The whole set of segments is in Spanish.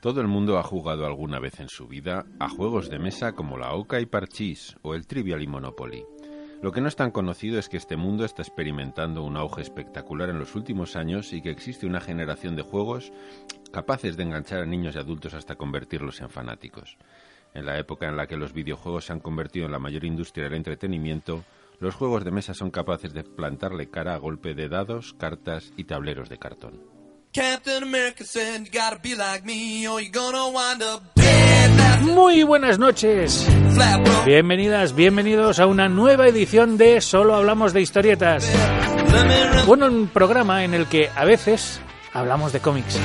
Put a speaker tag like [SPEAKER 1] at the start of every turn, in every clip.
[SPEAKER 1] Todo el mundo ha jugado alguna vez en su vida a juegos de mesa como la Oca y Parchís o el Trivial y Monopoly. Lo que no es tan conocido es que este mundo está experimentando un auge espectacular en los últimos años y que existe una generación de juegos capaces de enganchar a niños y adultos hasta convertirlos en fanáticos. En la época en la que los videojuegos se han convertido en la mayor industria del entretenimiento, los juegos de mesa son capaces de plantarle cara a golpe de dados, cartas y tableros de cartón.
[SPEAKER 2] Muy buenas noches. Bienvenidas, bienvenidos a una nueva edición de Solo hablamos de historietas. Bueno, un programa en el que a veces hablamos de cómics.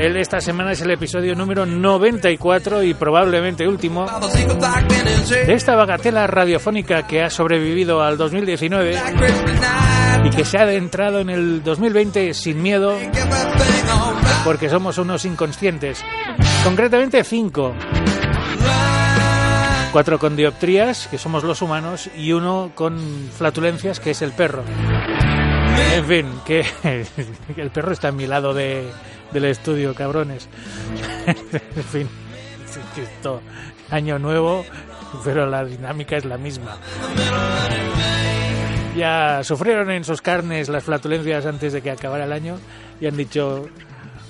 [SPEAKER 2] El de esta semana es el episodio número 94 y probablemente último de esta bagatela radiofónica que ha sobrevivido al 2019 y que se ha adentrado en el 2020 sin miedo porque somos unos inconscientes. Concretamente cinco. Cuatro con dioptrías, que somos los humanos, y uno con flatulencias, que es el perro. En fin, que el perro está a mi lado de, del estudio, cabrones. en fin, esto, año nuevo, pero la dinámica es la misma. Ya sufrieron en sus carnes las flatulencias antes de que acabara el año y han dicho...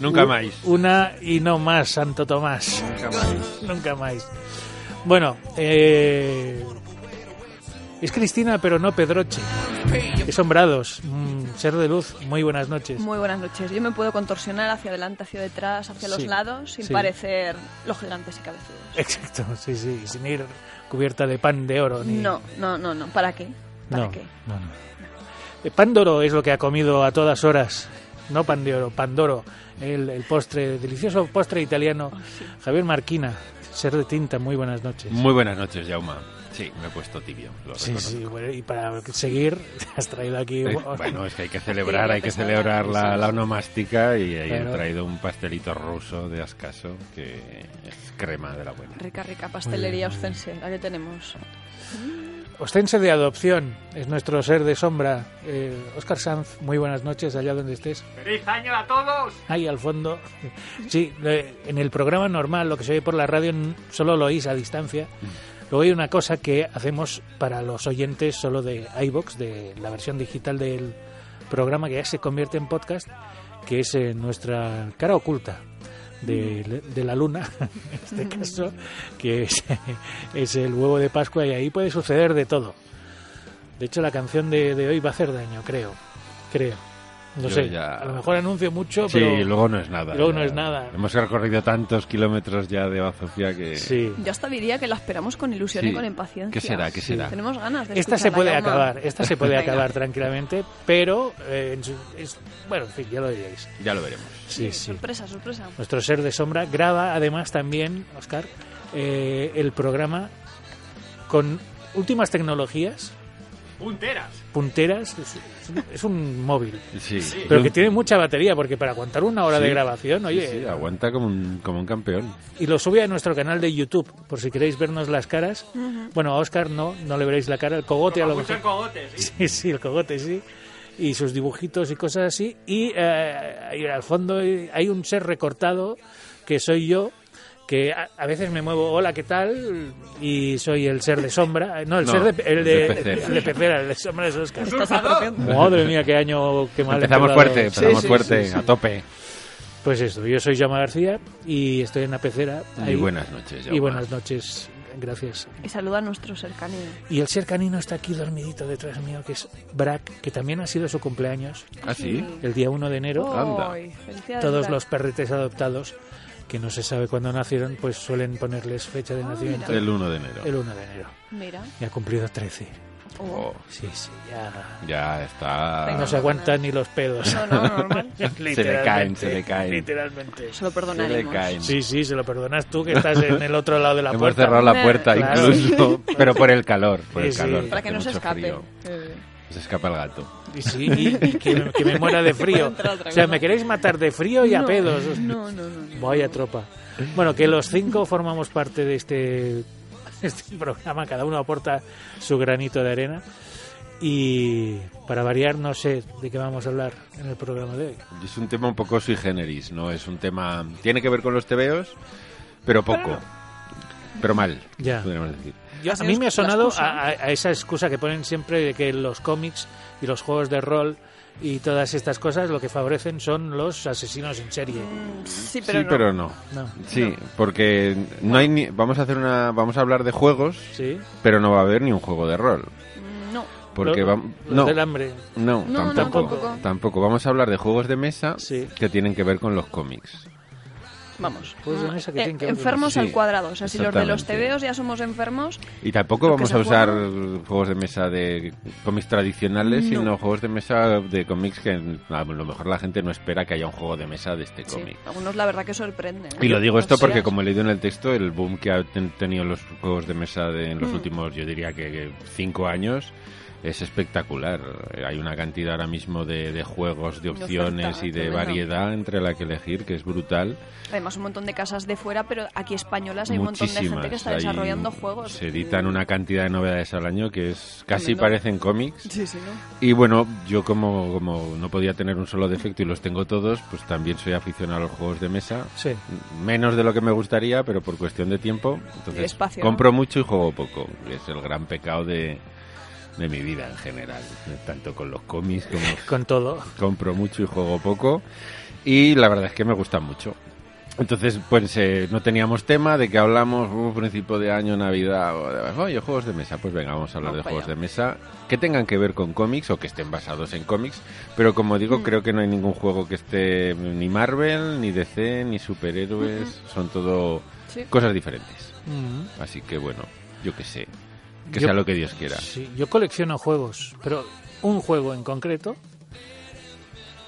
[SPEAKER 1] Nunca más.
[SPEAKER 2] Una y no más, Santo Tomás. Nunca más. Nunca más. Bueno, eh, es Cristina, pero no Pedroche. Sombrados, mm, ser de luz, muy buenas noches.
[SPEAKER 3] Muy buenas noches. Yo me puedo contorsionar hacia adelante, hacia detrás, hacia los
[SPEAKER 2] Sí,
[SPEAKER 3] lados, sin
[SPEAKER 2] sí.
[SPEAKER 3] parecer los gigantes y cabezudos.
[SPEAKER 2] Exacto, sí, sí, sin ir cubierta de pan de oro. Ni...
[SPEAKER 3] No, no, no, no. ¿Para qué? ¿Para
[SPEAKER 2] no,
[SPEAKER 3] qué?
[SPEAKER 2] no, no. Eh, Pan de oro es lo que ha comido a todas horas. No pan de oro, pandoro, el, el postre, delicioso postre italiano.
[SPEAKER 3] Oh,
[SPEAKER 2] Javier Marquina, ser de tinta, muy buenas noches.
[SPEAKER 1] Muy buenas noches, Jauma. Sí, me he puesto tibio. lo
[SPEAKER 2] Sí,
[SPEAKER 1] reconozco.
[SPEAKER 2] sí, bueno, y para seguir, has traído aquí.
[SPEAKER 1] Eh, Bueno, es que hay que celebrar,
[SPEAKER 3] Quería
[SPEAKER 1] hay que
[SPEAKER 3] empezar
[SPEAKER 1] celebrar
[SPEAKER 3] a-
[SPEAKER 1] la, la onomástica y ahí he
[SPEAKER 2] Claro.
[SPEAKER 1] traído un pastelito ruso de Ascaso que es crema de la buena.
[SPEAKER 3] Rica, rica pastelería ostense. La que tenemos.
[SPEAKER 2] Ostense de adopción es nuestro ser de sombra. Oscar Sanz, muy buenas noches allá donde estés.
[SPEAKER 4] ¡Feliz año a todos!
[SPEAKER 2] Ahí al fondo. Sí, eh, en el programa normal, lo que se oye por la radio, n- solo lo oís a distancia. Luego hay una cosa que hacemos para los oyentes solo de iBox, de la versión digital del programa que ya se convierte en podcast, que es eh, nuestra cara oculta de, de la luna, en este caso, que es, es el huevo de Pascua y ahí puede suceder de todo. De hecho, la canción de, de hoy va a hacer daño, creo. Creo. No
[SPEAKER 1] Yo
[SPEAKER 2] sé,
[SPEAKER 1] ya-
[SPEAKER 2] a lo mejor anuncio mucho,
[SPEAKER 1] Sí,
[SPEAKER 2] pero...
[SPEAKER 1] luego no es nada.
[SPEAKER 2] luego no
[SPEAKER 1] ya.
[SPEAKER 2] es nada.
[SPEAKER 1] Hemos recorrido tantos kilómetros ya de Bazofia que...
[SPEAKER 2] Sí.
[SPEAKER 3] Yo hasta diría que la esperamos con ilusión
[SPEAKER 1] Sí.
[SPEAKER 3] y con impaciencia.
[SPEAKER 1] ¿Qué será? ¿Qué será?
[SPEAKER 3] Tenemos ganas de
[SPEAKER 2] Esta se
[SPEAKER 3] escucharla,
[SPEAKER 2] puede
[SPEAKER 3] Jaume.
[SPEAKER 2] acabar, esta se puede
[SPEAKER 3] Venga.
[SPEAKER 2] acabar tranquilamente, pero... eh, en su- es- bueno, en fin, ya lo diréis.
[SPEAKER 1] Ya lo veremos.
[SPEAKER 2] Sí, sí.
[SPEAKER 3] Sorpresa, sorpresa.
[SPEAKER 2] Nuestro ser de sombra graba además también, Oscar, eh, el programa con últimas tecnologías
[SPEAKER 4] ¡Punteras!
[SPEAKER 2] punteras. Es, es un- es un móvil,
[SPEAKER 1] Sí.
[SPEAKER 2] pero que tiene mucha batería, porque para aguantar una hora de
[SPEAKER 1] Sí,
[SPEAKER 2] grabación,
[SPEAKER 1] sí,
[SPEAKER 2] oye.
[SPEAKER 1] sí, aguanta como un, como un campeón.
[SPEAKER 2] Y lo sube a nuestro canal de YouTube, por si queréis vernos las caras. Bueno, a Oscar no, no le veréis la cara, el cogote a lo
[SPEAKER 4] Mucho
[SPEAKER 2] mejor.
[SPEAKER 4] el cogote, sí.
[SPEAKER 2] Sí, sí, el cogote, sí. Y sus dibujitos y cosas así. Y, eh, y al fondo eh, hay un ser recortado que soy yo, que a, a veces me muevo, hola, ¿qué tal? Y soy el ser de sombra. Eh, No, el
[SPEAKER 1] No,
[SPEAKER 2] ser de, el de,
[SPEAKER 1] el de pecera.
[SPEAKER 2] el de pecera, el de sombra es Oscar.
[SPEAKER 3] Estás atrofiando.
[SPEAKER 2] Madre mía, qué año, qué mal.
[SPEAKER 1] empezamos
[SPEAKER 2] empezado.
[SPEAKER 1] fuerte,
[SPEAKER 2] Sí,
[SPEAKER 1] empezamos
[SPEAKER 2] pues sí,
[SPEAKER 1] fuerte,
[SPEAKER 2] sí, sí.
[SPEAKER 1] a tope.
[SPEAKER 2] Pues esto, yo soy Yama García y estoy en la pecera.
[SPEAKER 1] Y
[SPEAKER 2] ahí.
[SPEAKER 1] buenas noches.
[SPEAKER 2] Y
[SPEAKER 1] Jaume.
[SPEAKER 2] buenas noches, gracias.
[SPEAKER 3] Y saluda a nuestro cercanio.
[SPEAKER 2] Y el ser canino está aquí dormidito detrás mío, que es Brack, que también ha sido su cumpleaños.
[SPEAKER 1] ¿Ah, sí?
[SPEAKER 2] el día 1 de enero,
[SPEAKER 3] Oh,
[SPEAKER 1] Anda.
[SPEAKER 3] Ay, felicidades,
[SPEAKER 2] todos
[SPEAKER 3] Fran.
[SPEAKER 2] los perretes adoptados, que no se sabe cuándo nacieron, pues suelen ponerles fecha
[SPEAKER 3] Ah,
[SPEAKER 2] de nacimiento
[SPEAKER 1] El 1 de enero.
[SPEAKER 2] el 1 de enero.
[SPEAKER 3] Mira.
[SPEAKER 2] Y ha cumplido 13.
[SPEAKER 3] Oh.
[SPEAKER 1] Oh,
[SPEAKER 2] Sí, sí, ya
[SPEAKER 1] ya está...
[SPEAKER 3] Venga,
[SPEAKER 2] no se aguantan ni los pedos.
[SPEAKER 3] Ah. No, no, normal.
[SPEAKER 1] Se le caen, se le caen.
[SPEAKER 2] Literalmente.
[SPEAKER 3] Se lo
[SPEAKER 1] Se le
[SPEAKER 3] perdonaremos.
[SPEAKER 1] caen.
[SPEAKER 2] Sí, sí, se lo perdonas tú que estás en el otro lado de la
[SPEAKER 1] Hemos
[SPEAKER 2] puerta.
[SPEAKER 1] cerrado la puerta
[SPEAKER 2] Claro.
[SPEAKER 1] incluso, pero por el calor, por el
[SPEAKER 2] Sí, sí.
[SPEAKER 1] calor.
[SPEAKER 3] Para que
[SPEAKER 1] hace
[SPEAKER 3] no se
[SPEAKER 1] mucho
[SPEAKER 3] escape.
[SPEAKER 1] frío.
[SPEAKER 3] Eh,
[SPEAKER 1] Se escapa el gato.
[SPEAKER 2] Y sí, y- y que, me- que me muera de frío.
[SPEAKER 3] entrar otra
[SPEAKER 2] O sea,
[SPEAKER 3] cosa.
[SPEAKER 2] me queréis matar de frío y a
[SPEAKER 3] no,
[SPEAKER 2] pedos.
[SPEAKER 3] No, no, no. no.
[SPEAKER 2] Vaya tropa. Bueno, que los cinco formamos parte de este, este programa, cada uno aporta su granito de arena. Y para variar, no sé de qué vamos a hablar en el programa de hoy.
[SPEAKER 1] Es un tema un poco sui generis, ¿no? Es un tema... Tiene que ver con los tebeos, pero poco. Pero mal,
[SPEAKER 2] Ya.
[SPEAKER 1] podríamos decir.
[SPEAKER 3] Yo
[SPEAKER 2] a
[SPEAKER 3] hacía
[SPEAKER 2] mí me ha
[SPEAKER 3] las
[SPEAKER 2] sonado
[SPEAKER 3] cosas.
[SPEAKER 2] a, a- a esa excusa que ponen siempre de que los cómics y los juegos de rol y todas estas cosas lo que favorecen son los asesinos en serie.
[SPEAKER 3] Mm, Sí,
[SPEAKER 1] sí, pero no.
[SPEAKER 2] No.
[SPEAKER 1] Sí, porque no hay ni... Vamos a hacer una... Vamos a hablar de juegos,
[SPEAKER 2] ¿Sí?
[SPEAKER 1] pero no va a haber ni un juego de rol.
[SPEAKER 3] Mm, No.
[SPEAKER 1] Porque
[SPEAKER 2] Lo-
[SPEAKER 1] va-
[SPEAKER 2] los
[SPEAKER 1] No,
[SPEAKER 2] del hambre.
[SPEAKER 1] no, tampoco,
[SPEAKER 3] No, no,
[SPEAKER 1] tampoco.
[SPEAKER 3] tampoco.
[SPEAKER 1] Vamos a hablar de juegos de mesa
[SPEAKER 2] Sí.
[SPEAKER 1] que tienen que ver con los cómics.
[SPEAKER 3] Vamos.
[SPEAKER 2] Pues en
[SPEAKER 3] Ah,
[SPEAKER 2] esa que
[SPEAKER 3] eh,
[SPEAKER 2] tienen que ver con
[SPEAKER 3] enfermos
[SPEAKER 1] eso. Sí,
[SPEAKER 3] al cuadrado. O sea, si los de los
[SPEAKER 1] exactamente.
[SPEAKER 3] tebeos ya somos enfermos,
[SPEAKER 1] Y tampoco
[SPEAKER 3] Lo que
[SPEAKER 1] vamos
[SPEAKER 3] se
[SPEAKER 1] a usar
[SPEAKER 3] juega.
[SPEAKER 1] juegos de mesa de cómics tradicionales,
[SPEAKER 3] No.
[SPEAKER 1] sino juegos de mesa de cómics que a lo mejor la gente no espera que haya un juego de mesa de este
[SPEAKER 3] sí,
[SPEAKER 1] cómic.
[SPEAKER 3] algunos la verdad que sorprenden. ¿eh?
[SPEAKER 1] Y lo digo esto
[SPEAKER 3] Hostias.
[SPEAKER 1] porque, como he leído en el texto, el boom que han ten- tenido los juegos de mesa de,
[SPEAKER 3] Mm.
[SPEAKER 1] en los últimos, yo diría que cinco años, es espectacular. Hay una cantidad ahora mismo de, de juegos, de
[SPEAKER 3] oferta,
[SPEAKER 1] opciones y de
[SPEAKER 3] tremenda.
[SPEAKER 1] variedad entre la que elegir, que es brutal.
[SPEAKER 3] Además, un montón de casas de fuera, pero aquí españolas hay un montón de gente que está
[SPEAKER 1] Hay-
[SPEAKER 3] desarrollando juegos.
[SPEAKER 1] Se editan una cantidad de novedades al año que es casi
[SPEAKER 3] Tremendo.
[SPEAKER 1] parecen cómics.
[SPEAKER 3] Sí, sí, ¿no?
[SPEAKER 1] Y bueno, yo como, como no podía tener un solo defecto y los tengo todos, pues también soy aficionado a los juegos de mesa.
[SPEAKER 2] Sí.
[SPEAKER 1] menos de lo que me gustaría, pero por cuestión de tiempo. Entonces,
[SPEAKER 3] Y espacio, ¿no?
[SPEAKER 1] compro mucho y juego poco. Es el gran pecado de, de mi vida en general, tanto con los cómics como
[SPEAKER 2] Con todo.
[SPEAKER 1] compro mucho y juego poco. Y la verdad es que me gusta mucho. Entonces, pues eh, no teníamos tema de que hablamos un principio de año, Navidad, o de- oye, juegos de mesa. Pues venga, vamos a hablar
[SPEAKER 3] Vamos
[SPEAKER 1] de
[SPEAKER 3] para
[SPEAKER 1] juegos
[SPEAKER 3] allá.
[SPEAKER 1] de mesa que tengan que ver con cómics o que estén basados en cómics. Pero como
[SPEAKER 3] Mm.
[SPEAKER 1] digo, creo que no hay ningún juego que esté ni Marvel, ni DC, ni superhéroes. Son todo
[SPEAKER 3] Sí.
[SPEAKER 1] cosas diferentes.
[SPEAKER 2] Mm.
[SPEAKER 1] Así que bueno, yo qué sé. Que
[SPEAKER 2] Yo-
[SPEAKER 1] sea lo que Dios quiera.
[SPEAKER 2] Sí, yo colecciono juegos, pero un juego en concreto,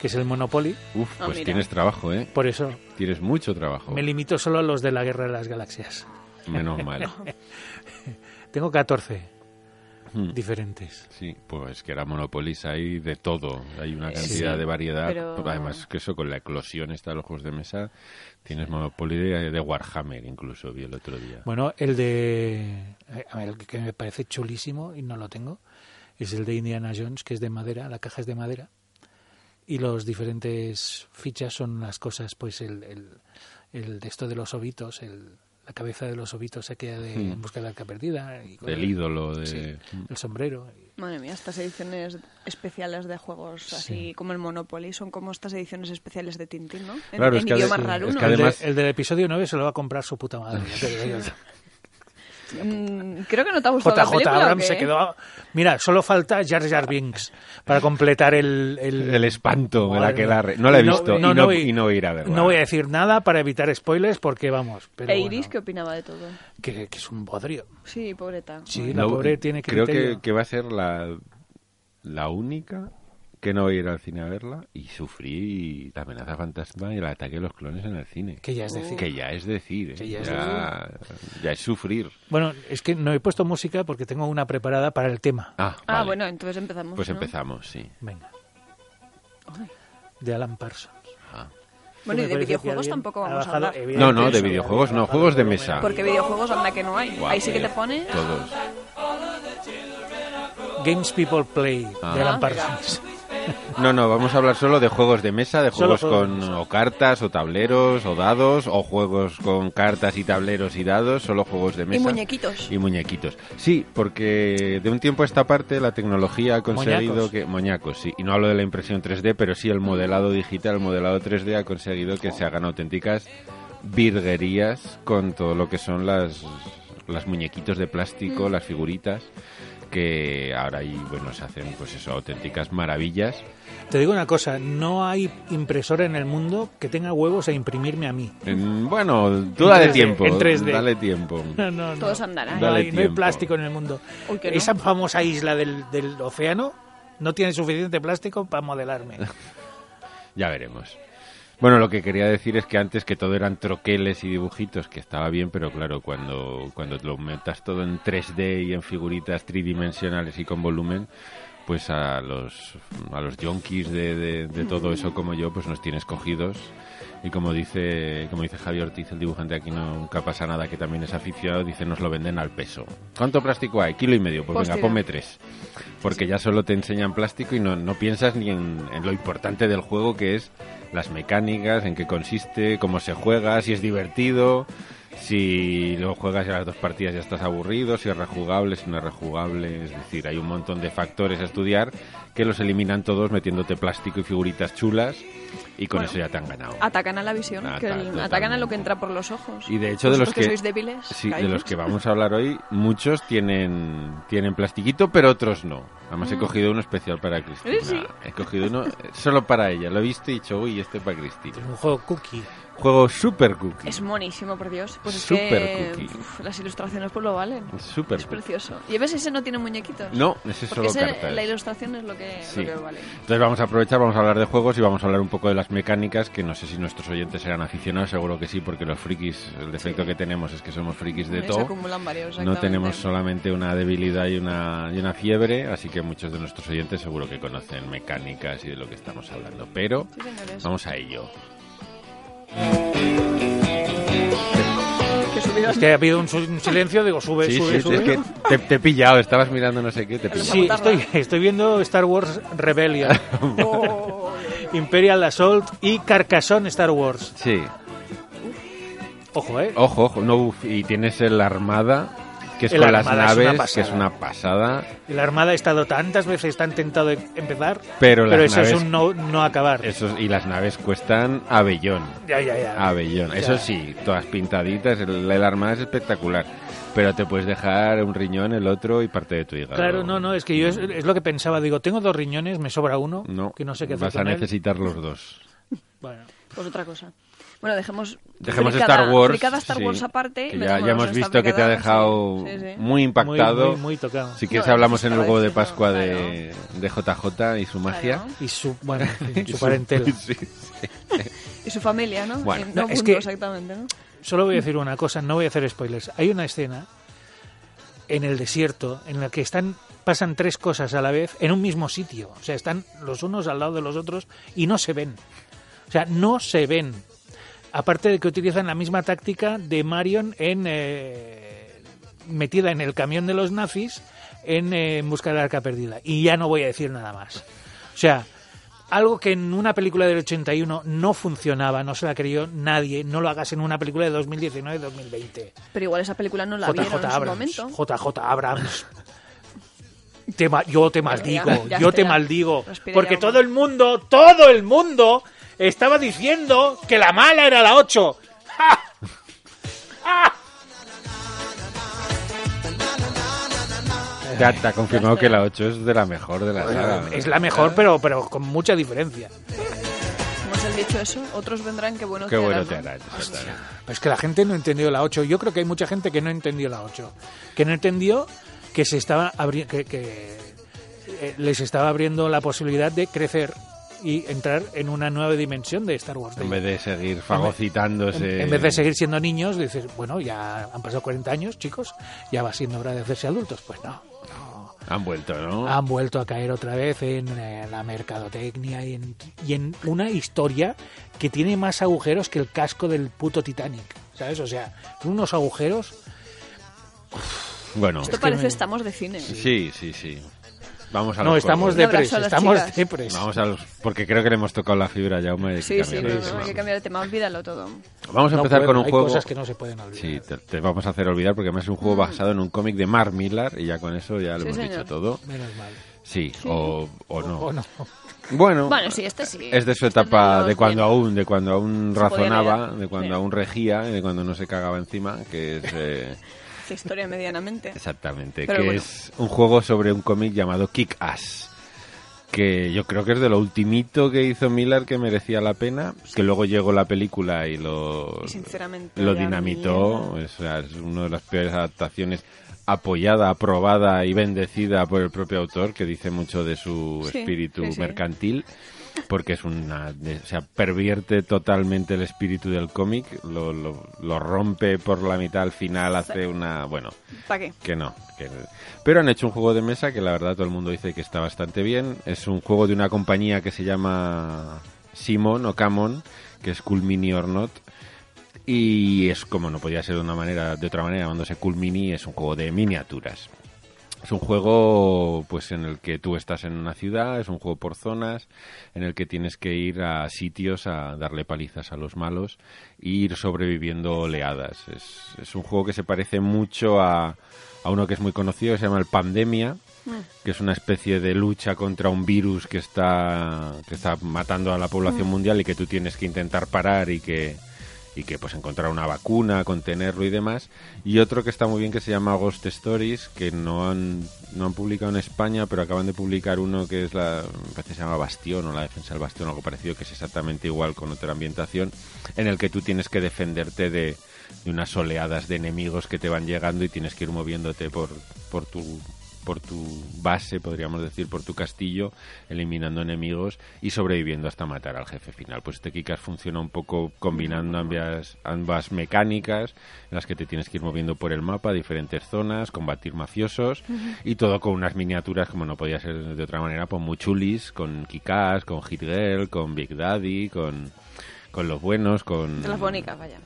[SPEAKER 2] que es el Monopoly,
[SPEAKER 1] Uf,
[SPEAKER 3] Ah,
[SPEAKER 1] pues
[SPEAKER 3] mira.
[SPEAKER 1] tienes trabajo, ¿eh?
[SPEAKER 2] por eso
[SPEAKER 1] Tienes mucho trabajo.
[SPEAKER 2] me limito solo a los de la Guerra de las Galaxias.
[SPEAKER 1] Menos mal.
[SPEAKER 2] Tengo 14
[SPEAKER 1] Hmm.
[SPEAKER 2] diferentes.
[SPEAKER 1] Sí, pues que era Monopolis, hay de todo, hay una
[SPEAKER 3] Eh,
[SPEAKER 1] cantidad
[SPEAKER 3] sí,
[SPEAKER 1] de variedad.
[SPEAKER 3] pero-
[SPEAKER 1] Además, que eso con la eclosión está los juegos de mesa, tienes Monopoly de, de Warhammer, incluso vi el otro día.
[SPEAKER 2] Bueno, el de... eh, a ver, el que me parece chulísimo y no lo tengo, es el de Indiana Jones, que es de madera, la caja es de madera. Y los diferentes fichas son las cosas, pues el, el, el de esto de los ovitos, el, la cabeza de los ovitos aquella de En busca de la arca perdida. Y
[SPEAKER 1] Hmm. Del ídolo, de.
[SPEAKER 2] eh, Sí, el sombrero.
[SPEAKER 3] Madre mía, estas ediciones especiales de juegos así
[SPEAKER 2] Sí.
[SPEAKER 3] como el Monopoly son como estas ediciones especiales de Tintín, ¿no? En,
[SPEAKER 1] Claro, es
[SPEAKER 3] en
[SPEAKER 1] que a
[SPEAKER 3] idioma
[SPEAKER 1] veces-
[SPEAKER 3] raro,
[SPEAKER 1] es
[SPEAKER 3] ¿no?
[SPEAKER 1] que además-
[SPEAKER 2] el, de- el del episodio 9 se lo va a comprar su puta madre. ya te digo yo.
[SPEAKER 3] Mm, creo que no te ha gustado la
[SPEAKER 2] JJ
[SPEAKER 3] película, ¿o
[SPEAKER 2] Abrams
[SPEAKER 3] qué?
[SPEAKER 2] se quedó. Mira, solo falta Jar Jar Binks para completar el. el-
[SPEAKER 1] El espanto, el
[SPEAKER 2] Madre
[SPEAKER 1] aquelarre.
[SPEAKER 2] mía.
[SPEAKER 1] No la he
[SPEAKER 2] Y
[SPEAKER 1] visto y, no,
[SPEAKER 2] voy-
[SPEAKER 1] y no voy a ir a verla.
[SPEAKER 2] No voy a decir nada para evitar spoilers porque vamos. Pero
[SPEAKER 3] ¿E Iris
[SPEAKER 2] bueno,
[SPEAKER 3] qué opinaba de todo?
[SPEAKER 2] que, que es un bodrio.
[SPEAKER 3] Sí, pobreta.
[SPEAKER 2] Sí, la
[SPEAKER 1] No, eh,
[SPEAKER 2] pobre tiene que.
[SPEAKER 1] Creo que, que va a ser la, la única que no voy a ir al cine a verla y sufrí la amenaza fantasma y el ataque de los clones en el cine.
[SPEAKER 2] Que ya es decir.
[SPEAKER 1] Que ya es decir, ¿eh?
[SPEAKER 2] Que ya es
[SPEAKER 1] ya, ya es sufrir.
[SPEAKER 2] Bueno, es que no he puesto música porque tengo una preparada para el tema.
[SPEAKER 1] Ah,
[SPEAKER 3] Ah,
[SPEAKER 1] vale.
[SPEAKER 3] bueno, entonces empezamos.
[SPEAKER 1] Pues
[SPEAKER 3] ¿no?
[SPEAKER 1] empezamos, sí.
[SPEAKER 2] Venga,
[SPEAKER 3] Ay.
[SPEAKER 2] de Alan Parsons.
[SPEAKER 1] Ah.
[SPEAKER 3] Bueno,
[SPEAKER 2] Que me parece
[SPEAKER 3] y de
[SPEAKER 2] que
[SPEAKER 3] videojuegos
[SPEAKER 2] alguien
[SPEAKER 3] tampoco
[SPEAKER 2] ha
[SPEAKER 3] vamos a
[SPEAKER 2] bajado-
[SPEAKER 3] hablar.
[SPEAKER 1] No, no, de
[SPEAKER 2] evidentemente,
[SPEAKER 1] videojuegos
[SPEAKER 2] ha
[SPEAKER 1] no,
[SPEAKER 2] bajado
[SPEAKER 1] juegos de
[SPEAKER 2] el
[SPEAKER 1] mesa.
[SPEAKER 2] volumen.
[SPEAKER 3] Porque videojuegos anda que no hay.
[SPEAKER 1] Ah. Guau,
[SPEAKER 3] Ahí sí que
[SPEAKER 1] tío.
[SPEAKER 3] te pone.
[SPEAKER 1] Todos.
[SPEAKER 2] Games People Play
[SPEAKER 1] Ah.
[SPEAKER 2] de Alan
[SPEAKER 3] Ah, mira.
[SPEAKER 2] Parsons.
[SPEAKER 1] No, no, vamos a hablar solo de juegos de mesa, de
[SPEAKER 2] Solo
[SPEAKER 1] juegos
[SPEAKER 2] juegos de
[SPEAKER 1] con o cartas o tableros o dados o juegos con cartas y tableros y dados, solo juegos de
[SPEAKER 3] Y
[SPEAKER 1] mesa.
[SPEAKER 3] muñequitos.
[SPEAKER 1] Y muñequitos. Sí, porque de un tiempo a esta parte la tecnología ha conseguido
[SPEAKER 2] Moñacos.
[SPEAKER 1] que... Moñacos, sí. Y no hablo de la impresión 3D, pero sí el modelado digital, el modelado 3D ha conseguido que se hagan auténticas virguerías con todo lo que son las, las muñequitos de plástico,
[SPEAKER 3] Mm.
[SPEAKER 1] las figuritas, que ahora ahí, bueno, se hacen pues eso, auténticas maravillas.
[SPEAKER 2] Te digo una cosa, no hay impresora en el mundo que tenga huevos a imprimirme a mí.
[SPEAKER 1] En- bueno, tú dale
[SPEAKER 2] 3D,
[SPEAKER 1] tiempo.
[SPEAKER 2] en 3D.
[SPEAKER 1] Dale tiempo.
[SPEAKER 2] No, no, no.
[SPEAKER 3] Todos andarán.
[SPEAKER 2] No
[SPEAKER 1] Dale
[SPEAKER 2] hay, no hay
[SPEAKER 1] tiempo.
[SPEAKER 2] plástico en el mundo.
[SPEAKER 3] Uy, que no.
[SPEAKER 2] Esa famosa isla del, del océano no tiene suficiente plástico para modelarme.
[SPEAKER 1] Ya veremos. Bueno, lo que quería decir es que antes que todo eran troqueles y dibujitos, que estaba bien, pero claro, cuando, cuando lo metas todo en 3D y en figuritas tridimensionales y con volumen, pues a los, a los yonkis de, de- de todo eso como yo, pues nos tienes cogidos Y como dice, como dice Javier Ortiz, el dibujante aquí no- nunca pasa nada, que también es aficionado, dice nos lo venden al peso. ¿Cuánto plástico hay? Kilo y medio. Pues venga,
[SPEAKER 3] Hostia.
[SPEAKER 1] ponme tres. Porque ya solo te enseñan plástico y no, no piensas ni en, en lo importante del juego que es las mecánicas, en qué consiste, cómo se juega, si es divertido, si lo juegas y a las dos partidas ya estás aburrido, si es rejugable, si no es rejugable. Es decir, hay un montón de factores a estudiar que los eliminan todos metiéndote plástico y figuritas chulas y con
[SPEAKER 3] Bueno.
[SPEAKER 1] eso ya te han ganado.
[SPEAKER 3] Atacan a la visión,
[SPEAKER 1] Ata-
[SPEAKER 3] que el-
[SPEAKER 1] totalmente.
[SPEAKER 3] atacan a lo que entra por los ojos.
[SPEAKER 1] Y de hecho de los
[SPEAKER 3] Vosotros
[SPEAKER 1] que,
[SPEAKER 3] sois débiles.
[SPEAKER 1] sí, de
[SPEAKER 3] caídos.
[SPEAKER 1] los que vamos a hablar hoy, muchos tienen tienen plastiquito, pero otros no. Además he cogido uno especial para Cristina.
[SPEAKER 3] Mm. Eh, sí.
[SPEAKER 1] He cogido uno eh, solo para ella. Lo he visto y he dicho, uy, este es para Cristina.
[SPEAKER 2] Un juego cookie.
[SPEAKER 1] Juego super cookie.
[SPEAKER 3] Es monísimo, por Dios. Pues es
[SPEAKER 1] Super
[SPEAKER 3] que
[SPEAKER 1] cookie.
[SPEAKER 3] uf, las ilustraciones pues lo valen.
[SPEAKER 1] Super
[SPEAKER 3] es
[SPEAKER 1] cookie.
[SPEAKER 3] precioso. Y a veces ese no tiene muñequitos.
[SPEAKER 1] No, ese es
[SPEAKER 3] Porque
[SPEAKER 1] solo
[SPEAKER 3] ese-
[SPEAKER 1] cartas.
[SPEAKER 3] la ilustración es lo que,
[SPEAKER 1] Sí.
[SPEAKER 3] lo que vale.
[SPEAKER 1] Entonces vamos a aprovechar, vamos a hablar de juegos y vamos a hablar un poco de las mecánicas, que no sé si nuestros oyentes serán aficionados, seguro que sí, porque los frikis, el defecto que tenemos es que somos frikis de
[SPEAKER 3] Se
[SPEAKER 1] todo.
[SPEAKER 3] acumulan varios,
[SPEAKER 1] No
[SPEAKER 3] exactamente.
[SPEAKER 1] tenemos solamente una debilidad y una, y una fiebre, así que muchos de nuestros oyentes seguro que conocen mecánicas y de lo que estamos hablando. Pero
[SPEAKER 3] Sí, señores.
[SPEAKER 1] vamos a ello.
[SPEAKER 3] Que subieron
[SPEAKER 2] Es que ha habido un, su- un silencio, digo, sube,
[SPEAKER 1] Sí,
[SPEAKER 2] sube,
[SPEAKER 1] sí,
[SPEAKER 2] sube.
[SPEAKER 1] es que te, te he pillado, estabas mirando no sé qué, te he pillado.
[SPEAKER 2] pues Sí, estoy, estoy viendo Star Wars Rebellion, Imperial Assault y Carcassonne Star Wars.
[SPEAKER 1] Sí,
[SPEAKER 2] Ojo, ¿eh?
[SPEAKER 1] ojo, ojo, no, uf, y tienes el Armada, que es
[SPEAKER 2] El
[SPEAKER 1] con
[SPEAKER 2] Armada
[SPEAKER 1] las
[SPEAKER 2] es una
[SPEAKER 1] naves, que es
[SPEAKER 2] pasada.
[SPEAKER 1] una pasada,
[SPEAKER 2] La Armada ha estado tantas veces, tan tentado de empezar,
[SPEAKER 1] pero, las
[SPEAKER 2] eso
[SPEAKER 1] naves...
[SPEAKER 2] es un no, no acabar.
[SPEAKER 1] esos- y las naves cuestan abellón.
[SPEAKER 2] Ya, ya, ya.
[SPEAKER 1] Abellón. Eso
[SPEAKER 2] Ya.
[SPEAKER 1] sí, todas pintaditas, el, el armada es espectacular. Pero te puedes dejar un riñón, el otro y parte de tu hígado.
[SPEAKER 2] Claro, no, no, es que yo es, es lo que pensaba. Digo, tengo dos riñones, me sobra uno,
[SPEAKER 1] No,
[SPEAKER 2] que no sé qué hacer
[SPEAKER 1] vas a
[SPEAKER 2] con él.
[SPEAKER 1] necesitar los dos.
[SPEAKER 2] Bueno,
[SPEAKER 3] Pues otra cosa. Bueno, dejemos,
[SPEAKER 1] Dejemos
[SPEAKER 3] fricada-
[SPEAKER 1] Star Wars.
[SPEAKER 3] fricada Star
[SPEAKER 1] sí,
[SPEAKER 3] Wars aparte. y
[SPEAKER 1] que ya,
[SPEAKER 3] metámonos
[SPEAKER 1] ya
[SPEAKER 3] en
[SPEAKER 1] hemos
[SPEAKER 3] esta
[SPEAKER 1] visto que te ha
[SPEAKER 3] fricada,
[SPEAKER 1] dejado
[SPEAKER 3] sí, sí, sí.
[SPEAKER 1] muy
[SPEAKER 2] muy,
[SPEAKER 1] impactado.
[SPEAKER 2] muy, muy tocado.
[SPEAKER 1] Si quieres
[SPEAKER 3] No,
[SPEAKER 1] hablamos
[SPEAKER 3] eso
[SPEAKER 1] en el
[SPEAKER 3] estaba
[SPEAKER 1] huevo de
[SPEAKER 3] diciendo,
[SPEAKER 1] Pascua de, de JJ y su magia.
[SPEAKER 3] Claro.
[SPEAKER 2] Y su, bueno, y
[SPEAKER 1] Y
[SPEAKER 2] su parentela.
[SPEAKER 1] sí, sí.
[SPEAKER 3] Y su familia, ¿no?
[SPEAKER 1] Bueno.
[SPEAKER 3] Eh, no
[SPEAKER 2] No, es
[SPEAKER 3] junto
[SPEAKER 2] que-
[SPEAKER 3] exactamente, ¿no?
[SPEAKER 2] Solo voy a decir una cosa, no voy a hacer spoilers. Hay una escena en el desierto en la que están pasan tres cosas a la vez en un mismo sitio. O sea, están los unos al lado de los otros y no se ven. O sea, no se ven. Aparte de que utilizan la misma táctica de Marion en eh, metida en el camión de los nazis en, eh, en busca del arca perdida. Y ya no voy a decir nada más. O sea, algo que en una película del 81 no funcionaba, no se la creyó nadie, no lo hagas en una película de 2019-2020.
[SPEAKER 3] Pero igual esa película no
[SPEAKER 2] JJ
[SPEAKER 3] la vieron en su
[SPEAKER 2] Abrams.
[SPEAKER 3] momento.
[SPEAKER 2] JJ Abrams. Te ma- yo te maldigo,
[SPEAKER 3] ya,
[SPEAKER 2] yo te
[SPEAKER 3] espera.
[SPEAKER 2] maldigo.
[SPEAKER 3] Respira
[SPEAKER 2] porque
[SPEAKER 3] ya,
[SPEAKER 2] todo
[SPEAKER 3] hombre.
[SPEAKER 2] el mundo, todo el mundo estaba diciendo que la mala era la 8. ¡Ja! ¡Ah!
[SPEAKER 1] Ya te ha confirmado que la 8 es de la mejor de la saga.
[SPEAKER 2] Es la mejor, pero, pero con mucha diferencia.
[SPEAKER 3] Como os he dicho eso, otros vendrán que bueno
[SPEAKER 1] Qué
[SPEAKER 3] te
[SPEAKER 1] bueno
[SPEAKER 3] harán,
[SPEAKER 1] te
[SPEAKER 3] ¿no?
[SPEAKER 1] hará. ¿eh? exactamente.
[SPEAKER 2] Pues que la gente no entendió la 8. Yo creo que hay mucha gente que no entendió la 8. Que no entendió que se estaba abri- que, que, eh, les estaba abriendo la posibilidad de crecer y entrar en una nueva dimensión de Star Wars.
[SPEAKER 1] En vez de seguir
[SPEAKER 2] En-
[SPEAKER 1] fagocitándose.
[SPEAKER 2] en vez de seguir siendo niños, dices, bueno, ya han pasado 40 años, chicos, ya va siendo hora de hacerse adultos. Pues no. no.
[SPEAKER 1] Han vuelto, ¿no?
[SPEAKER 3] Ah.
[SPEAKER 2] Han vuelto a caer otra vez en eh, la mercadotecnia y en, y en una historia que tiene más agujeros que el casco del puto Titanic. ¿Sabes? O sea, unos agujeros.
[SPEAKER 1] Bueno.
[SPEAKER 3] Esto
[SPEAKER 2] que
[SPEAKER 3] parece
[SPEAKER 2] me-
[SPEAKER 3] estamos de cine.
[SPEAKER 1] Sí, sí, sí. Vamos a
[SPEAKER 2] No,
[SPEAKER 1] los
[SPEAKER 2] estamos
[SPEAKER 1] juegos.
[SPEAKER 3] de-
[SPEAKER 2] depres.
[SPEAKER 3] Un abrazo a las
[SPEAKER 2] Estamos
[SPEAKER 3] chicas.
[SPEAKER 2] depres.
[SPEAKER 1] Vamos a los... Porque creo que le hemos tocado la fibra a Jaume. y
[SPEAKER 3] Sí, sí,
[SPEAKER 1] cambiar
[SPEAKER 3] no,
[SPEAKER 1] de
[SPEAKER 3] no,
[SPEAKER 1] tema.
[SPEAKER 3] hay que cambiar de tema, olvídalo todo.
[SPEAKER 1] Vamos a
[SPEAKER 2] No
[SPEAKER 1] empezar
[SPEAKER 2] puedo,
[SPEAKER 1] con un
[SPEAKER 2] hay
[SPEAKER 1] juego...
[SPEAKER 2] cosas que no se pueden olvidar.
[SPEAKER 1] Sí, te, te vamos a hacer olvidar porque además es un juego basado en un cómic de Mark Millar y ya con eso ya lo
[SPEAKER 3] Mm. Sí,
[SPEAKER 1] hemos
[SPEAKER 3] señor.
[SPEAKER 1] dicho todo.
[SPEAKER 2] Menos mal.
[SPEAKER 1] Sí, O, o no.
[SPEAKER 2] O no.
[SPEAKER 1] Bueno,
[SPEAKER 3] Bueno, sí, este sí.
[SPEAKER 1] es de su
[SPEAKER 3] Este
[SPEAKER 1] etapa
[SPEAKER 3] no
[SPEAKER 1] de
[SPEAKER 3] los
[SPEAKER 1] cuando
[SPEAKER 3] tiene.
[SPEAKER 1] aún, de cuando aún
[SPEAKER 3] Se podía
[SPEAKER 1] razonaba,
[SPEAKER 3] leer.
[SPEAKER 1] de cuando
[SPEAKER 3] Sí.
[SPEAKER 1] aún regía, de cuando no se cagaba encima, que es... eh,
[SPEAKER 3] Sí, historia medianamente.
[SPEAKER 1] Exactamente,
[SPEAKER 3] Pero
[SPEAKER 1] que
[SPEAKER 3] bueno.
[SPEAKER 1] es un juego sobre un cómic llamado Kick Ass, que yo creo que es de lo ultimito que hizo Miller que merecía la pena, que luego llegó la película y lo,
[SPEAKER 3] Y sinceramente,
[SPEAKER 1] lo
[SPEAKER 3] ya
[SPEAKER 1] dinamitó, o sea, es una de las peores adaptaciones apoyada, aprobada y bendecida por el propio autor, que dice mucho de su
[SPEAKER 3] Sí,
[SPEAKER 1] espíritu
[SPEAKER 3] sí, sí.
[SPEAKER 1] mercantil, porque es una, de- o sea, pervierte totalmente el espíritu del cómic, lo, lo- lo rompe por la mitad al final, hace una, bueno,
[SPEAKER 3] ¿Para qué?
[SPEAKER 1] que no. que- Pero han hecho un juego de mesa que la verdad todo el mundo dice que está bastante bien. Es un juego de una compañía que se llama Simon o Camon, que es Cool Mini or Not. Y es como no podía ser de una manera, de otra manera, llamándose Cool Mini, es un juego de miniaturas. Es un juego pues en el que tú estás en una ciudad, es un juego por zonas, en el que tienes que ir a sitios a darle palizas a los malos e ir sobreviviendo oleadas. Es, es un juego que se parece mucho a, a uno que es muy conocido, que se llama el Pandemia, que es una especie de lucha contra un virus que está, que está matando a la población mundial y que tú tienes que intentar parar y que, y que pues encontrar una vacuna, contenerlo y demás. Y otro que está muy bien que se llama Ghost Stories, que no han, no han publicado en España, pero acaban de publicar uno que es la, me parece que se llama Bastión o la defensa del Bastión, algo parecido, que es exactamente igual con otra ambientación, en el que tú tienes que defenderte de, de unas oleadas de enemigos que te van llegando y tienes que ir moviéndote por, por tu por tu base, podríamos decir, por tu castillo, eliminando enemigos y sobreviviendo hasta matar al jefe final. Pues este Kikas funciona un poco combinando ambas, ambas mecánicas, en las que te tienes que ir moviendo por el mapa, diferentes zonas, combatir mafiosos y todo con unas miniaturas, como no podía ser de otra manera, pues muy chulis, con Kikas, con Hit Girl, con Big Daddy, con, con los buenos, con...
[SPEAKER 3] De las bonicas, vaya.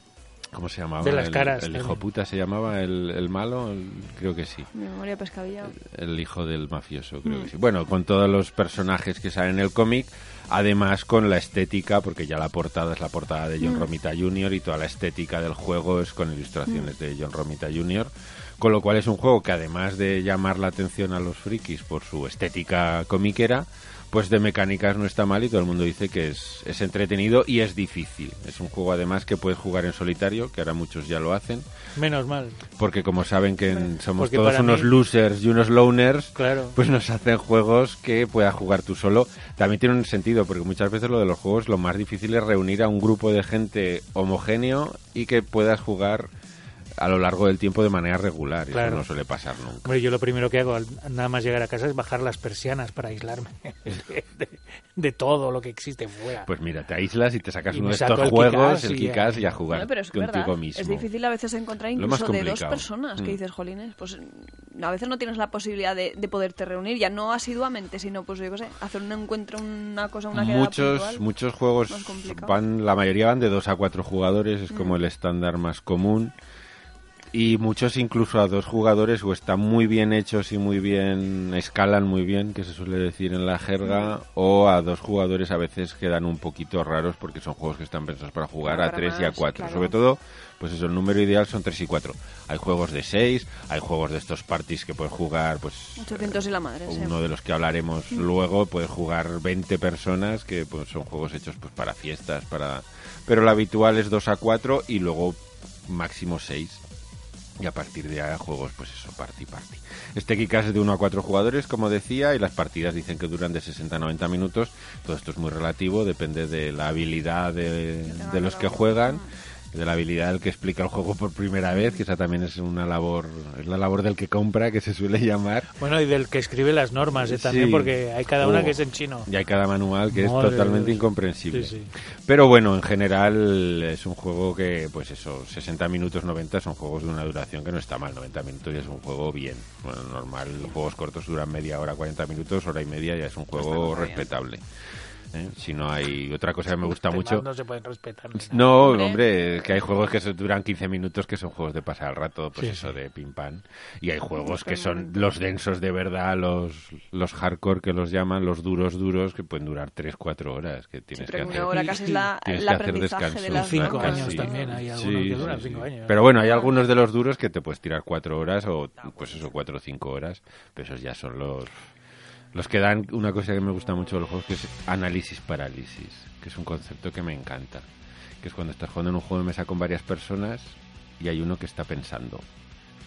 [SPEAKER 1] ¿Cómo se llamaba?
[SPEAKER 2] De las
[SPEAKER 1] el,
[SPEAKER 2] caras,
[SPEAKER 1] El
[SPEAKER 2] también.
[SPEAKER 1] hijo puta se llamaba, el, el malo, El- creo que sí.
[SPEAKER 3] Mi memoria pescadilla.
[SPEAKER 1] El hijo del mafioso, creo que sí. Bueno, con todos los personajes que salen en el cómic, además con la estética, porque ya la portada es la portada de John Romita Jr. y toda la estética del juego es con ilustraciones de John Romita Jr. Con lo cual es un juego que además de llamar la atención a los frikis por su estética comiquera, pues de mecánicas no está mal y todo el mundo dice que es, es entretenido y es difícil. Es un juego además que puedes jugar en solitario, que ahora muchos ya lo hacen,
[SPEAKER 2] Menos mal.
[SPEAKER 1] porque como saben que en- somos
[SPEAKER 2] Porque
[SPEAKER 1] todos
[SPEAKER 2] para
[SPEAKER 1] unos
[SPEAKER 2] mí-
[SPEAKER 1] losers y unos loners,
[SPEAKER 2] Claro.
[SPEAKER 1] pues nos hacen juegos que puedas jugar tú solo. También tiene un sentido, porque muchas veces lo de los juegos lo más difícil es reunir a un grupo de gente homogéneo y que puedas jugar a lo largo del tiempo de manera regular. y Eso
[SPEAKER 2] Claro.
[SPEAKER 1] no suele pasar nunca.
[SPEAKER 2] Hombre, yo lo primero que hago al nada más llegar a casa es bajar las persianas para aislarme de, de- de todo lo que existe fuera.
[SPEAKER 1] Pues mira, te aíslas y te sacas
[SPEAKER 2] Y
[SPEAKER 1] uno
[SPEAKER 2] me
[SPEAKER 1] de
[SPEAKER 2] saco
[SPEAKER 1] estos
[SPEAKER 2] el
[SPEAKER 1] juegos,
[SPEAKER 2] Kick-Ass
[SPEAKER 1] el
[SPEAKER 2] y
[SPEAKER 1] Kikas, y a jugar
[SPEAKER 3] Bueno, pero es que es
[SPEAKER 1] contigo
[SPEAKER 3] verdad.
[SPEAKER 1] mismo.
[SPEAKER 3] Es difícil a veces encontrar
[SPEAKER 1] Lo más
[SPEAKER 3] incluso de dos
[SPEAKER 1] complicado.
[SPEAKER 3] personas
[SPEAKER 1] Mm.
[SPEAKER 3] que dices, jolines, pues mm, a veces no tienes la posibilidad de, de poderte reunir, ya no asiduamente, sino pues yo qué sé, hacer un encuentro, una cosa, una quedada
[SPEAKER 1] muchos
[SPEAKER 3] puntual.
[SPEAKER 1] muchos
[SPEAKER 3] Más
[SPEAKER 1] juegos
[SPEAKER 3] complicado. Mm.
[SPEAKER 1] van la mayoría van de dos a cuatro jugadores es como el estándar más común y muchos incluso a dos jugadores o están muy bien hechos y muy bien escalan muy bien que se suele decir en la
[SPEAKER 3] Mm.
[SPEAKER 1] jerga o a dos jugadores a veces quedan un poquito raros porque son juegos que están pensados para jugar
[SPEAKER 3] Para
[SPEAKER 1] a tres y a
[SPEAKER 3] más,
[SPEAKER 1] cuatro
[SPEAKER 3] claro.
[SPEAKER 1] sobre todo pues eso el número ideal son tres y cuatro hay juegos de seis hay juegos de estos parties que puedes jugar pues
[SPEAKER 3] 800 y la madre, sí. Mm.
[SPEAKER 1] uno de los que hablaremos luego puede jugar 20 personas que pues, son juegos hechos pues para fiestas para pero lo habitual es 2 a 4 y luego máximo 6 y a partir de ahí juegos pues eso party party este Kikas es de 1 a 4 jugadores como decía y las partidas dicen que duran de 60 a 90 minutos todo esto es muy relativo depende de la habilidad de, de los que juegan
[SPEAKER 3] Ah.
[SPEAKER 1] de la habilidad del que explica el juego por primera vez, que esa también es una labor, es la labor del que compra, que se suele llamar.
[SPEAKER 2] Bueno, y del que escribe las normas eh, también,
[SPEAKER 1] Sí.
[SPEAKER 2] porque hay cada una
[SPEAKER 1] Oh.
[SPEAKER 2] que es en chino.
[SPEAKER 1] Y hay cada manual que
[SPEAKER 2] Madre
[SPEAKER 1] es totalmente
[SPEAKER 2] de Dios.
[SPEAKER 1] incomprensible.
[SPEAKER 2] Sí, sí.
[SPEAKER 1] Pero bueno, en general es un juego que, pues eso, 60 minutos, 90 son juegos de una duración que no está mal. 90 minutos ya es un juego bien. Bueno, normal, los juegos cortos duran media hora, 40 minutos, hora y media ya es un juego respetable. ¿Eh? Si no hay otra cosa que me gusta
[SPEAKER 2] Los temas
[SPEAKER 1] mucho.
[SPEAKER 2] No se pueden respetar. ni nada.
[SPEAKER 1] No,
[SPEAKER 3] Hombre.
[SPEAKER 1] hombre, que hay juegos que se duran 15 minutos que son juegos de pasar al rato, pues
[SPEAKER 2] Sí,
[SPEAKER 1] eso de pim pam. Y hay juegos que son los densos de verdad, los, los hardcore que los llaman, los duros duros, que pueden durar 3, 4 horas, que tienes que
[SPEAKER 3] Pero
[SPEAKER 1] hacer.
[SPEAKER 3] una hora casi es la,
[SPEAKER 1] Tienes
[SPEAKER 3] el
[SPEAKER 1] que hacer
[SPEAKER 3] aprendizaje de
[SPEAKER 1] descansos.
[SPEAKER 3] las
[SPEAKER 2] Cinco
[SPEAKER 3] normas.
[SPEAKER 2] años
[SPEAKER 1] sí.
[SPEAKER 2] también, ¿eh? hay algunos que duran cinco años.
[SPEAKER 1] Pero bueno, hay algunos de los duros que te puedes tirar 4 horas o, pues eso, 4 o 5 horas, pero esos ya son los... Los que dan una cosa que me gusta mucho de los juegos, que es análisis parálisis, que es un concepto que me encanta. Que es cuando estás jugando en un juego de mesa con varias personas y hay uno que está pensando.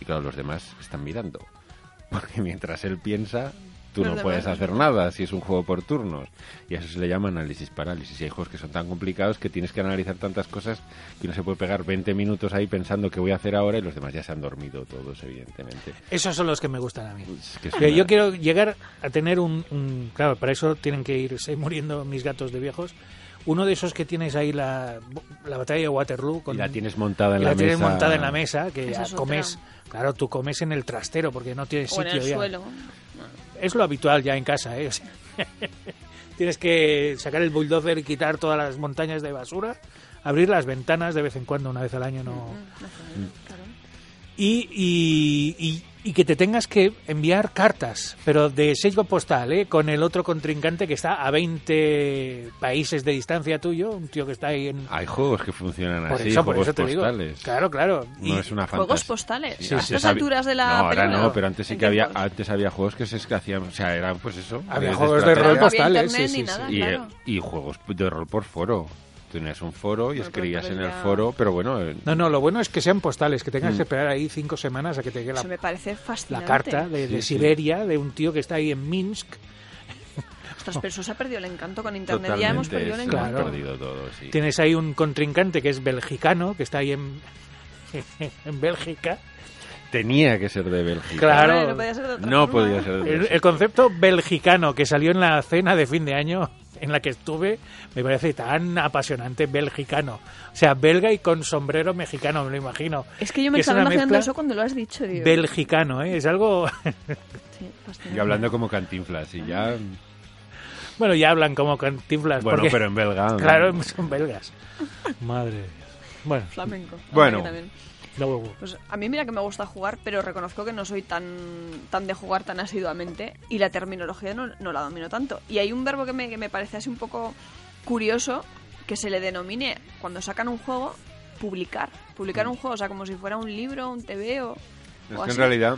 [SPEAKER 1] Y claro, los demás están mirando. Porque mientras él piensa, tú
[SPEAKER 3] Los
[SPEAKER 1] no
[SPEAKER 3] demás
[SPEAKER 1] puedes
[SPEAKER 3] no
[SPEAKER 1] hacer nada si es un juego por turnos. Y a eso se le llama análisis parálisis. Y hay juegos que son tan complicados que tienes que analizar tantas cosas que uno se puede pegar 20 minutos ahí pensando qué voy a hacer ahora y los demás ya se han dormido todos, evidentemente.
[SPEAKER 2] Esos son los que me gustan a mí.
[SPEAKER 1] Es que es
[SPEAKER 2] Que
[SPEAKER 1] una-
[SPEAKER 2] yo quiero llegar a tener un, un- Claro, para eso tienen que irse muriendo mis gatos de viejos. Uno de esos que tienes ahí, la, la batalla de Waterloo. Con,
[SPEAKER 1] Y la tienes montada en
[SPEAKER 2] y
[SPEAKER 1] la,
[SPEAKER 2] la tienes
[SPEAKER 1] mesa.
[SPEAKER 2] montada en la mesa, que
[SPEAKER 3] Esa es otra.
[SPEAKER 2] comes. Claro, tú comes en el trastero porque no tienes
[SPEAKER 3] O en
[SPEAKER 2] sitio
[SPEAKER 3] el
[SPEAKER 2] ya.
[SPEAKER 3] suelo.
[SPEAKER 2] Es lo habitual ya en casa, ¿eh? O sea, Tienes que sacar el bulldozer y quitar todas las montañas de basura, abrir las ventanas de vez en cuando, una vez al año no.
[SPEAKER 3] Mm, no sé, claro.
[SPEAKER 2] Y, y- y- y que te tengas que enviar cartas, pero de sello postal, ¿eh? con el otro contrincante que está a 20 países de distancia tuyo, un tío que está ahí en...
[SPEAKER 1] Hay juegos que funcionan
[SPEAKER 2] por
[SPEAKER 1] así,
[SPEAKER 2] eso, por
[SPEAKER 1] Ah, juegos
[SPEAKER 2] eso te digo.
[SPEAKER 1] postales.
[SPEAKER 2] Claro, claro.
[SPEAKER 1] No
[SPEAKER 2] Y-
[SPEAKER 1] es una
[SPEAKER 3] Juegos
[SPEAKER 1] fantasía.
[SPEAKER 3] postales.
[SPEAKER 1] Sí,
[SPEAKER 3] a
[SPEAKER 1] antes
[SPEAKER 3] estas
[SPEAKER 1] había-
[SPEAKER 3] alturas de
[SPEAKER 1] No,
[SPEAKER 3] la
[SPEAKER 1] ahora
[SPEAKER 3] película.
[SPEAKER 1] no, pero antes sí
[SPEAKER 3] ¿En
[SPEAKER 1] que había,
[SPEAKER 3] tiempos?
[SPEAKER 1] antes había juegos que se hacían, o sea, eran pues eso.
[SPEAKER 2] Había
[SPEAKER 1] de-
[SPEAKER 2] juegos de
[SPEAKER 1] estrategia.
[SPEAKER 2] rol
[SPEAKER 3] Claro, no había
[SPEAKER 2] postales, sí,
[SPEAKER 3] internet
[SPEAKER 2] sí,
[SPEAKER 3] ni
[SPEAKER 2] sí.
[SPEAKER 3] nada,
[SPEAKER 1] y,
[SPEAKER 3] Ah, claro.
[SPEAKER 1] y juegos de rol por foro. Tenías un foro y
[SPEAKER 3] Bueno, pero
[SPEAKER 1] escribías en el
[SPEAKER 3] entonces ya-
[SPEAKER 1] foro, pero bueno, eh,
[SPEAKER 2] No, no, lo bueno es que sean postales, que tengas
[SPEAKER 1] Mm.
[SPEAKER 2] que esperar ahí cinco semanas a que te llegue la,
[SPEAKER 3] Eso me parece
[SPEAKER 2] la
[SPEAKER 3] fascinante.
[SPEAKER 2] carta de,
[SPEAKER 1] Sí,
[SPEAKER 2] de
[SPEAKER 1] sí.
[SPEAKER 2] Siberia, de un tío que está ahí en Minsk.
[SPEAKER 3] Ostras, pero eso se ha perdido el encanto con internet.
[SPEAKER 1] totalmente
[SPEAKER 3] ya hemos perdido el
[SPEAKER 1] se
[SPEAKER 3] encanto.
[SPEAKER 1] lo han
[SPEAKER 2] Claro.
[SPEAKER 1] perdido todo, sí.
[SPEAKER 2] Tienes ahí un contrincante que es belgicano, que está ahí en, en Bélgica.
[SPEAKER 1] Tenía que ser de Bélgica.
[SPEAKER 2] Claro.
[SPEAKER 3] Hombre, No podía ser de otra
[SPEAKER 1] No
[SPEAKER 3] forma.
[SPEAKER 1] podía ser de
[SPEAKER 2] El,
[SPEAKER 1] Bélgica.
[SPEAKER 2] el concepto belgicano que salió en la cena de fin de año en la que estuve me parece tan apasionante belgicano. O sea, belga y con sombrero mexicano, me lo imagino.
[SPEAKER 3] Es que yo me
[SPEAKER 2] Que es
[SPEAKER 3] estaba
[SPEAKER 2] una
[SPEAKER 3] imaginando
[SPEAKER 2] mezcla
[SPEAKER 3] eso cuando lo has dicho. Digo.
[SPEAKER 2] Belgicano, ¿eh? Es algo...
[SPEAKER 3] Sí, fascinante.
[SPEAKER 1] Y hablando como cantinflas y ya.
[SPEAKER 2] Bueno, ya hablan como cantinflas.
[SPEAKER 1] Bueno,
[SPEAKER 2] porque-
[SPEAKER 1] pero en belga. ¿no?
[SPEAKER 2] Claro, son belgas. Madre de Dios. Bueno,
[SPEAKER 3] Flamenco.
[SPEAKER 1] Bueno.
[SPEAKER 3] Hombre, que también.
[SPEAKER 2] luego-
[SPEAKER 3] Pues a mí mira que me gusta jugar, pero reconozco que no soy tan, tan de jugar tan asiduamente y la terminología no, no la domino tanto. Y hay un verbo que me, que me parece así un poco curioso que se le denomine cuando sacan un juego publicar. Publicar un juego, o sea, como si fuera un libro, un TV o...
[SPEAKER 1] Mm. Es
[SPEAKER 3] o
[SPEAKER 1] que en
[SPEAKER 3] así.
[SPEAKER 1] realidad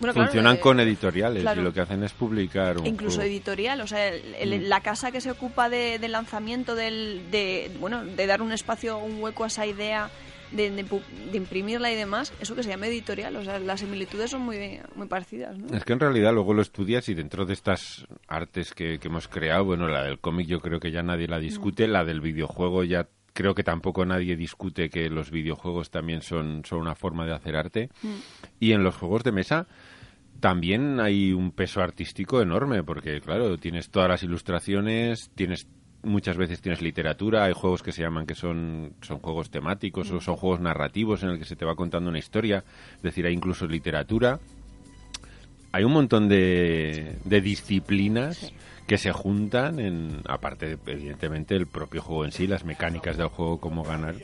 [SPEAKER 3] Bueno, claro,
[SPEAKER 1] funcionan
[SPEAKER 3] eh,
[SPEAKER 1] con editoriales
[SPEAKER 3] claro.
[SPEAKER 1] y lo que hacen es publicar un.
[SPEAKER 3] e incluso
[SPEAKER 1] juego.
[SPEAKER 3] editorial, o sea, el-
[SPEAKER 1] Mm.
[SPEAKER 3] el- la casa que se ocupa de- del lanzamiento del, de, bueno, de dar un espacio, un hueco a esa idea, de, de pu- de imprimirla y demás, eso que se llama editorial, o sea, las similitudes son muy, muy parecidas, ¿no?
[SPEAKER 1] Es que en realidad luego lo estudias y dentro de estas artes que, que hemos creado, bueno, la del cómic yo creo que ya nadie la discute, la del videojuego ya creo que tampoco nadie discute que los videojuegos también son, son una forma de hacer arte. Y en los juegos de mesa también hay un peso artístico enorme, porque claro, tienes todas las ilustraciones, tienes muchas veces tienes literatura, hay juegos que se llaman que son, son juegos temáticos o son juegos narrativos en el que se te va contando una historia, es decir, hay incluso literatura hay un montón de, de disciplinas que se juntan en aparte evidentemente el propio juego en sí las mecánicas del juego cómo ganar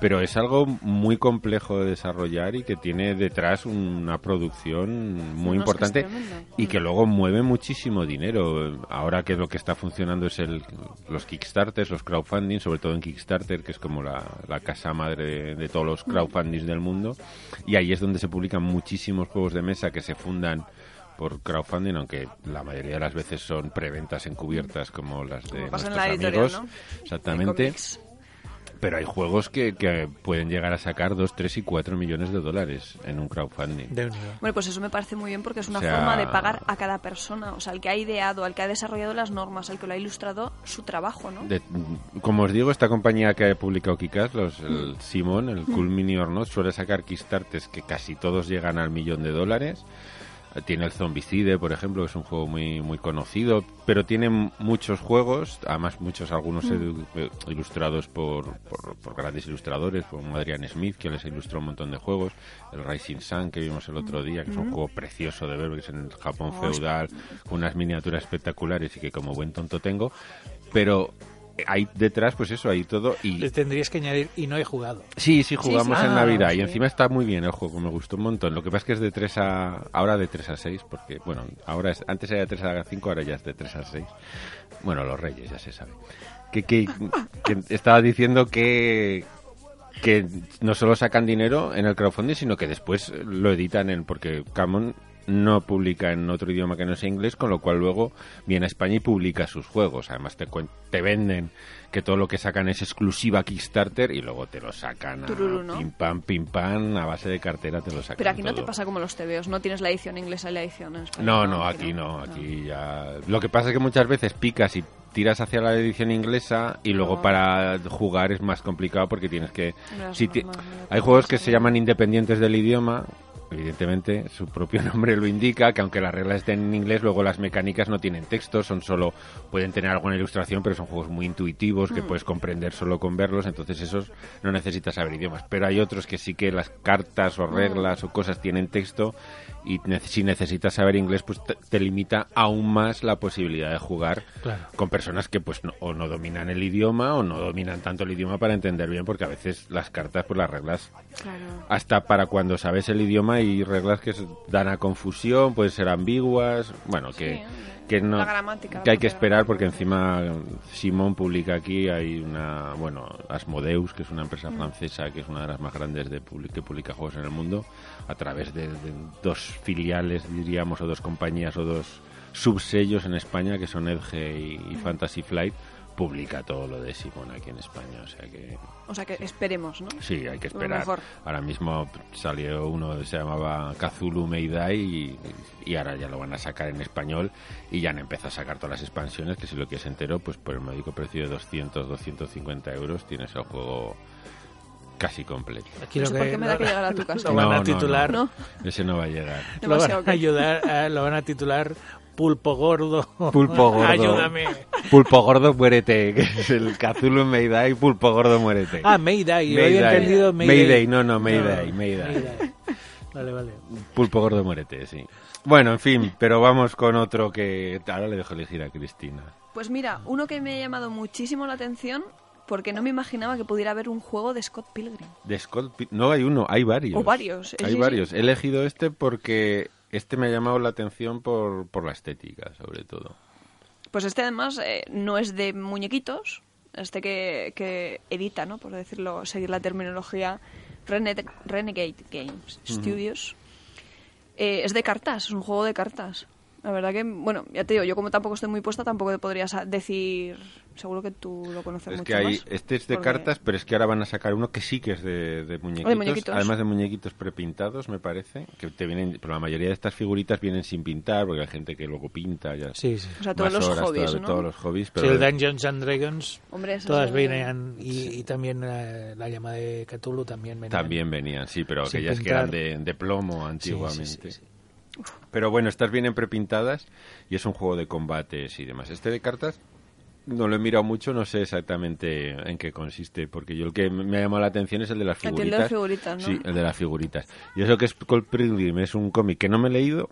[SPEAKER 1] pero es algo muy complejo de desarrollar y que tiene detrás una producción muy
[SPEAKER 3] No, es que es
[SPEAKER 1] importante
[SPEAKER 3] tremendo.
[SPEAKER 1] y que luego mueve muchísimo dinero ahora que lo que está funcionando es el los kickstarters los crowdfunding sobre todo en kickstarter que es como la, la casa madre de, de todos
[SPEAKER 3] Mm.
[SPEAKER 1] los crowdfundings del mundo y ahí es donde se publican muchísimos juegos de mesa que se fundan por crowdfunding, aunque la mayoría de las veces son preventas encubiertas como las de
[SPEAKER 3] Como pasa en
[SPEAKER 1] nuestros
[SPEAKER 3] la editorial,
[SPEAKER 1] amigos.
[SPEAKER 3] ¿no?
[SPEAKER 1] Exactamente.
[SPEAKER 3] cómics.
[SPEAKER 1] Pero hay juegos que, que pueden llegar a sacar 2, 3 y 4 millones de dólares en un crowdfunding.
[SPEAKER 2] de unido.
[SPEAKER 3] Bueno, pues eso me parece muy bien porque es una
[SPEAKER 1] O sea-
[SPEAKER 3] forma de pagar a cada persona, o sea, al que ha ideado, al que ha desarrollado las normas, al que lo ha ilustrado su trabajo, ¿no?
[SPEAKER 1] De- como os digo, esta compañía que ha publicado Kikas, los, el Simon, el Cool Mini or Not, suele sacar Kickstarters que casi todos llegan al millón de dólares. Eh, Tiene el Zombicide, por ejemplo, que es un juego muy, muy conocido, pero tiene m- muchos juegos, además muchos, algunos edu- eh, ilustrados por, por- por grandes ilustradores, como Adrian Smith, que les ilustró un montón de juegos, el Rising Sun, que vimos el otro día, que es un juego precioso de ver, que es en el Japón feudal, con unas miniaturas espectaculares y que como buen tonto tengo, pero hay detrás, pues eso, hay todo.
[SPEAKER 2] Le
[SPEAKER 1] Y
[SPEAKER 2] tendrías que añadir, y no he jugado.
[SPEAKER 1] sí, sí, jugamos
[SPEAKER 3] sí.
[SPEAKER 1] en
[SPEAKER 2] Ah,
[SPEAKER 1] Navidad.
[SPEAKER 3] sí.
[SPEAKER 1] Y encima está muy bien el juego, me gustó un montón. Lo que pasa es que es de 3 a. Ahora de 3 a 6, porque, bueno, ahora es, antes era de 3 a 5, ahora ya es de 3 a 6. Bueno, los Reyes, ya se sabe. Que, que, que estaba diciendo que que no solo sacan dinero en el crowdfunding, sino que después lo editan en porque Camon no publica en otro idioma que no sea inglés, con lo cual luego viene a España y publica sus juegos. Además te, cuen- te venden que todo lo que sacan es exclusiva Kickstarter y luego te lo sacan a
[SPEAKER 3] Tururú, ¿no?
[SPEAKER 1] pim pam pim pam a base de cartera te lo sacan.
[SPEAKER 3] Pero aquí no te
[SPEAKER 1] todo.
[SPEAKER 3] pasa como los TVOs, no tienes la edición inglesa y la edición en español.
[SPEAKER 1] No, no, aquí no, aquí ya. Lo que pasa es que muchas veces picas y tiras hacia la edición inglesa y luego
[SPEAKER 3] No.
[SPEAKER 1] para jugar es más complicado porque tienes que.
[SPEAKER 3] Las
[SPEAKER 1] si ti-
[SPEAKER 3] normas, ¿no?
[SPEAKER 1] hay juegos que
[SPEAKER 3] Cosas,
[SPEAKER 1] se
[SPEAKER 3] ¿no?
[SPEAKER 1] llaman independientes del idioma Evidentemente, su propio nombre lo indica, que aunque las reglas estén en inglés, luego las mecánicas no tienen texto, son solo, pueden tener alguna ilustración, pero son juegos muy intuitivos que puedes comprender solo con verlos, entonces esos no necesitas saber idiomas. Pero hay otros que sí que las cartas o reglas o cosas tienen texto y ne- si necesitas saber inglés, pues te, te limita aún más la posibilidad de jugar
[SPEAKER 2] Claro.
[SPEAKER 1] con personas que pues no- o no dominan el idioma o no dominan tanto el idioma para entender bien, porque a veces las cartas, pues las reglas
[SPEAKER 3] Claro.
[SPEAKER 1] hasta para cuando sabes el idioma hay reglas que se dan a confusión, pueden ser ambiguas, bueno, que,
[SPEAKER 3] Sí, hombre.
[SPEAKER 1] que no
[SPEAKER 3] La gramática, la
[SPEAKER 1] que hay que
[SPEAKER 3] propia
[SPEAKER 1] esperar porque
[SPEAKER 3] gramática.
[SPEAKER 1] encima um, Simón publica aquí hay una, bueno, Asmodeus, que es una
[SPEAKER 3] Mm.
[SPEAKER 1] empresa francesa que es una de las más grandes de publi- que publica juegos en el mundo a través de, de dos filiales, diríamos, o dos compañías o dos subsellos en España que son Edge y,
[SPEAKER 3] Mm.
[SPEAKER 1] y Fantasy Flight publica todo lo de Simón aquí en España, o sea que
[SPEAKER 3] O sea que esperemos, ¿no?
[SPEAKER 1] Sí, hay que
[SPEAKER 3] Lo
[SPEAKER 1] esperar.
[SPEAKER 3] mejor.
[SPEAKER 1] Ahora mismo salió uno que se llamaba Kazulu Meidai y, y ahora ya lo van a sacar en español y ya han empezado a sacar todas las expansiones que si lo quieres entero, pues por el módico precio de 200, 250 euros tienes el juego casi completo.
[SPEAKER 2] Aquí
[SPEAKER 3] No
[SPEAKER 2] lo
[SPEAKER 3] sé por qué me da
[SPEAKER 2] lo-
[SPEAKER 3] que llegar a tu casa.
[SPEAKER 2] Lo van
[SPEAKER 1] No,
[SPEAKER 2] a
[SPEAKER 1] no,
[SPEAKER 2] titular,
[SPEAKER 3] No,
[SPEAKER 1] Ese no va a llegar.
[SPEAKER 2] lo van
[SPEAKER 3] demasiado
[SPEAKER 2] a
[SPEAKER 3] que-
[SPEAKER 2] ayudar, a- lo van a titular pulpo gordo.
[SPEAKER 1] Pulpo gordo.
[SPEAKER 2] Ayúdame.
[SPEAKER 1] Pulpo gordo muérete, que es el Kazulu Meidai, pulpo gordo muérete.
[SPEAKER 2] Ah, Mayday. lo había
[SPEAKER 1] Mayday.
[SPEAKER 2] entendido Mayday.
[SPEAKER 1] Mayday, no, no, Mayday, Mayday.
[SPEAKER 2] Vale, vale.
[SPEAKER 1] Pulpo gordo muérete, sí. Bueno, en fin, pero vamos con otro que ahora le dejo elegir a Cristina.
[SPEAKER 3] Pues mira, uno que me ha llamado muchísimo la atención porque no me imaginaba que pudiera haber un juego de Scott Pilgrim.
[SPEAKER 1] De Scott Pi- No hay uno, hay varios.
[SPEAKER 3] O varios, eh,
[SPEAKER 1] Hay
[SPEAKER 3] sí, sí.
[SPEAKER 1] varios. He elegido este porque este me ha llamado la atención por, por la estética, sobre todo.
[SPEAKER 3] Pues este además eh, no es de muñequitos, este que, que edita, ¿no? Por decirlo, seguir la terminología Rene- Renegade Games Studios. Eh, es de cartas, es un juego de cartas. La verdad que, bueno, ya te digo, yo como tampoco estoy muy puesta, tampoco te podría sa- decir, seguro que tú lo conoces
[SPEAKER 1] es
[SPEAKER 3] mucho
[SPEAKER 1] que hay,
[SPEAKER 3] más,
[SPEAKER 1] este es de
[SPEAKER 3] porque-
[SPEAKER 1] cartas, pero es que ahora van a sacar uno que sí que es de, de muñequitos,
[SPEAKER 3] muñequitos.
[SPEAKER 1] Además de muñequitos prepintados, me parece. Que te vienen, pero la mayoría de estas figuritas vienen sin pintar, porque hay gente que luego pinta. Ya
[SPEAKER 2] Sí, sí.
[SPEAKER 3] O sea, todos
[SPEAKER 1] más
[SPEAKER 3] los
[SPEAKER 1] horas
[SPEAKER 3] hobbies,
[SPEAKER 1] todavía,
[SPEAKER 3] ¿no?
[SPEAKER 1] todos los hobbies,
[SPEAKER 2] Sí,
[SPEAKER 1] pero
[SPEAKER 2] el Dungeons and Dragons.
[SPEAKER 3] Hombre, ese
[SPEAKER 2] Todas
[SPEAKER 3] es el-
[SPEAKER 2] venían. Y, y también eh, la, llama de Cthulhu también venía.
[SPEAKER 1] También venían, sí, pero
[SPEAKER 2] Sin
[SPEAKER 1] aquellas
[SPEAKER 2] pintar.
[SPEAKER 1] que eran de, de plomo antiguamente.
[SPEAKER 2] sí, sí.
[SPEAKER 1] Pero bueno, estas vienen prepintadas y es un juego de combates y demás. Este de cartas no lo he mirado mucho, no sé exactamente en qué consiste, porque yo el que me ha llamado la atención es el de las
[SPEAKER 3] El de
[SPEAKER 1] figuritas.
[SPEAKER 3] las figuritas, ¿no?
[SPEAKER 1] Sí, el de las figuritas. Y eso que es Cold Pilgrim es un cómic que no me he leído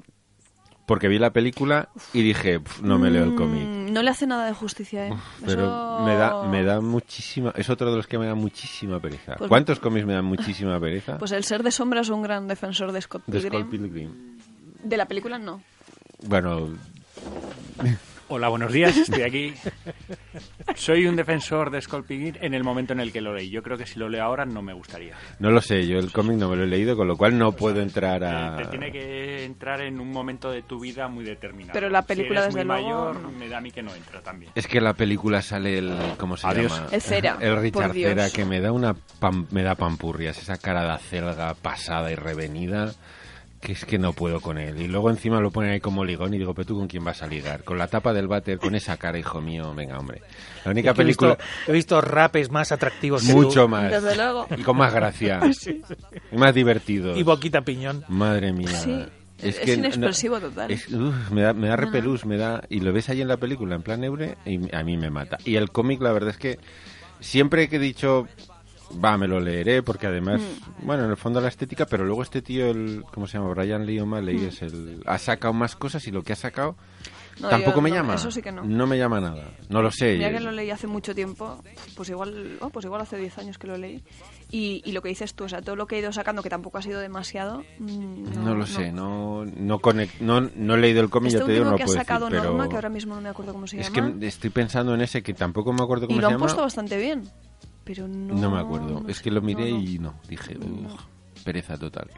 [SPEAKER 1] porque vi la película y dije, "Pf, no me leo el cómic.
[SPEAKER 3] Mm, No le hace nada de justicia, ¿eh?
[SPEAKER 1] Pero
[SPEAKER 3] Eso-
[SPEAKER 1] me da, me da muchísima, es otro de los que me da muchísima pereza.
[SPEAKER 3] Pues-
[SPEAKER 1] ¿Cuántos cómics me dan muchísima pereza?
[SPEAKER 3] Pues el ser de sombra es un gran defensor de Scott
[SPEAKER 1] de
[SPEAKER 3] Pilgrim.
[SPEAKER 1] Scott Pilgrim.
[SPEAKER 3] De la película no.
[SPEAKER 1] Bueno,
[SPEAKER 4] Hola, buenos días, estoy aquí. Soy un defensor de Sculpting en el momento en el que lo leí. Yo creo que si lo leo ahora no me gustaría.
[SPEAKER 1] no lo sé, yo el cómic no me lo he leído, con lo cual no puedo entrar a...
[SPEAKER 2] Ah.
[SPEAKER 4] Eh, Te tiene que entrar en un momento de tu vida muy determinado.
[SPEAKER 3] Pero la película,
[SPEAKER 4] si eres
[SPEAKER 3] desde
[SPEAKER 4] muy
[SPEAKER 3] luego,
[SPEAKER 4] mayor,
[SPEAKER 3] no.
[SPEAKER 4] me da a mí que no entra también.
[SPEAKER 1] Es que la película sale el... ¿Cómo se
[SPEAKER 4] Adiós.
[SPEAKER 1] llama?
[SPEAKER 3] El Cera,
[SPEAKER 1] El Richard
[SPEAKER 3] por Dios.
[SPEAKER 1] Cera, que me da una... pam- me da pampurrias, esa cara de acelga pasada y revenida, que es que no puedo con él. Y luego encima lo ponen ahí como ligón y digo, pero tú con quién vas a ligar? Con la tapa del váter, con esa cara, hijo mío, venga, hombre. La única
[SPEAKER 2] He visto-
[SPEAKER 1] película...
[SPEAKER 2] He visto rapes más atractivos que
[SPEAKER 1] Mucho
[SPEAKER 2] tú.
[SPEAKER 1] más.
[SPEAKER 3] Desde luego.
[SPEAKER 1] Y con más gracia. Y más divertido.
[SPEAKER 2] Y boquita piñón.
[SPEAKER 1] Madre mía.
[SPEAKER 3] Sí, es inexpresivo total.
[SPEAKER 1] es- uf, me da, me da repelús, me da... Y lo ves ahí en la película, en plan Eure, y a mí me mata. Y el cómic, la verdad es que siempre que he dicho, va, me lo leeré, porque además,
[SPEAKER 3] Mm.
[SPEAKER 1] bueno, en el fondo la estética, pero luego este tío, el, ¿cómo se llama? Brian Lee O'Malley, es el, ha sacado más cosas y lo que ha sacado
[SPEAKER 3] Mm. No,
[SPEAKER 1] tampoco
[SPEAKER 3] yo
[SPEAKER 1] me
[SPEAKER 3] no,
[SPEAKER 1] llama.
[SPEAKER 3] eso sí que no.
[SPEAKER 1] me llama nada. No lo sé.
[SPEAKER 3] Mira que lo leí hace mucho tiempo, pues igual, oh, pues igual hace 10 años que lo leí. Y, y lo que dices tú, o sea, todo lo que he ido sacando, que tampoco ha sido demasiado. mm,
[SPEAKER 1] No, lo sé, no no, conec- no, no he leído el cómic,
[SPEAKER 3] Este
[SPEAKER 1] yo te digo,
[SPEAKER 3] último
[SPEAKER 1] no
[SPEAKER 3] que ha
[SPEAKER 1] puedo decir,
[SPEAKER 3] sacado
[SPEAKER 1] pero...
[SPEAKER 3] Norma, que ahora mismo no me acuerdo cómo se
[SPEAKER 1] es que
[SPEAKER 3] llama.
[SPEAKER 1] estoy pensando en ese que tampoco me acuerdo
[SPEAKER 3] y
[SPEAKER 1] cómo
[SPEAKER 3] lo
[SPEAKER 1] se
[SPEAKER 3] han
[SPEAKER 1] llama.
[SPEAKER 3] puesto bastante bien, pero no.
[SPEAKER 1] No me acuerdo.
[SPEAKER 3] no
[SPEAKER 1] es
[SPEAKER 3] sé,
[SPEAKER 1] que lo miré
[SPEAKER 3] no, no.
[SPEAKER 1] y no. Dije, "Uf, pereza total.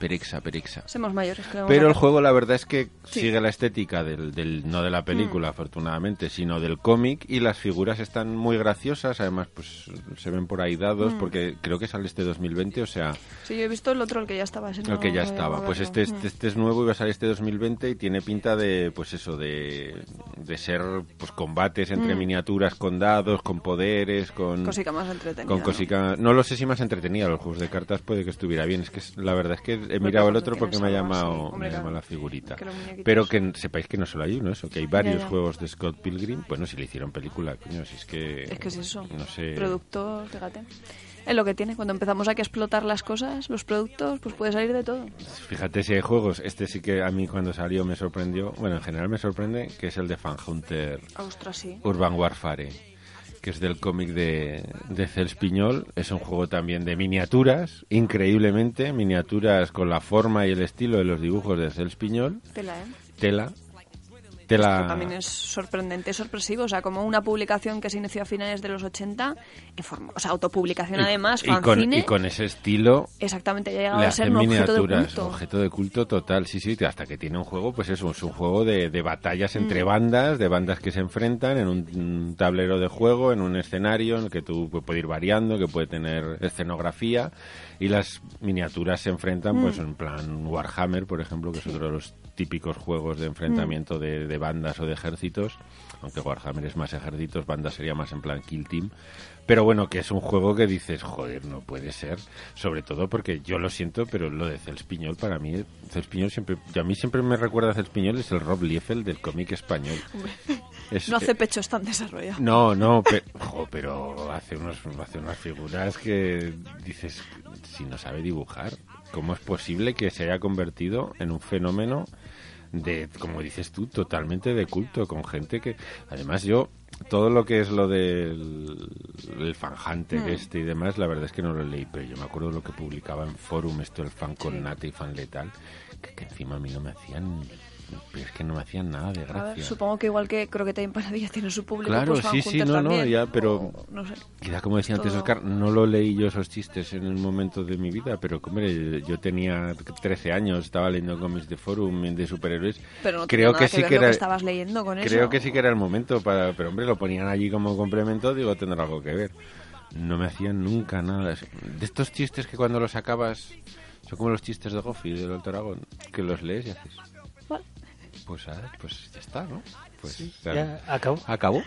[SPEAKER 1] Perexa, perexa.
[SPEAKER 3] Somos mayores, creo.
[SPEAKER 1] Pero el juego, la verdad es que sigue la estética del, del- no
[SPEAKER 3] Mm.
[SPEAKER 1] de la película, afortunadamente, sino del cómic. Y las figuras están muy graciosas. Además, pues se ven por ahí
[SPEAKER 3] Mm.
[SPEAKER 1] dados, porque creo que sale este 2020, o sea,
[SPEAKER 3] Sí, yo he visto el otro, el que ya estaba. ese
[SPEAKER 1] el
[SPEAKER 3] no
[SPEAKER 1] que ya
[SPEAKER 3] había
[SPEAKER 1] estaba.
[SPEAKER 3] podido
[SPEAKER 1] Pues
[SPEAKER 3] verlo.
[SPEAKER 1] este, este, este es nuevo y va a salir este 2020 y tiene pinta de, pues eso, de, de ser pues combates entre miniaturas con dados, con poderes, con...
[SPEAKER 3] Mm. Cosica más entretenida.
[SPEAKER 1] Con
[SPEAKER 3] ¿no?
[SPEAKER 1] cosica, ¿no? lo sé si más entretenida, los juegos de cartas puede que estuviera bien. Es que es- la verdad es que he mirado el
[SPEAKER 3] Pokémon
[SPEAKER 1] otro
[SPEAKER 3] tiene
[SPEAKER 1] porque me ha
[SPEAKER 3] esa broma,
[SPEAKER 1] llamado,
[SPEAKER 3] sí.
[SPEAKER 1] me
[SPEAKER 3] Hombre,
[SPEAKER 1] ha llamado
[SPEAKER 3] claro.
[SPEAKER 1] la figurita.
[SPEAKER 3] Que los muñequitos-
[SPEAKER 1] Pero que sepáis que no solo hay uno, eso, que hay varios
[SPEAKER 3] ya.
[SPEAKER 1] juegos de Scott Pilgrim. Bueno, si le hicieron película, coño, si es que.
[SPEAKER 3] Es que es eso.
[SPEAKER 1] No sé.
[SPEAKER 3] Productos, fíjate. Es lo que tiene. Cuando empezamos a que explotar las cosas, los productos, pues puede salir de todo.
[SPEAKER 1] Fíjate si hay juegos. Este sí que a mí cuando salió me sorprendió. Bueno, en general me sorprende que es el de Fan Hunter
[SPEAKER 3] Ostras, sí.
[SPEAKER 1] Urban Warfare, que es del cómic de, de Cels Piñol. Es un juego también de miniaturas, increíblemente, miniaturas con la forma y el estilo de los dibujos de Cels Piñol.
[SPEAKER 3] Tela, ¿eh?
[SPEAKER 1] Tela.
[SPEAKER 3] Esto
[SPEAKER 1] Tela.
[SPEAKER 3] también es sorprendente, es sorpresivo. O sea, como una publicación que se inició a finales de los 80, en forma- o sea, autopublicación además,
[SPEAKER 1] y con,
[SPEAKER 3] fanzine,
[SPEAKER 1] y con ese estilo
[SPEAKER 3] exactamente, ya ha llegado
[SPEAKER 1] le
[SPEAKER 3] eh, a ser
[SPEAKER 1] hacen
[SPEAKER 3] un objeto de
[SPEAKER 1] miniaturas,
[SPEAKER 3] culto.
[SPEAKER 1] objeto de culto total, sí, sí, hasta que tiene un juego, pues eso, es un juego de, de batallas
[SPEAKER 3] Mm.
[SPEAKER 1] entre bandas, de bandas que se enfrentan en un, un tablero de juego, en un escenario, en el que tú pues, puede ir variando, que puede tener escenografía, y las miniaturas se enfrentan, pues
[SPEAKER 3] Mm.
[SPEAKER 1] en plan Warhammer, por ejemplo, que es otro de los típicos juegos de enfrentamiento
[SPEAKER 3] Mm.
[SPEAKER 1] de, de bandas o de ejércitos, aunque Warhammer es más ejércitos, bandas sería más en plan Kill Team, pero bueno, que es un juego que dices, joder, no puede ser. Sobre todo porque yo lo siento, pero lo de Cels Piñol para mí, Cels Piñol siempre, a mí siempre me recuerda a Cels Piñol, es el Rob Liefeld del cómic español. Es-
[SPEAKER 3] No hace
[SPEAKER 1] eh,
[SPEAKER 3] pechos tan desarrollados.
[SPEAKER 1] no, no, pe- jo, pero hace, unos, hace unas figuras que dices, si no sabe dibujar, ¿cómo es posible que se haya convertido en un fenómeno de, como dices tú, totalmente de culto, con gente que... Además yo, todo lo que es lo del el fanjante
[SPEAKER 3] Hmm.
[SPEAKER 1] este y demás, la verdad es que no lo leí, pero yo me acuerdo lo que publicaba en Forum, esto el fan con nata y fan letal, que, que encima a mí no me hacían... Pero es que no me hacían nada de
[SPEAKER 3] A
[SPEAKER 1] gracia.
[SPEAKER 3] ver, supongo que igual que creo que también Panadilla tiene su público.
[SPEAKER 1] Claro,
[SPEAKER 3] pues, Van
[SPEAKER 1] sí, sí,
[SPEAKER 3] Hunter
[SPEAKER 1] no, no,
[SPEAKER 3] también,
[SPEAKER 1] ya, pero-
[SPEAKER 3] o no sé.
[SPEAKER 1] Quizá como decía antes
[SPEAKER 3] Todo-
[SPEAKER 1] Oscar, no lo leí yo esos chistes en el momento de mi vida, pero hombre, yo tenía 13 años, estaba leyendo cómics de forum de superhéroes.
[SPEAKER 3] Pero no tenía
[SPEAKER 1] creo
[SPEAKER 3] nada
[SPEAKER 1] que
[SPEAKER 3] que
[SPEAKER 1] sí
[SPEAKER 3] ver
[SPEAKER 1] que
[SPEAKER 3] lo
[SPEAKER 1] era
[SPEAKER 3] que estabas leyendo con
[SPEAKER 1] Creo
[SPEAKER 3] eso.
[SPEAKER 1] que sí que era el momento para, pero hombre, lo ponían allí como complemento, digo, tendrá algo que ver. No me hacían nunca nada. De estos chistes que cuando los acabas son como los chistes de Goffy del Alto Aragón, que los lees y haces,
[SPEAKER 3] Vale.
[SPEAKER 1] pues ah, pues ya está, ¿no? Pues ya
[SPEAKER 2] Ya acabó.
[SPEAKER 1] acabó.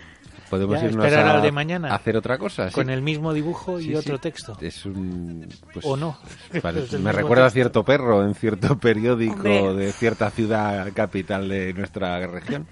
[SPEAKER 1] Podemos
[SPEAKER 2] Ya,
[SPEAKER 1] irnos
[SPEAKER 2] esperar
[SPEAKER 1] a,
[SPEAKER 2] al de mañana.
[SPEAKER 1] a hacer otra cosa. sí.
[SPEAKER 2] Con el mismo dibujo y
[SPEAKER 1] Sí,
[SPEAKER 2] otro
[SPEAKER 1] sí.
[SPEAKER 2] texto.
[SPEAKER 1] Es un. pues,
[SPEAKER 2] O no.
[SPEAKER 1] parece-
[SPEAKER 2] Es el
[SPEAKER 1] me
[SPEAKER 2] mismo
[SPEAKER 1] recuerda a
[SPEAKER 2] texto.
[SPEAKER 1] cierto perro en cierto periódico
[SPEAKER 3] Hombre.
[SPEAKER 1] de cierta ciudad capital de nuestra región.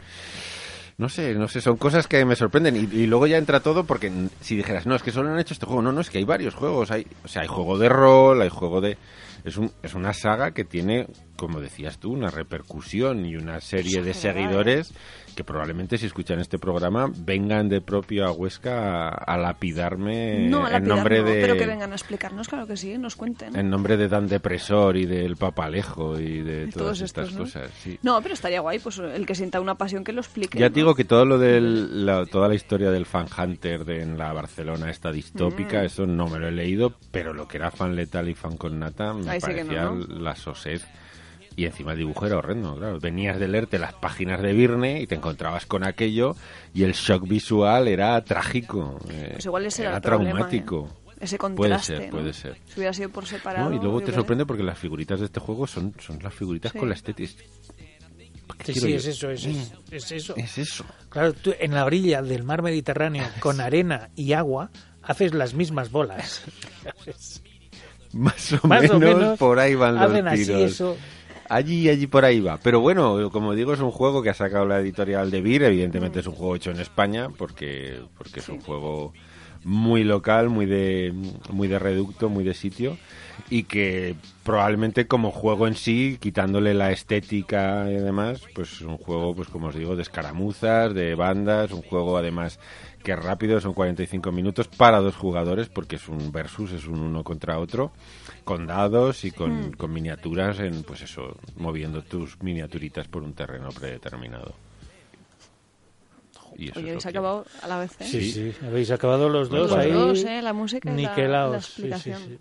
[SPEAKER 1] No sé, no sé, son cosas que me sorprenden. Y, y luego ya entra todo porque mm, si dijeras, no, es que solo han hecho este juego. No, no, es que hay varios juegos. Hay, o sea, hay juego de rol, hay juego de. Es, un, es una saga que tiene, como decías tú, una repercusión y una serie de
[SPEAKER 3] Exagerada. ¿eh?
[SPEAKER 1] seguidores que probablemente si escuchan este programa vengan de propio a Huesca a, a lapidarme
[SPEAKER 3] no, a la
[SPEAKER 1] eh, en
[SPEAKER 3] piedad
[SPEAKER 1] nombre
[SPEAKER 3] no,
[SPEAKER 1] de
[SPEAKER 3] pero que vengan a explicarnos, claro que sí, nos cuenten.
[SPEAKER 1] en nombre de Dan Depresor y del Papalejo y de
[SPEAKER 3] Y
[SPEAKER 1] todas
[SPEAKER 3] todos
[SPEAKER 1] estas
[SPEAKER 3] estos, ¿no?
[SPEAKER 1] cosas. sí.
[SPEAKER 3] No, pero estaría guay, pues el que sienta una pasión que lo explique.
[SPEAKER 1] Ya
[SPEAKER 3] ¿no?
[SPEAKER 1] te digo que todo lo de toda la historia del fan hunter de, en la Barcelona esta
[SPEAKER 3] Mm.
[SPEAKER 1] distópica, eso no me lo he leído, pero lo que era fan letal y fan con nata me
[SPEAKER 3] Ahí sí que no,
[SPEAKER 1] parecía
[SPEAKER 3] ¿no?
[SPEAKER 1] la sosez. Y encima el dibujo era horrendo, claro. Venías de leerte las páginas de Virne y te encontrabas con aquello y el shock visual era trágico. eh,
[SPEAKER 3] Pues igual ese era,
[SPEAKER 1] era
[SPEAKER 3] el problema,
[SPEAKER 1] traumático.
[SPEAKER 3] ¿eh? Ese contraste.
[SPEAKER 1] ser,
[SPEAKER 3] ¿no?
[SPEAKER 1] puede ser.
[SPEAKER 3] Si hubiera sido por separado.
[SPEAKER 1] No, y
[SPEAKER 3] yo
[SPEAKER 1] luego te
[SPEAKER 3] creo.
[SPEAKER 1] sorprende porque las figuritas de este juego son, son las figuritas
[SPEAKER 3] Sí.
[SPEAKER 1] con la estética.
[SPEAKER 2] Sí, sí, es eso, es, es- es eso.
[SPEAKER 1] Mm. Es eso.
[SPEAKER 2] Claro, tú en la orilla del mar Mediterráneo, con arena y agua, haces las mismas bolas.
[SPEAKER 1] Más o,
[SPEAKER 2] Más
[SPEAKER 1] menos,
[SPEAKER 2] o menos,
[SPEAKER 1] por ahí van los
[SPEAKER 2] hacen así
[SPEAKER 1] tiros.
[SPEAKER 2] eso.
[SPEAKER 1] Allí, allí, por ahí va. Pero bueno, como digo, es un juego que ha sacado la editorial de Vir. Evidentemente es un juego hecho en España porque, porque es un juego muy local, muy de, muy de reducto, muy de sitio. Y que probablemente como juego en sí, quitándole la estética y demás, pues es un juego, pues como os digo, de escaramuzas, de bandas, un juego además que es rápido, son 45 minutos para dos jugadores, porque es un versus, es un uno contra otro, con dados y con,
[SPEAKER 3] Mm.
[SPEAKER 1] con miniaturas, en pues eso, moviendo tus miniaturitas por un terreno predeterminado. Y eso
[SPEAKER 3] Oye,
[SPEAKER 1] es lo
[SPEAKER 3] habéis
[SPEAKER 1] que-
[SPEAKER 3] acabado a la vez, ¿eh?
[SPEAKER 2] Sí, sí, habéis acabado los dos
[SPEAKER 3] Los
[SPEAKER 2] ahí.
[SPEAKER 3] dos, ¿eh? La música y la-
[SPEAKER 2] niquelaos.
[SPEAKER 3] la
[SPEAKER 2] Sí, sí,
[SPEAKER 3] explicación.
[SPEAKER 2] sí.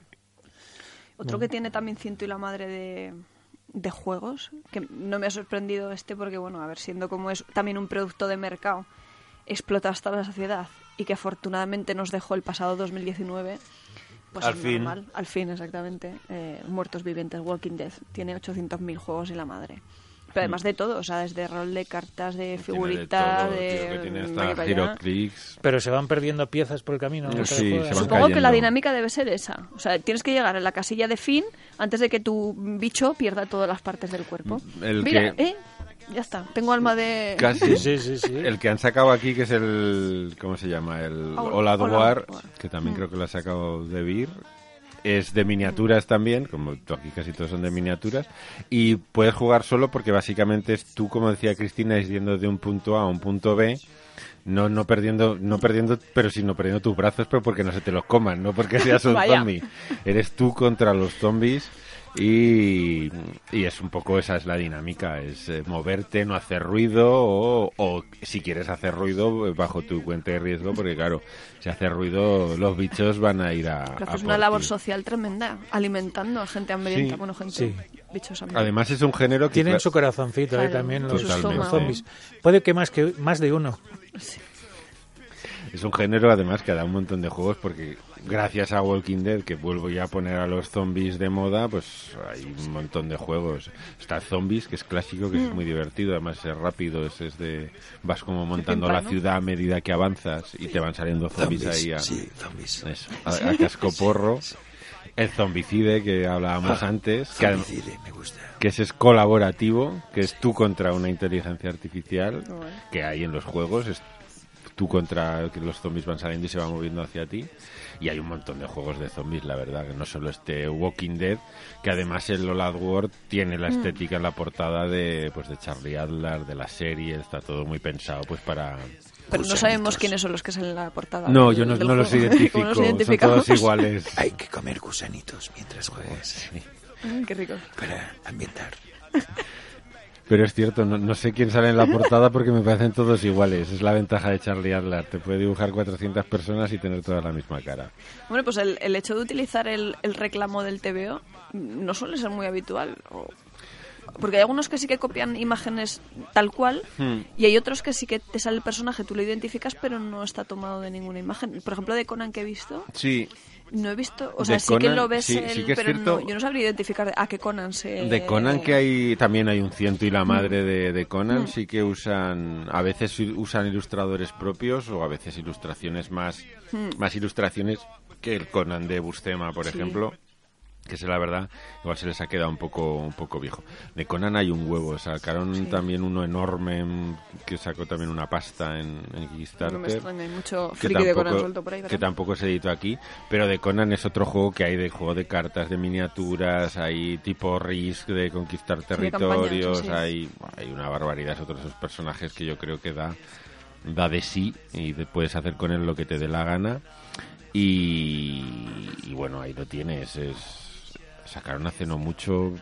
[SPEAKER 3] Otro
[SPEAKER 1] Mm.
[SPEAKER 3] que tiene también Cinto y la madre de, de juegos, que no me ha sorprendido este porque, bueno, a ver, siendo como es también un producto de mercado, explota hasta la saciedad y que afortunadamente nos dejó el pasado 2019, pues
[SPEAKER 1] Al
[SPEAKER 3] es
[SPEAKER 1] fin.
[SPEAKER 3] normal. Al fin, exactamente. Eh, Muertos vivientes, Walking Dead, tiene 800.000 juegos y la madre. Pero
[SPEAKER 1] Mm.
[SPEAKER 3] además de todo, o sea, desde rol de cartas, de
[SPEAKER 1] figurita
[SPEAKER 3] figuritas, de.
[SPEAKER 1] que tiene
[SPEAKER 3] mm, aquí
[SPEAKER 1] hasta
[SPEAKER 3] para allá.
[SPEAKER 1] Giroclix.
[SPEAKER 2] Pero se van perdiendo piezas por el camino.
[SPEAKER 1] Sí,
[SPEAKER 2] mientras
[SPEAKER 1] se
[SPEAKER 2] juegas.
[SPEAKER 1] van
[SPEAKER 3] Supongo que la
[SPEAKER 1] cayendo.
[SPEAKER 3] dinámica debe ser esa. O sea, tienes que llegar a la casilla de fin antes de que tu bicho pierda todas las partes del cuerpo.
[SPEAKER 1] Mm, El
[SPEAKER 3] Mira,
[SPEAKER 1] que-
[SPEAKER 3] ¿eh? Ya está. Tengo alma de.
[SPEAKER 1] Casi.
[SPEAKER 2] Sí, sí, sí.
[SPEAKER 1] El que han sacado aquí, que es el. ¿Cómo se llama? El
[SPEAKER 3] Hola-
[SPEAKER 1] Oladwar,
[SPEAKER 3] Hola- Mm.
[SPEAKER 1] que también creo que lo ha sacado de Beer. Es de miniaturas también, como tú aquí casi todos son de miniaturas. Y puedes jugar solo porque básicamente es tú, como decía Cristina, es yendo de un punto A a un punto B. No, no perdiendo, no perdiendo, pero sino perdiendo tus brazos, pero porque no se te los coman, no porque seas un
[SPEAKER 3] Vaya.
[SPEAKER 1] zombie. Eres tú contra los zombies y, y es un poco esa es la dinámica, es eh, moverte, no hacer ruido o, o si quieres hacer ruido eh, bajo tu cuenta de riesgo, porque claro, si haces ruido los bichos van a ir a...
[SPEAKER 3] Pero
[SPEAKER 1] a
[SPEAKER 3] es una
[SPEAKER 1] por
[SPEAKER 3] labor
[SPEAKER 1] ti.
[SPEAKER 3] social tremenda, alimentando a gente
[SPEAKER 1] Ah,
[SPEAKER 3] hambrienta,
[SPEAKER 1] pues Sí,
[SPEAKER 3] bueno, gente
[SPEAKER 2] sí.
[SPEAKER 3] bichos hambrientos.
[SPEAKER 1] Además es un género que...
[SPEAKER 2] Tienen
[SPEAKER 1] cla-
[SPEAKER 2] su corazoncito ahí
[SPEAKER 3] Claro,
[SPEAKER 2] también los, los
[SPEAKER 1] Totalmente.
[SPEAKER 2] zombies. Puede que más, que más de uno.
[SPEAKER 1] Es un género además que da un montón de juegos porque gracias a Walking Dead, que vuelvo ya a poner a los zombies de moda, pues hay un montón de juegos. Está Zombies, que es clásico, que es muy divertido, además es rápido, es, es de... Vas como montando
[SPEAKER 3] pimpa,
[SPEAKER 1] la
[SPEAKER 3] ¿no?
[SPEAKER 1] ciudad a medida que avanzas y te van saliendo zombies, ahí a,
[SPEAKER 5] Sí, zombies.
[SPEAKER 1] eso, a- a cascoporro. El zombicide que hablábamos antes, que adem-
[SPEAKER 5] Ah, Zombicide, me gusta.
[SPEAKER 1] que ese es colaborativo, que es tú contra una inteligencia artificial
[SPEAKER 3] Bueno.
[SPEAKER 1] que hay en los juegos, es tú contra que los zombies van saliendo y se van moviendo hacia ti. Y hay un montón de juegos de zombies, la verdad, que no solo este Walking Dead, que además el Old World tiene la estética en la portada de pues de Charlie Adler, de la serie, está todo muy pensado pues para
[SPEAKER 3] Pero no
[SPEAKER 5] Gusanitos.
[SPEAKER 3] sabemos quiénes son los que salen en la portada.
[SPEAKER 1] No,
[SPEAKER 3] del-
[SPEAKER 1] yo no,
[SPEAKER 3] del
[SPEAKER 1] no los
[SPEAKER 3] juego.
[SPEAKER 1] identifico,
[SPEAKER 3] ¿Cómo los
[SPEAKER 1] son
[SPEAKER 3] identificamos?
[SPEAKER 1] todos iguales.
[SPEAKER 5] Hay que comer gusanitos mientras juegas
[SPEAKER 3] Ay, Qué rico.
[SPEAKER 5] para ambientar.
[SPEAKER 1] Pero es cierto, no, no sé quién sale en la portada porque me parecen todos iguales. Es la ventaja de Charlie Adler. Te puede dibujar 400 personas y tener todas la misma cara.
[SPEAKER 3] Bueno, pues el, el hecho de utilizar el, el reclamo del TVO no suele ser muy habitual. o- Porque hay algunos que sí que copian imágenes tal cual
[SPEAKER 1] Hmm.
[SPEAKER 3] y hay otros que sí que te sale el personaje, tú lo identificas, pero no está tomado de ninguna imagen. Por ejemplo, de Conan que he visto,
[SPEAKER 1] Sí,
[SPEAKER 3] no he visto. O sea,
[SPEAKER 1] De
[SPEAKER 3] sí que
[SPEAKER 1] Conan,
[SPEAKER 3] lo ves,
[SPEAKER 1] sí,
[SPEAKER 3] él,
[SPEAKER 1] sí que es
[SPEAKER 3] pero
[SPEAKER 1] cierto.
[SPEAKER 3] no, yo no sabría identificar a qué Conan se.
[SPEAKER 1] de Conan que hay también hay un ciento y la madre de, de
[SPEAKER 3] Mm.
[SPEAKER 1] Conan sí que usan a veces u- usan ilustradores propios o a veces ilustraciones más más ilustraciones que el Conan de Buscema por
[SPEAKER 3] Mm. Sí.
[SPEAKER 1] ejemplo que es la verdad igual se les ha quedado un poco un poco viejo de Conan hay un huevo sacaron también uno enorme mm, que sacó también una pasta en, en Kickstarter
[SPEAKER 3] No me extraña, hay mucho
[SPEAKER 1] que
[SPEAKER 3] friki de Conan suelto
[SPEAKER 1] tampoco,
[SPEAKER 3] por ahí.
[SPEAKER 1] que
[SPEAKER 3] ¿verdad?
[SPEAKER 1] tampoco se editó aquí, pero de Conan es otro juego que hay de juego de cartas, de miniaturas, hay tipo Risk de conquistar territorios,
[SPEAKER 3] campañas,
[SPEAKER 1] hay,
[SPEAKER 3] sí.
[SPEAKER 1] hay una barbaridad, es otro de esos personajes que yo creo que da, da de sí y te puedes hacer con él lo que te dé la gana. Y, y bueno, ahí lo tienes. Es, sacaron hace no mucho.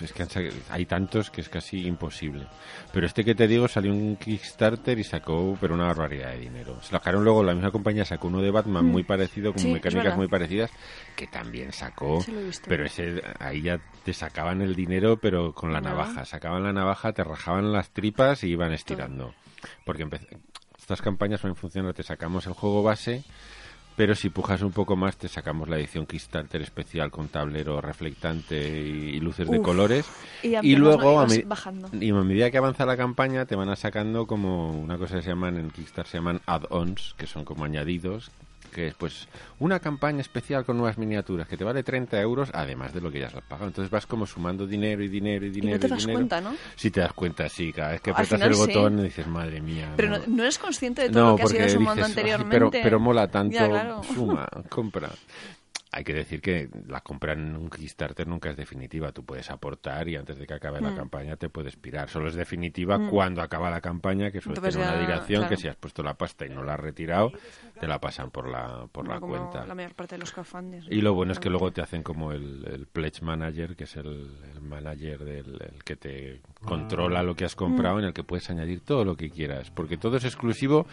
[SPEAKER 1] Es que han saca- hay tantos que es casi imposible. Pero este que te digo salió un Kickstarter y sacó, pero una barbaridad de dinero. Se sacaron luego, la misma compañía sacó uno de Batman muy parecido, con
[SPEAKER 3] Mm. Sí, es
[SPEAKER 1] mecánicas
[SPEAKER 3] verdad.
[SPEAKER 1] muy parecidas, que también sacó.
[SPEAKER 3] Sí, lo he visto.
[SPEAKER 1] Pero ese, ahí ya te sacaban el dinero, pero con la
[SPEAKER 3] Nada.
[SPEAKER 1] navaja. Sacaban la navaja, te rajaban las tripas y iban estirando. Porque empe- estas campañas suelen funcionar, te sacamos el juego base pero si pujas un poco más te sacamos la edición Kickstarter especial con tablero reflectante y y luces de
[SPEAKER 3] Uf.
[SPEAKER 1] colores
[SPEAKER 3] Y,
[SPEAKER 1] y luego a,
[SPEAKER 3] mí
[SPEAKER 1] medi-
[SPEAKER 3] bajando.
[SPEAKER 1] y a medida que avanza la campaña te van a sacando como una cosa que se llaman en Kickstarter se llaman add-ons que son como añadidos que es pues una campaña especial con nuevas miniaturas que te vale 30 euros además de lo que ya has pagado entonces vas como sumando dinero y dinero y
[SPEAKER 3] Y
[SPEAKER 1] dinero
[SPEAKER 3] no te das
[SPEAKER 1] dinero.
[SPEAKER 3] cuenta, ¿no?
[SPEAKER 1] si te das cuenta sí cada vez que
[SPEAKER 3] Al
[SPEAKER 1] apretas
[SPEAKER 3] final
[SPEAKER 1] el
[SPEAKER 3] sí.
[SPEAKER 1] botón dices madre mía
[SPEAKER 3] Pero no,
[SPEAKER 1] no".
[SPEAKER 3] no eres consciente de todo lo que has ido
[SPEAKER 1] dices,
[SPEAKER 3] sumando
[SPEAKER 1] "Ay,
[SPEAKER 3] anteriormente.
[SPEAKER 1] Pero, pero mola tanto,
[SPEAKER 3] Ya, claro.
[SPEAKER 1] suma, compra. Hay que decir que la compra en un Kickstarter nunca es definitiva. Tú puedes aportar y antes de que acabe
[SPEAKER 3] Mm.
[SPEAKER 1] la campaña te puedes pirar. Solo es definitiva cuando acaba la campaña, que suele
[SPEAKER 3] Entonces
[SPEAKER 1] tener una
[SPEAKER 3] ya,
[SPEAKER 1] dirección que
[SPEAKER 3] claro.
[SPEAKER 1] si has puesto la pasta y no la has retirado, te la pasan por la, por la
[SPEAKER 3] Como
[SPEAKER 1] cuenta.
[SPEAKER 3] La mayor parte de los crowdfundings.
[SPEAKER 1] Y lo bueno es que luego te hacen como el, el pledge manager, que es el, el manager del el que te controla lo que has comprado, en el que puedes añadir todo lo que quieras, porque todo es exclusivo,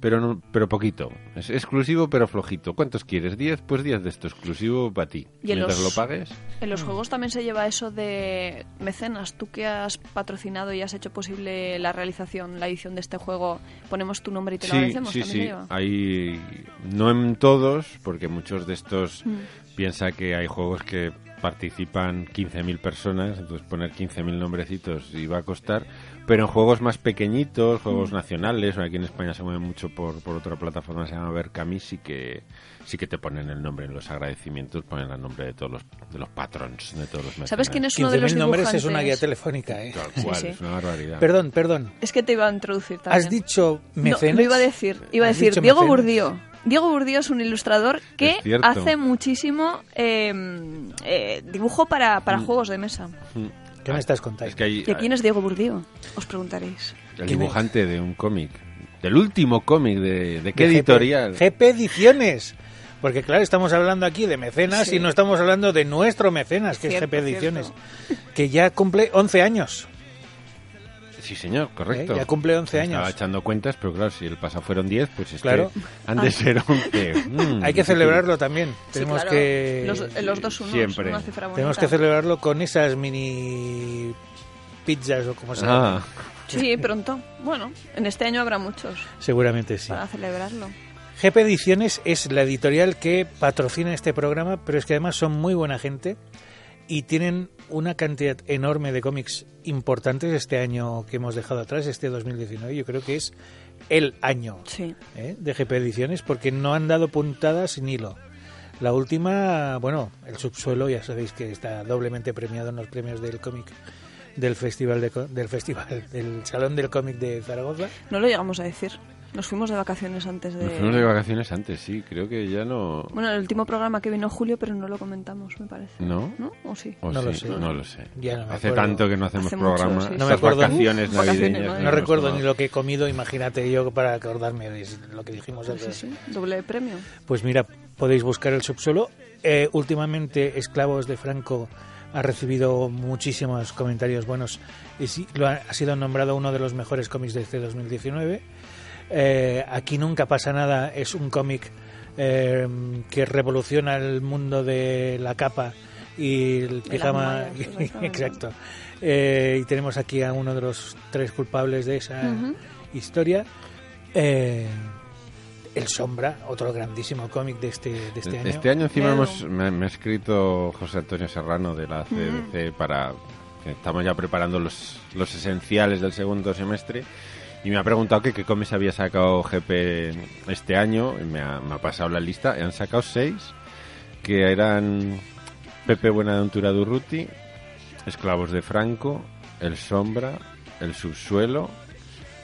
[SPEAKER 1] pero no, pero poquito. Es exclusivo pero flojito. ¿Cuántos quieres? ¿10? Pues 10 de esto exclusivo para ti.
[SPEAKER 3] Y en
[SPEAKER 1] Mientras
[SPEAKER 3] los-
[SPEAKER 1] lo pagues.
[SPEAKER 3] En los juegos también se lleva eso de mecenas. Tú que has patrocinado y has hecho posible la realización, la edición de este juego, ponemos tu nombre y te lo agradecemos.
[SPEAKER 1] sí, sí.
[SPEAKER 3] también
[SPEAKER 1] Ah,
[SPEAKER 3] se lleva. Mm.
[SPEAKER 1] Hay, no en todos, porque muchos de estos piensa que hay juegos que participan 15.000 personas, entonces poner 15.000 nombrecitos iba a costar, pero en juegos más pequeñitos,
[SPEAKER 3] Mm.
[SPEAKER 1] juegos nacionales, o aquí en España se mueve mucho por, por otra plataforma que se llama Berkami, sí que, sí que te ponen el nombre en los agradecimientos, ponen el nombre de todos los, de los patrons, de todos los mecenas.
[SPEAKER 3] ¿Sabes quién es uno de los
[SPEAKER 2] 15.000 nombres
[SPEAKER 3] dibujantes?
[SPEAKER 2] es una guía telefónica, ¿eh?
[SPEAKER 1] Tal
[SPEAKER 3] Sí,
[SPEAKER 1] cual,
[SPEAKER 3] sí.
[SPEAKER 1] es una barbaridad.
[SPEAKER 2] Perdón, perdón.
[SPEAKER 3] Es que te iba a introducir también.
[SPEAKER 2] ¿Has dicho mecenas?
[SPEAKER 3] No, lo iba a decir. Iba a
[SPEAKER 2] ¿Has
[SPEAKER 3] decir
[SPEAKER 2] dicho
[SPEAKER 3] Diego
[SPEAKER 2] mecenas?
[SPEAKER 3] Burdío. Diego Burdío es un ilustrador que
[SPEAKER 1] Es cierto.
[SPEAKER 3] hace muchísimo eh, eh, dibujo para, para
[SPEAKER 1] Mm.
[SPEAKER 3] juegos de mesa.
[SPEAKER 2] ¿Qué me estás contando?
[SPEAKER 1] Es que hay,
[SPEAKER 3] ¿Y quién es Diego Burdío? Os preguntaréis.
[SPEAKER 1] el
[SPEAKER 2] es?
[SPEAKER 1] dibujante de un cómic, del último cómic, de, ¿de qué
[SPEAKER 2] De GP.
[SPEAKER 1] editorial?
[SPEAKER 2] GP Ediciones. Porque claro, estamos hablando aquí de mecenas
[SPEAKER 3] Sí.
[SPEAKER 2] y no estamos hablando de nuestro mecenas, que
[SPEAKER 3] Cierto,
[SPEAKER 2] es GP Ediciones,
[SPEAKER 3] cierto.
[SPEAKER 2] que ya cumple 11 años.
[SPEAKER 1] Sí, señor, correcto.
[SPEAKER 2] ¿Eh? Ya cumple 11 años.
[SPEAKER 1] Estaba echando cuentas, pero claro, si el pasado fueron 10, pues este
[SPEAKER 2] Claro. Ah.
[SPEAKER 1] han de ser 11. Mm,
[SPEAKER 2] Hay que
[SPEAKER 1] sí,
[SPEAKER 2] celebrarlo también.
[SPEAKER 3] Sí,
[SPEAKER 2] Tenemos
[SPEAKER 3] claro,
[SPEAKER 2] que
[SPEAKER 3] Los, eh, los dos unos.
[SPEAKER 1] Siempre.
[SPEAKER 3] Una cifra
[SPEAKER 2] tenemos
[SPEAKER 3] bonita.
[SPEAKER 2] que celebrarlo con esas mini pizzas o como
[SPEAKER 1] sí.
[SPEAKER 2] se llama.
[SPEAKER 1] Ah,
[SPEAKER 3] Sí, pronto. Bueno, en este año habrá muchos
[SPEAKER 2] Seguramente sí.
[SPEAKER 3] para celebrarlo.
[SPEAKER 2] GP Ediciones es la editorial que patrocina este programa, pero es que además son muy buena gente y tienen una cantidad enorme de cómics importantes este año que hemos dejado atrás, este 2019. Yo creo que es el año
[SPEAKER 3] Sí.
[SPEAKER 2] ¿eh? de GP Ediciones porque no han dado puntadas sin hilo. La última, bueno, El Subsuelo, ya sabéis que está doblemente premiado en los premios del cómic del Festival de Co- del Festival del Salón del Cómic de Zaragoza.
[SPEAKER 3] No lo llegamos a decir. Nos fuimos de vacaciones antes de.
[SPEAKER 1] nos fuimos de vacaciones antes, sí, creo que ya no.
[SPEAKER 3] Bueno, el último programa que vino Julio, pero no lo comentamos, me parece.
[SPEAKER 1] ¿No?
[SPEAKER 3] ¿No? ¿O sí?
[SPEAKER 1] ¿O
[SPEAKER 2] No lo
[SPEAKER 1] sí?
[SPEAKER 2] sé.
[SPEAKER 1] No lo sé.
[SPEAKER 2] Ya no me
[SPEAKER 1] Hace
[SPEAKER 2] acuerdo.
[SPEAKER 1] tanto que no hacemos
[SPEAKER 3] Hace mucho,
[SPEAKER 1] programa.
[SPEAKER 3] sí.
[SPEAKER 2] No me
[SPEAKER 1] Estas
[SPEAKER 2] acuerdo.
[SPEAKER 1] vacaciones
[SPEAKER 3] Uf,
[SPEAKER 1] navideñas.
[SPEAKER 3] vacaciones,
[SPEAKER 1] que
[SPEAKER 3] madre
[SPEAKER 2] No
[SPEAKER 1] hemos
[SPEAKER 2] recuerdo
[SPEAKER 1] tomado.
[SPEAKER 2] ni lo que he comido, imagínate yo para acordarme de lo que dijimos
[SPEAKER 3] Sí,
[SPEAKER 2] antes.
[SPEAKER 3] sí, sí. Doble premio.
[SPEAKER 2] Pues mira, podéis buscar el subsuelo. Eh, últimamente Esclavos de Franco ha recibido muchísimos comentarios buenos y sí, lo ha, ha sido nombrado uno de los mejores cómics de este 2019. Eh, Aquí nunca pasa nada es un cómic eh, que revoluciona el mundo de la capa y el pijama.
[SPEAKER 3] mallas, exactamente.
[SPEAKER 2] Exacto. Eh, y tenemos aquí a uno de los tres culpables de esa
[SPEAKER 3] Ujú.
[SPEAKER 2] historia. Eh, el Sombra, otro grandísimo cómic de este, de este año.
[SPEAKER 1] Este año encima
[SPEAKER 3] Claro.
[SPEAKER 1] hemos, me, me ha escrito José Antonio Serrano de la CDC para que estamos ya preparando los, los esenciales del segundo semestre y me ha preguntado que qué cómics había sacado GP este año y me ha, me ha pasado la lista. Han sacado seis que eran Pepe Buenaventura Durruti, Esclavos de Franco, El Sombra, El Subsuelo,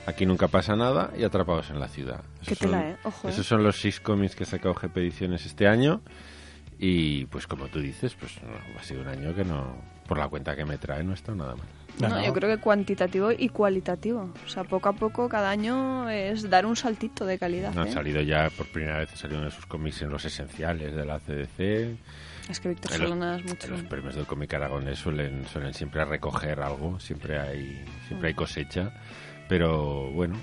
[SPEAKER 1] Aquí Nunca Pasa Nada y Atrapados en la Ciudad.
[SPEAKER 3] Qué
[SPEAKER 1] Esos
[SPEAKER 3] tela,
[SPEAKER 1] son-
[SPEAKER 3] ¿eh? Ojo, ¿eh?
[SPEAKER 1] Esos son los seis cómics que ha sacado GP Ediciones este año y pues como tú dices, pues no, ha sido un año que no, por la cuenta que me trae, no está nada mal.
[SPEAKER 2] No,
[SPEAKER 3] No,
[SPEAKER 2] Ah, no.
[SPEAKER 3] yo creo que cuantitativo y cualitativo. O sea, poco a poco cada año es dar un saltito de calidad.
[SPEAKER 1] No,
[SPEAKER 3] ¿eh?
[SPEAKER 1] han salido ya por primera vez, ha salido uno de sus cómics en los esenciales de la CDC,
[SPEAKER 3] Es que Víctor
[SPEAKER 1] En los-
[SPEAKER 3] Solana es
[SPEAKER 1] En
[SPEAKER 3] mucho. Pues
[SPEAKER 1] Los premios del cómic aragonés suelen, suelen siempre recoger algo, siempre hay, siempre hay cosecha, pero bueno,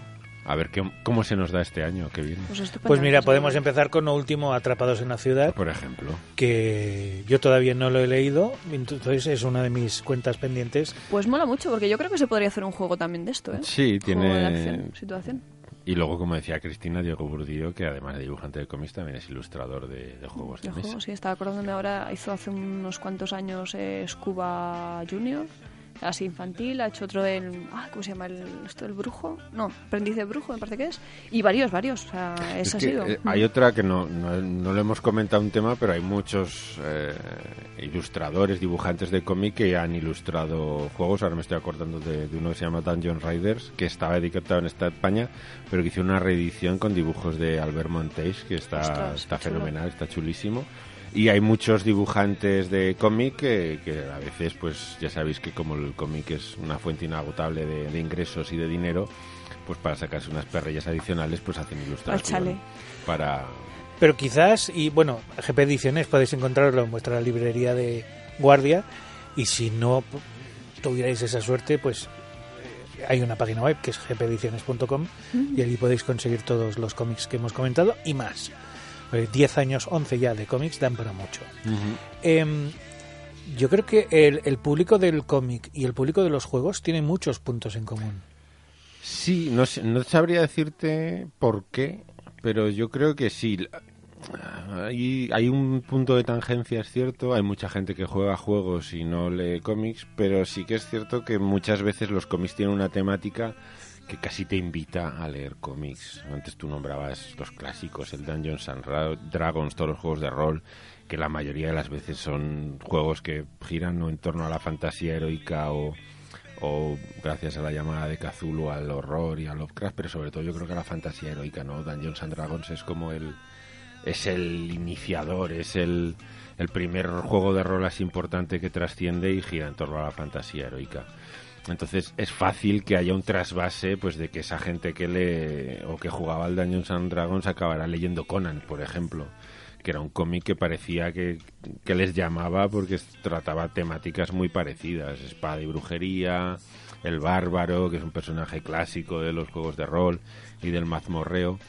[SPEAKER 1] a ver qué, cómo se nos da este año que viene,
[SPEAKER 3] Pues, estupendo.
[SPEAKER 2] Pues mira, podemos empezar con lo último, Atrapados en la Ciudad,
[SPEAKER 1] por ejemplo.
[SPEAKER 2] que yo todavía no lo he leído, entonces es una de mis cuentas pendientes.
[SPEAKER 3] Pues mola mucho, porque yo creo que se podría hacer un juego también de esto, ¿eh?
[SPEAKER 1] Sí,
[SPEAKER 3] Juego de
[SPEAKER 1] tiene...
[SPEAKER 3] acción, situación.
[SPEAKER 1] Y luego, como decía Cristina, Diego Burdío, que además de dibujante de cómics, también es ilustrador de, de juegos de
[SPEAKER 3] Yo
[SPEAKER 1] mesa.
[SPEAKER 3] juego, sí, estaba acordándome ahora, hizo hace unos cuantos años eh, Scuba Junior, así infantil, ha hecho otro del... Ah, ¿Cómo se llama? El, ¿Esto del brujo? No, aprendiz de brujo, me parece que es. Y varios, varios. O sea,
[SPEAKER 1] Es
[SPEAKER 3] ese ha
[SPEAKER 1] que,
[SPEAKER 3] sido.
[SPEAKER 1] eh, hay otra que no, no, no lo hemos comentado un tema, pero hay muchos eh, ilustradores, dibujantes de cómic que han ilustrado juegos. Ahora me estoy acordando de, de uno que se llama Dungeon Riders, que estaba editado en esta España, pero que hizo una reedición con dibujos de Albert Montes, que está,
[SPEAKER 3] Ostras,
[SPEAKER 1] está
[SPEAKER 3] qué chulo.
[SPEAKER 1] fenomenal, está chulísimo. Y hay muchos dibujantes de cómic que, que a veces, pues ya sabéis que como el cómic es una fuente inagotable de, de ingresos y de dinero, pues para sacarse unas perrillas adicionales, pues hacen ilustrar.
[SPEAKER 3] Al chale.
[SPEAKER 1] Para...
[SPEAKER 2] Pero quizás, y bueno, GP Ediciones podéis encontrarlo en vuestra librería de guardia, y si no p- tuvierais esa suerte, pues eh, hay una página web que es gpediciones.com y allí podéis conseguir todos los cómics que hemos comentado y más. Eh, 10 años, 11 ya de cómics dan para mucho. Em, yo creo que el, el público del cómic y el público de los juegos tienen muchos puntos en común.
[SPEAKER 1] Sí, no, sé- no sabría decirte por qué, pero yo creo que sí. hay, hay un punto de tangencia, es cierto. Hay mucha gente que juega juegos y no lee cómics, pero sí que es cierto que muchas veces los cómics tienen una temática que casi te invita a leer cómics. Antes tú nombrabas los clásicos, el Dungeons and Ra- Dragons, todos los juegos de rol, que la mayoría de las veces son juegos que giran o en torno a la fantasía heroica o, o gracias a la llamada de Cthulhu al horror y a Lovecraft, pero sobre todo yo creo que a la fantasía heroica, ¿no? Dungeons and Dragons es como el es el iniciador, es el, el primer juego de rol así importante que trasciende y gira en torno a la fantasía heroica. Entonces es fácil que haya un trasvase pues de que esa gente que le o que jugaba al Dungeons and Dragons acabará leyendo Conan, por ejemplo, que era un cómic que parecía que, que les llamaba porque es- trataba temáticas muy parecidas, espada y brujería, el bárbaro, que es un personaje clásico de los juegos de rol y del mazmorreo.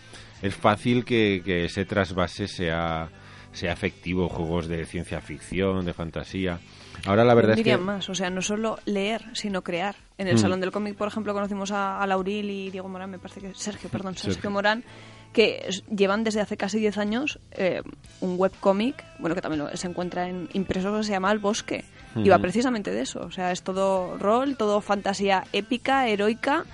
[SPEAKER 1] Es fácil que, que ese trasvase sea sea efectivo, juegos de ciencia ficción, de fantasía. Ahora la verdad es
[SPEAKER 3] Diría
[SPEAKER 1] que Mm.
[SPEAKER 3] más, o sea, no solo leer, sino crear. En el Salón del Cómic, por ejemplo, conocimos a, a Lauril y Diego Morán, me parece que Sergio, perdón, Sergio,
[SPEAKER 1] Sergio.
[SPEAKER 3] Morán, que s- llevan desde hace casi 10 años eh, un webcómic, bueno, que también lo- se encuentra en impresos, que se llama El Bosque. Y va precisamente de eso, o sea, es todo rol, todo fantasía épica, heroica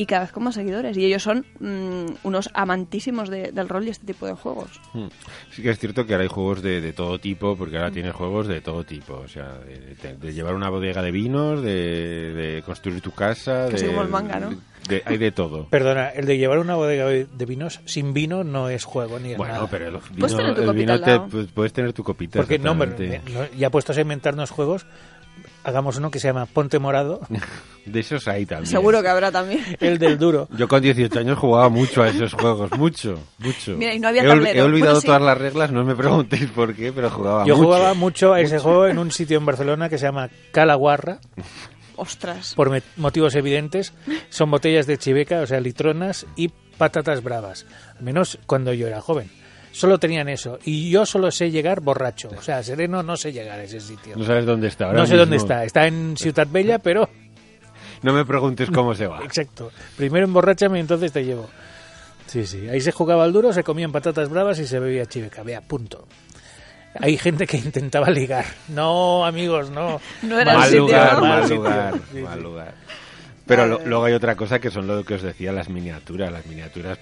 [SPEAKER 3] y cada vez con más seguidores. Y ellos son mm, unos amantísimos de- del rol y este tipo de juegos.
[SPEAKER 1] Mm. Sí que es cierto que ahora hay juegos de, de todo tipo, porque ahora tienes juegos de todo tipo. O sea, de, de- de llevar una bodega de vinos, de, de construir tu casa.
[SPEAKER 3] Casi
[SPEAKER 1] de,
[SPEAKER 3] como el manga, ¿no?
[SPEAKER 1] de- hay de todo.
[SPEAKER 2] Perdona, el de llevar una bodega de vinos sin vino no es juego ni es
[SPEAKER 1] Bueno,
[SPEAKER 2] nada.
[SPEAKER 1] pero el vino,
[SPEAKER 3] Puedes tener tu
[SPEAKER 1] el
[SPEAKER 3] copita
[SPEAKER 1] vino
[SPEAKER 3] al
[SPEAKER 1] te-
[SPEAKER 3] lado.
[SPEAKER 1] pu- puedes tener tu copita.
[SPEAKER 2] Porque no, hombre,
[SPEAKER 1] exactamente.
[SPEAKER 2] no, ya puestos a inventarnos juegos, hagamos uno que se llama Ponte Morado,
[SPEAKER 1] De esos hay también.
[SPEAKER 3] Seguro que habrá también.
[SPEAKER 2] el del duro.
[SPEAKER 1] Yo con 18 años jugaba mucho a esos juegos, mucho, mucho.
[SPEAKER 3] Mira, y no había
[SPEAKER 1] he, ol-
[SPEAKER 3] tablero.
[SPEAKER 1] he olvidado
[SPEAKER 3] Bueno, sí.
[SPEAKER 1] todas las reglas, no me preguntéis por qué, pero jugaba
[SPEAKER 2] Yo
[SPEAKER 1] mucho.
[SPEAKER 2] jugaba mucho a ese juego en un sitio en Barcelona que se llama Calaguarra,
[SPEAKER 3] Ostras.
[SPEAKER 2] por me- motivos evidentes. Son botellas de chiveca, o sea, litronas y patatas bravas. Al menos cuando yo era joven. Solo tenían eso. Y yo solo sé llegar borracho. O sea, sereno no sé llegar a ese sitio.
[SPEAKER 1] No sabes dónde está ahora
[SPEAKER 2] No sé dónde
[SPEAKER 1] mismo.
[SPEAKER 2] está. Está en Ciudad Bella, pero...
[SPEAKER 1] No me preguntes cómo se va.
[SPEAKER 2] Exacto. Primero emborráchame y entonces te llevo. Sí, sí. Ahí se jugaba al duro, se comían patatas bravas y se bebía chiveca. Vea, punto. Hay gente que intentaba ligar. No, amigos, no.
[SPEAKER 3] No era el
[SPEAKER 1] mal
[SPEAKER 3] sitio,
[SPEAKER 1] lugar,
[SPEAKER 3] ¿no?
[SPEAKER 1] mal
[SPEAKER 2] sitio.
[SPEAKER 1] lugar,
[SPEAKER 2] Sí,
[SPEAKER 1] mal
[SPEAKER 2] sí.
[SPEAKER 1] lugar. Pero lo- luego hay otra cosa que son lo que os decía, las miniaturas. Las miniaturas,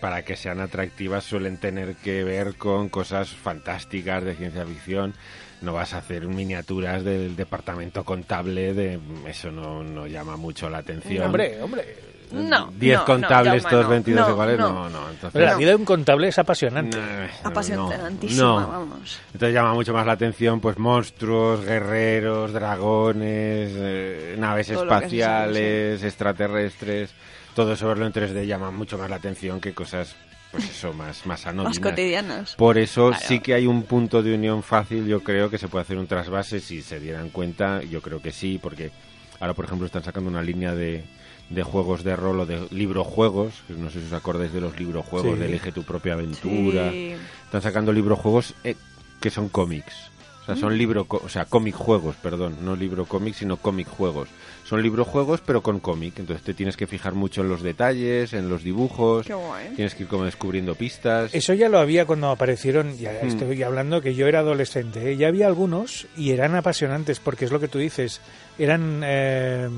[SPEAKER 1] para que sean atractivas, suelen tener que ver con cosas fantásticas de ciencia ficción. No vas a hacer miniaturas del departamento contable, de eso no, no llama mucho la atención.
[SPEAKER 2] Hombre, hombre.
[SPEAKER 3] No.
[SPEAKER 1] 10
[SPEAKER 3] no, no,
[SPEAKER 1] contables,
[SPEAKER 3] Jaume,
[SPEAKER 1] todos
[SPEAKER 3] no,
[SPEAKER 1] 22
[SPEAKER 3] no,
[SPEAKER 1] iguales,
[SPEAKER 3] no.
[SPEAKER 1] no, no. Entonces,
[SPEAKER 2] La vida de un contable es apasionante.
[SPEAKER 3] Apasionantísima, vamos.
[SPEAKER 1] Entonces llama mucho más la atención, pues monstruos, guerreros, dragones, eh, naves
[SPEAKER 3] Todo lo que se sabe,
[SPEAKER 1] espaciales, extraterrestres, todo eso verlo en 3D llama mucho más la atención que cosas, pues eso, más, más anónimas.
[SPEAKER 3] Más cotidianas.
[SPEAKER 1] Por eso
[SPEAKER 3] Claro.
[SPEAKER 1] sí que hay un punto de unión fácil, yo creo que se puede hacer un trasvase si se dieran cuenta, yo creo que sí, porque ahora por ejemplo están sacando una línea de, de juegos de rol o de librojuegos, que no sé si os acordáis de los librojuegos,
[SPEAKER 2] Sí.
[SPEAKER 1] de elige tu propia aventura,
[SPEAKER 3] Sí.
[SPEAKER 1] están sacando librojuegos eh, que son cómics. O sea,
[SPEAKER 3] Mm.
[SPEAKER 1] son libro, o sea, cómic juegos, perdón, no libro cómic, sino cómic juegos. Son libro juegos, pero con cómic. Entonces te tienes que fijar mucho en los detalles, en los dibujos.
[SPEAKER 3] Qué guay.
[SPEAKER 1] Tienes que ir como descubriendo pistas.
[SPEAKER 2] Eso ya lo había cuando aparecieron, ya
[SPEAKER 1] Hmm.
[SPEAKER 2] estoy hablando que yo era adolescente, ¿eh? ya había algunos y eran apasionantes porque es lo que tú dices, eran eh,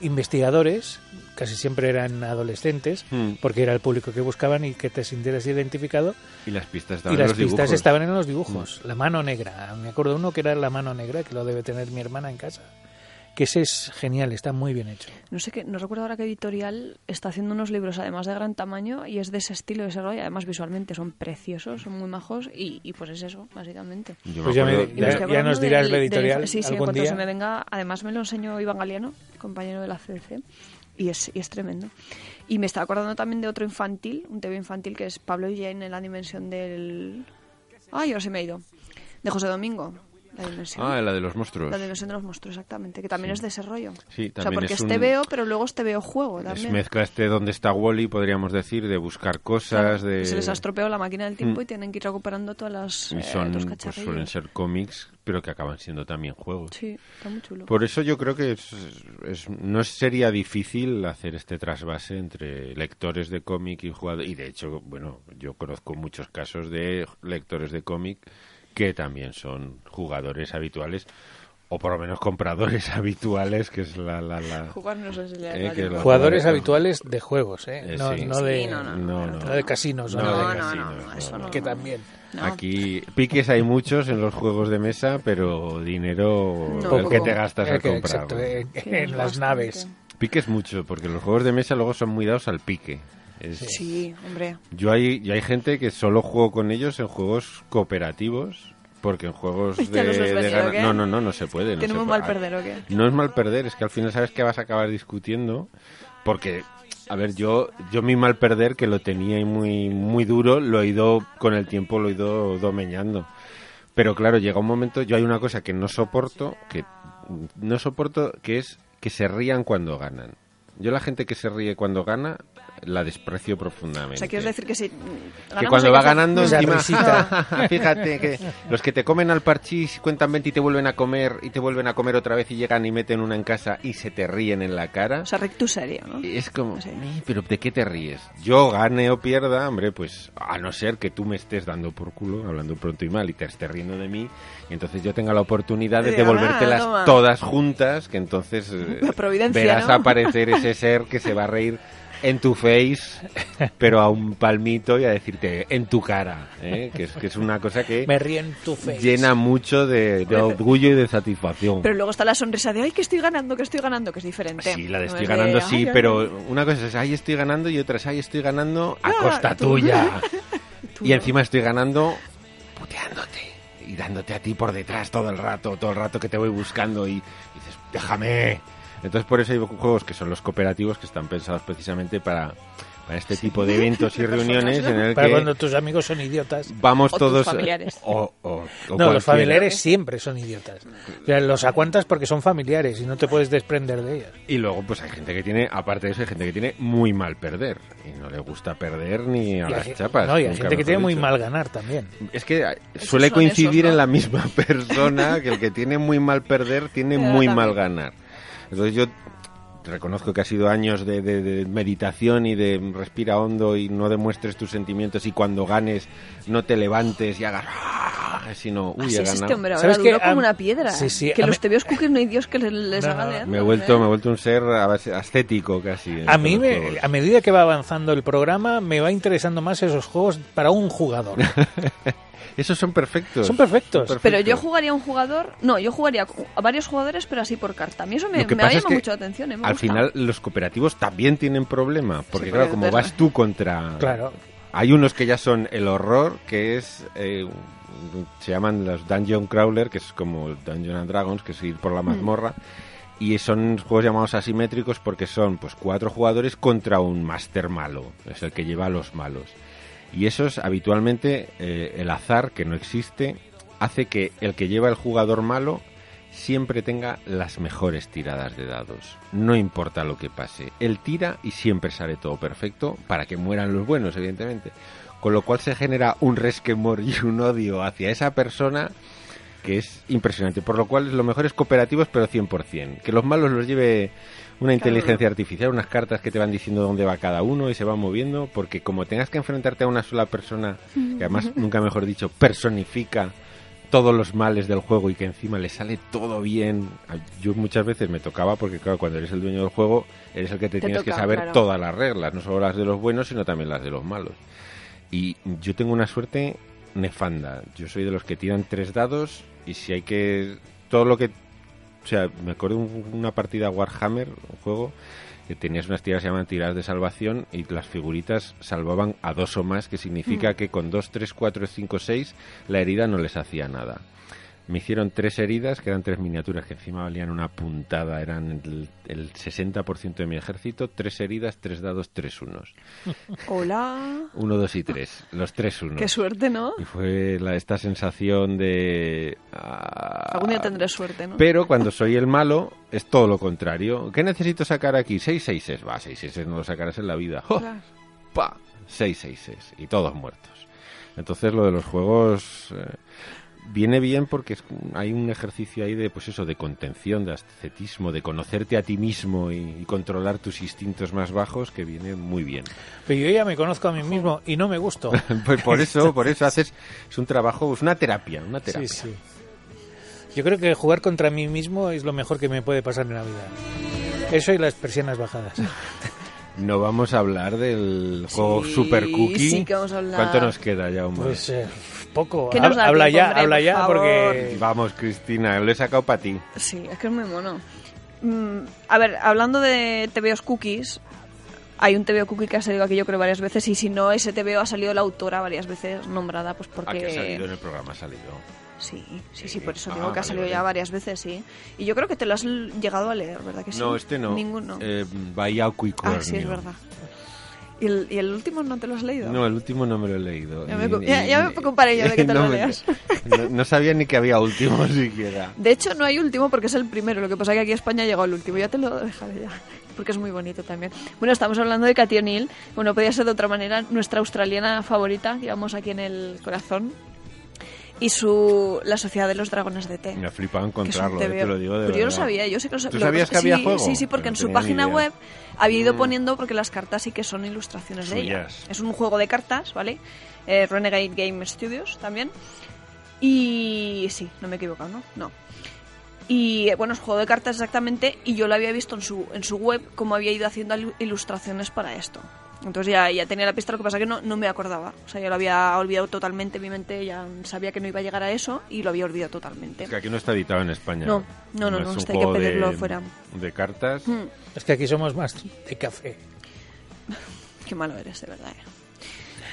[SPEAKER 2] investigadores, casi siempre eran adolescentes,
[SPEAKER 1] Hmm.
[SPEAKER 2] porque era el público que buscaban y que te sintieras identificado
[SPEAKER 1] Y las pistas
[SPEAKER 2] y
[SPEAKER 1] estaban en
[SPEAKER 2] las
[SPEAKER 1] los
[SPEAKER 2] pistas
[SPEAKER 1] dibujos. Hmm.
[SPEAKER 2] estaban en los dibujos, la mano negra, me acuerdo uno que era la mano negra, que lo debe tener mi hermana en casa, que ese es genial, está muy bien hecho.
[SPEAKER 3] No sé qué, no recuerdo ahora qué editorial está haciendo unos libros además de gran tamaño y es de ese estilo, de ese rollo. Además visualmente son preciosos, son muy majos y, y pues es eso, básicamente.
[SPEAKER 1] Yo me
[SPEAKER 2] Pues ya me-
[SPEAKER 1] acuerdo-
[SPEAKER 3] Y me
[SPEAKER 2] ya-
[SPEAKER 3] estoy
[SPEAKER 2] ya
[SPEAKER 3] acordando
[SPEAKER 2] nos dirás
[SPEAKER 3] del-
[SPEAKER 2] la
[SPEAKER 3] del-
[SPEAKER 2] editorial
[SPEAKER 3] sí, sí, en
[SPEAKER 2] algún
[SPEAKER 3] cuanto
[SPEAKER 2] día.
[SPEAKER 3] se me venga. Además me lo enseñó Iván Galeano, compañero de la CDC, y es, y es tremendo. Y me estaba acordando también de otro infantil, un TV infantil que es Pablo y Jane en la dimensión del... Ay, ahora se me ha ido. De José Domingo. La dimensión.
[SPEAKER 1] Ah, la de los monstruos.
[SPEAKER 3] La dimensión de los monstruos, exactamente. Que también
[SPEAKER 1] Sí.
[SPEAKER 3] es de ese rollo.
[SPEAKER 1] Sí,
[SPEAKER 3] o sea,
[SPEAKER 1] también
[SPEAKER 3] porque
[SPEAKER 1] es
[SPEAKER 3] es,
[SPEAKER 1] un-
[SPEAKER 3] TVO, pero luego es TVO juego
[SPEAKER 1] Es
[SPEAKER 3] también.
[SPEAKER 1] mezcla este donde está Wally, podríamos decir, de buscar cosas, de...
[SPEAKER 3] Se les ha estropeado la máquina del tiempo
[SPEAKER 1] Mm.
[SPEAKER 3] y tienen que ir recuperando todas las
[SPEAKER 1] y
[SPEAKER 3] eh,
[SPEAKER 1] son,
[SPEAKER 3] Pues los
[SPEAKER 1] pues,
[SPEAKER 3] cacharrillos.
[SPEAKER 1] suelen ser cómics, pero que acaban siendo también juegos.
[SPEAKER 3] Sí, está muy chulo.
[SPEAKER 1] Por eso yo creo que es- es- no sería difícil hacer este trasvase entre lectores de cómic y jugadores. Y de hecho, bueno, yo conozco muchos casos de lectores de cómic que también son jugadores habituales o por lo menos compradores habituales, que es la... la, la-
[SPEAKER 3] Jugar no sé si le
[SPEAKER 1] Eh,
[SPEAKER 3] da
[SPEAKER 1] que
[SPEAKER 3] igual.
[SPEAKER 1] lo-
[SPEAKER 2] Jugadores habituales de juegos, ¿eh?
[SPEAKER 1] Eh,
[SPEAKER 2] no,
[SPEAKER 1] sí.
[SPEAKER 2] no de,
[SPEAKER 3] Sí, no, no,
[SPEAKER 1] no, no.
[SPEAKER 2] no de casinos.
[SPEAKER 1] No,
[SPEAKER 2] ¿no?
[SPEAKER 1] de
[SPEAKER 3] No, no,
[SPEAKER 1] casinos,
[SPEAKER 3] no, no, eso no.
[SPEAKER 2] Que también.
[SPEAKER 3] No.
[SPEAKER 1] Aquí piques hay muchos en los juegos de mesa, pero dinero
[SPEAKER 3] No,
[SPEAKER 1] el Pues que
[SPEAKER 3] poco.
[SPEAKER 1] te gastas
[SPEAKER 2] Eh,
[SPEAKER 1] al
[SPEAKER 2] que-
[SPEAKER 1] comprar.
[SPEAKER 2] exacto, eh,
[SPEAKER 3] Que es
[SPEAKER 2] en las
[SPEAKER 3] bastante.
[SPEAKER 2] naves.
[SPEAKER 1] Piques mucho, porque los juegos de mesa luego son muy dados al pique. Es-
[SPEAKER 3] Sí, hombre.
[SPEAKER 1] Yo hay, yo hay gente que solo juego con ellos en juegos cooperativos, porque en juegos
[SPEAKER 3] Ya los
[SPEAKER 1] de,
[SPEAKER 3] has
[SPEAKER 1] de
[SPEAKER 3] venido,
[SPEAKER 1] gana-
[SPEAKER 3] ¿qué?
[SPEAKER 1] No, no, no, no se puede. no se
[SPEAKER 3] Tenemos
[SPEAKER 1] puede. Ah,
[SPEAKER 3] mal perder o qué.
[SPEAKER 1] No es mal perder, es que al final sabes que vas a acabar discutiendo, porque, a ver, yo, yo mi mal perder, que lo tenía y muy, muy duro, lo he ido, con el tiempo lo he ido domeñando. Pero claro, llega un momento, yo hay una cosa que no soporto, que no soporto, que es que se rían cuando ganan. Yo la gente que se ríe cuando gana, la desprecio profundamente.
[SPEAKER 3] O sea, quiero decir que si.
[SPEAKER 1] Que cuando va ganando
[SPEAKER 2] Esa
[SPEAKER 1] encima,
[SPEAKER 2] risita.
[SPEAKER 1] fíjate que los que te comen al parchís cuentan 20 y te vuelven a comer y te vuelven a comer otra vez y llegan y meten una en casa y se te ríen en la cara.
[SPEAKER 3] O sea, recto serio, ¿no?
[SPEAKER 1] es como,
[SPEAKER 3] Sí.
[SPEAKER 1] "Eh, pero ¿de qué te ríes? Yo gane o pierda, hombre, pues a no ser que tú me estés dando por culo, hablando pronto y mal, y te estés riendo de mí, y entonces yo tenga la oportunidad de
[SPEAKER 3] Diga,
[SPEAKER 1] devolvértelas
[SPEAKER 3] "Ah, toma".
[SPEAKER 1] todas juntas, que entonces eh,
[SPEAKER 3] La providencia,
[SPEAKER 1] verás
[SPEAKER 3] ¿no?
[SPEAKER 1] aparecer ese ser que se va a reír en tu face, pero a un palmito y a decirte en tu cara, ¿eh? que, es, que es una cosa que
[SPEAKER 2] Me ríen tu face.
[SPEAKER 1] llena mucho de, de orgullo y de satisfacción.
[SPEAKER 3] Pero luego está la sonrisa de, ay, que estoy ganando, que estoy ganando, que es diferente.
[SPEAKER 1] Pues Sí, la de
[SPEAKER 3] No
[SPEAKER 1] estoy
[SPEAKER 3] es
[SPEAKER 1] ganando,
[SPEAKER 3] "Ay,
[SPEAKER 1] sí,
[SPEAKER 3] ay,
[SPEAKER 1] pero una cosa es ahí estoy ganando y otra es ahí estoy ganando a costa tuya.
[SPEAKER 3] tú
[SPEAKER 1] Y
[SPEAKER 3] no".
[SPEAKER 1] encima estoy ganando puteándote y dándote a ti por detrás todo el rato, todo el rato que te voy buscando y dices, déjame. Entonces por eso hay juegos que son los cooperativos que están pensados precisamente para, para este tipo de eventos y reuniones en el
[SPEAKER 2] Para cuando
[SPEAKER 1] que
[SPEAKER 2] tus amigos son idiotas.
[SPEAKER 1] vamos
[SPEAKER 3] O tus
[SPEAKER 1] todos... eh,
[SPEAKER 3] familiares.
[SPEAKER 1] o- o- o
[SPEAKER 2] No, los
[SPEAKER 1] cualquiera.
[SPEAKER 2] familiares siempre son idiotas. O sea, los aguantas porque son familiares y no te puedes desprender de ellos.
[SPEAKER 1] Y luego, pues hay gente que tiene, aparte de eso, hay gente que tiene muy mal perder. Y no le gusta perder ni a
[SPEAKER 2] Y hay
[SPEAKER 1] las
[SPEAKER 2] gen-
[SPEAKER 1] chapas.
[SPEAKER 2] No, y hay
[SPEAKER 1] nunca
[SPEAKER 2] gente que
[SPEAKER 1] mejor
[SPEAKER 2] tiene muy
[SPEAKER 1] dicho.
[SPEAKER 2] mal ganar también.
[SPEAKER 1] Es que eh,
[SPEAKER 3] Esos
[SPEAKER 1] suele
[SPEAKER 3] son
[SPEAKER 1] coincidir
[SPEAKER 3] esos, ¿no?
[SPEAKER 1] en la misma persona que el que tiene muy mal perder tiene
[SPEAKER 3] Pero
[SPEAKER 1] muy
[SPEAKER 3] también.
[SPEAKER 1] mal ganar. Entonces yo reconozco que ha sido años de, de- de meditación y de respira hondo y no demuestres tus sentimientos y cuando ganes no te levantes y hagas "Ah", sino uy
[SPEAKER 3] Así
[SPEAKER 1] he
[SPEAKER 3] es este
[SPEAKER 1] ganado.
[SPEAKER 3] hombre ahora,
[SPEAKER 2] ¿Sabes qué?
[SPEAKER 3] duro
[SPEAKER 2] Am-
[SPEAKER 3] como una piedra.
[SPEAKER 2] Sí, sí,
[SPEAKER 3] que
[SPEAKER 2] a
[SPEAKER 3] los
[SPEAKER 2] mí-
[SPEAKER 3] tebeos cookies no hay Dios que les, les
[SPEAKER 2] No,
[SPEAKER 3] haga
[SPEAKER 2] no,
[SPEAKER 3] leer,
[SPEAKER 1] me he
[SPEAKER 3] ¿eh?
[SPEAKER 1] vuelto me he vuelto un ser a base- ascético casi en
[SPEAKER 2] A mí,
[SPEAKER 1] estos
[SPEAKER 2] me,
[SPEAKER 1] juegos.
[SPEAKER 2] a medida que va avanzando el programa, me va interesando más esos juegos para un jugador.
[SPEAKER 1] esos son perfectos
[SPEAKER 2] Son perfectos.
[SPEAKER 1] Son
[SPEAKER 3] Pero yo
[SPEAKER 1] perfectos.
[SPEAKER 3] jugaría a un jugador... No, yo jugaría a varios jugadores, pero así por carta. A mí eso me,
[SPEAKER 1] Lo que
[SPEAKER 3] me
[SPEAKER 1] pasa
[SPEAKER 3] llama
[SPEAKER 1] es que
[SPEAKER 3] mucho la atención, ¿eh? Me
[SPEAKER 1] Al
[SPEAKER 3] gusta.
[SPEAKER 1] final los cooperativos también tienen problema, porque
[SPEAKER 3] Sí,
[SPEAKER 1] claro,
[SPEAKER 3] porque
[SPEAKER 1] como
[SPEAKER 3] entonces-
[SPEAKER 1] vas tú contra...
[SPEAKER 2] Claro.
[SPEAKER 1] Hay unos que ya son el horror, que es... eh, se llaman los Dungeon Crawler, que es como Dungeon and Dragons, que es ir por la
[SPEAKER 3] Hmm.
[SPEAKER 1] mazmorra. Y son juegos llamados asimétricos porque son pues cuatro jugadores contra un máster malo, es el que lleva a los malos. Y esos habitualmente eh, el azar, que no existe, hace que el que lleva el jugador malo siempre tenga las mejores tiradas de dados. No importa lo que pase. Él tira y siempre sale todo perfecto para que mueran los buenos, evidentemente. Con lo cual se genera un resquemor y un odio hacia esa persona que es impresionante. Por lo cual, lo mejor es cooperativos, pero 100%. Que los malos los lleve una inteligencia artificial, unas cartas que te van diciendo dónde va cada uno y se van moviendo, porque como tengas que enfrentarte a una sola persona, que además, nunca mejor dicho, personifica todos los males del juego y que encima le sale todo bien. Yo muchas veces me tocaba porque, claro, cuando eres el dueño del juego, eres el que te,
[SPEAKER 3] Te
[SPEAKER 1] tienes que
[SPEAKER 3] toca,
[SPEAKER 1] saber
[SPEAKER 3] claro.
[SPEAKER 1] todas las reglas, no solo las de los buenos, sino también las de los malos. Y yo tengo una suerte nefanda. Yo soy de los que tiran tres dados y si hay que... Todo lo que... O sea, me acuerdo un- una partida Warhammer, un juego, que tenías unas tiras que se llaman tiras de salvación y las figuritas salvaban a
[SPEAKER 3] Mm.
[SPEAKER 1] dos o más, que significa que con dos, tres, cuatro, cinco, seis la herida no les hacía nada. Me hicieron tres heridas, que eran tres miniaturas que encima valían una puntada, eran el, el 60% de mi ejército, tres heridas, tres dados, tres unos.
[SPEAKER 3] Hola.
[SPEAKER 1] Uno, dos y tres, los tres unos.
[SPEAKER 3] Qué suerte, ¿no?
[SPEAKER 1] Y fue la- esta sensación de... ah,
[SPEAKER 3] Algún día tendré suerte, ¿no?
[SPEAKER 1] Pero cuando soy el malo, es todo lo contrario. ¿Qué necesito sacar aquí? Seis seises. Va, seis seises no lo sacarás en la vida. ¡Jo!
[SPEAKER 3] Claro.
[SPEAKER 1] ¡Pa! Seis seises. Y todos muertos. Entonces lo de los juegos... eh, Viene bien porque es- hay un ejercicio ahí de, pues eso, de contención, de ascetismo, de conocerte a ti mismo y, y controlar tus instintos más bajos, que viene muy bien.
[SPEAKER 2] Pero yo ya me conozco a mí mismo y no me gusto.
[SPEAKER 1] Pues por eso, por eso haces, es un trabajo, es una terapia, una terapia.
[SPEAKER 2] Sí, sí. Yo creo que jugar contra mí mismo es lo mejor que me puede pasar en la vida. Eso y las persianas bajadas.
[SPEAKER 1] Pues, No vamos a hablar del juego
[SPEAKER 3] Sí,
[SPEAKER 1] Super Cookie.
[SPEAKER 3] sí que vamos a hablar.
[SPEAKER 1] ¿Cuánto nos queda ya, hombre?
[SPEAKER 2] Pues eh, poco.
[SPEAKER 3] Que nos da
[SPEAKER 2] habla
[SPEAKER 3] tiempo,
[SPEAKER 2] ya,
[SPEAKER 3] hombre,
[SPEAKER 2] habla
[SPEAKER 3] por
[SPEAKER 2] ya,
[SPEAKER 3] favor.
[SPEAKER 2] porque
[SPEAKER 1] Vamos, Cristina, lo he sacado para ti.
[SPEAKER 3] Sí, es que es muy mono. Mm, a ver, hablando de TVOs cookies, hay un TVO cookie que ha salido aquí yo creo varias veces y si no, ese TVO ha salido la autora varias veces nombrada, pues
[SPEAKER 1] Ah, que ha
[SPEAKER 3] porque...
[SPEAKER 1] salido en el programa, ha salido.
[SPEAKER 3] Sí, sí,
[SPEAKER 1] Sí.
[SPEAKER 3] sí, por eso
[SPEAKER 1] Ah,
[SPEAKER 3] digo que ha
[SPEAKER 1] vale,
[SPEAKER 3] salido
[SPEAKER 1] vale.
[SPEAKER 3] ya varias veces, sí. Y yo creo que te lo has l- llegado a leer, ¿verdad que sí?
[SPEAKER 1] No, este no.
[SPEAKER 3] Ninguno.
[SPEAKER 1] Eh, Bahía Cuicurnio.
[SPEAKER 3] ah, sí, es verdad. ¿Y el, y el último no te lo has leído?
[SPEAKER 1] No, el último no me lo he leído.
[SPEAKER 3] Ya me
[SPEAKER 1] Y-
[SPEAKER 3] ocu-
[SPEAKER 1] y-
[SPEAKER 3] ya- ya me preocuparé yo de que te
[SPEAKER 1] no
[SPEAKER 3] lo
[SPEAKER 1] me-
[SPEAKER 3] leas.
[SPEAKER 1] No, no sabía ni que había último siquiera.
[SPEAKER 3] De hecho, no hay último porque es el primero. Lo que pasa es que aquí a España llegó el último. Ya te lo dejaré ya. Porque es muy bonito también. Bueno, estamos hablando de Katy O'Neill. Bueno, podía ser de otra manera. Nuestra australiana favorita, llevamos aquí en el corazón. Y su La Sociedad de los Dragones de Té.
[SPEAKER 1] Me ha flipado
[SPEAKER 3] que es un
[SPEAKER 1] encontrarlo, eh,
[SPEAKER 3] TVO.
[SPEAKER 1] te lo digo de
[SPEAKER 3] Pero yo lo
[SPEAKER 1] verdad.
[SPEAKER 3] sabía, yo sé que lo
[SPEAKER 1] ¿Tú
[SPEAKER 3] lo
[SPEAKER 1] sabías que
[SPEAKER 3] sí,
[SPEAKER 1] había juego?
[SPEAKER 3] Sí, sí, porque
[SPEAKER 1] No
[SPEAKER 3] en su
[SPEAKER 1] tenía ni
[SPEAKER 3] página
[SPEAKER 1] idea. Mm.
[SPEAKER 3] web había ido poniendo, porque las cartas sí que son ilustraciones de ella.
[SPEAKER 1] Suyas.
[SPEAKER 3] Es un juego de cartas, ¿vale? Eh, Renegade Game Studios también. Y sí, no me he equivocado, ¿no? No. Y eh, bueno, es juego de cartas exactamente, y yo lo había visto en su, en su web cómo había ido haciendo alu- ilustraciones para esto. Entonces ya, ya tenía la pista, lo que pasa que no, no me acordaba. O sea, yo lo había olvidado totalmente, mi mente ya sabía que no iba a llegar a eso y lo había olvidado totalmente.
[SPEAKER 1] Es que aquí no está editado en España.
[SPEAKER 3] No, no, no, no,
[SPEAKER 1] es un
[SPEAKER 3] hasta hay que
[SPEAKER 1] juego de-
[SPEAKER 3] pedirlo fuera.
[SPEAKER 1] De cartas.
[SPEAKER 3] Mm,
[SPEAKER 2] es que aquí somos más de café.
[SPEAKER 3] qué malo eres, de verdad. eh.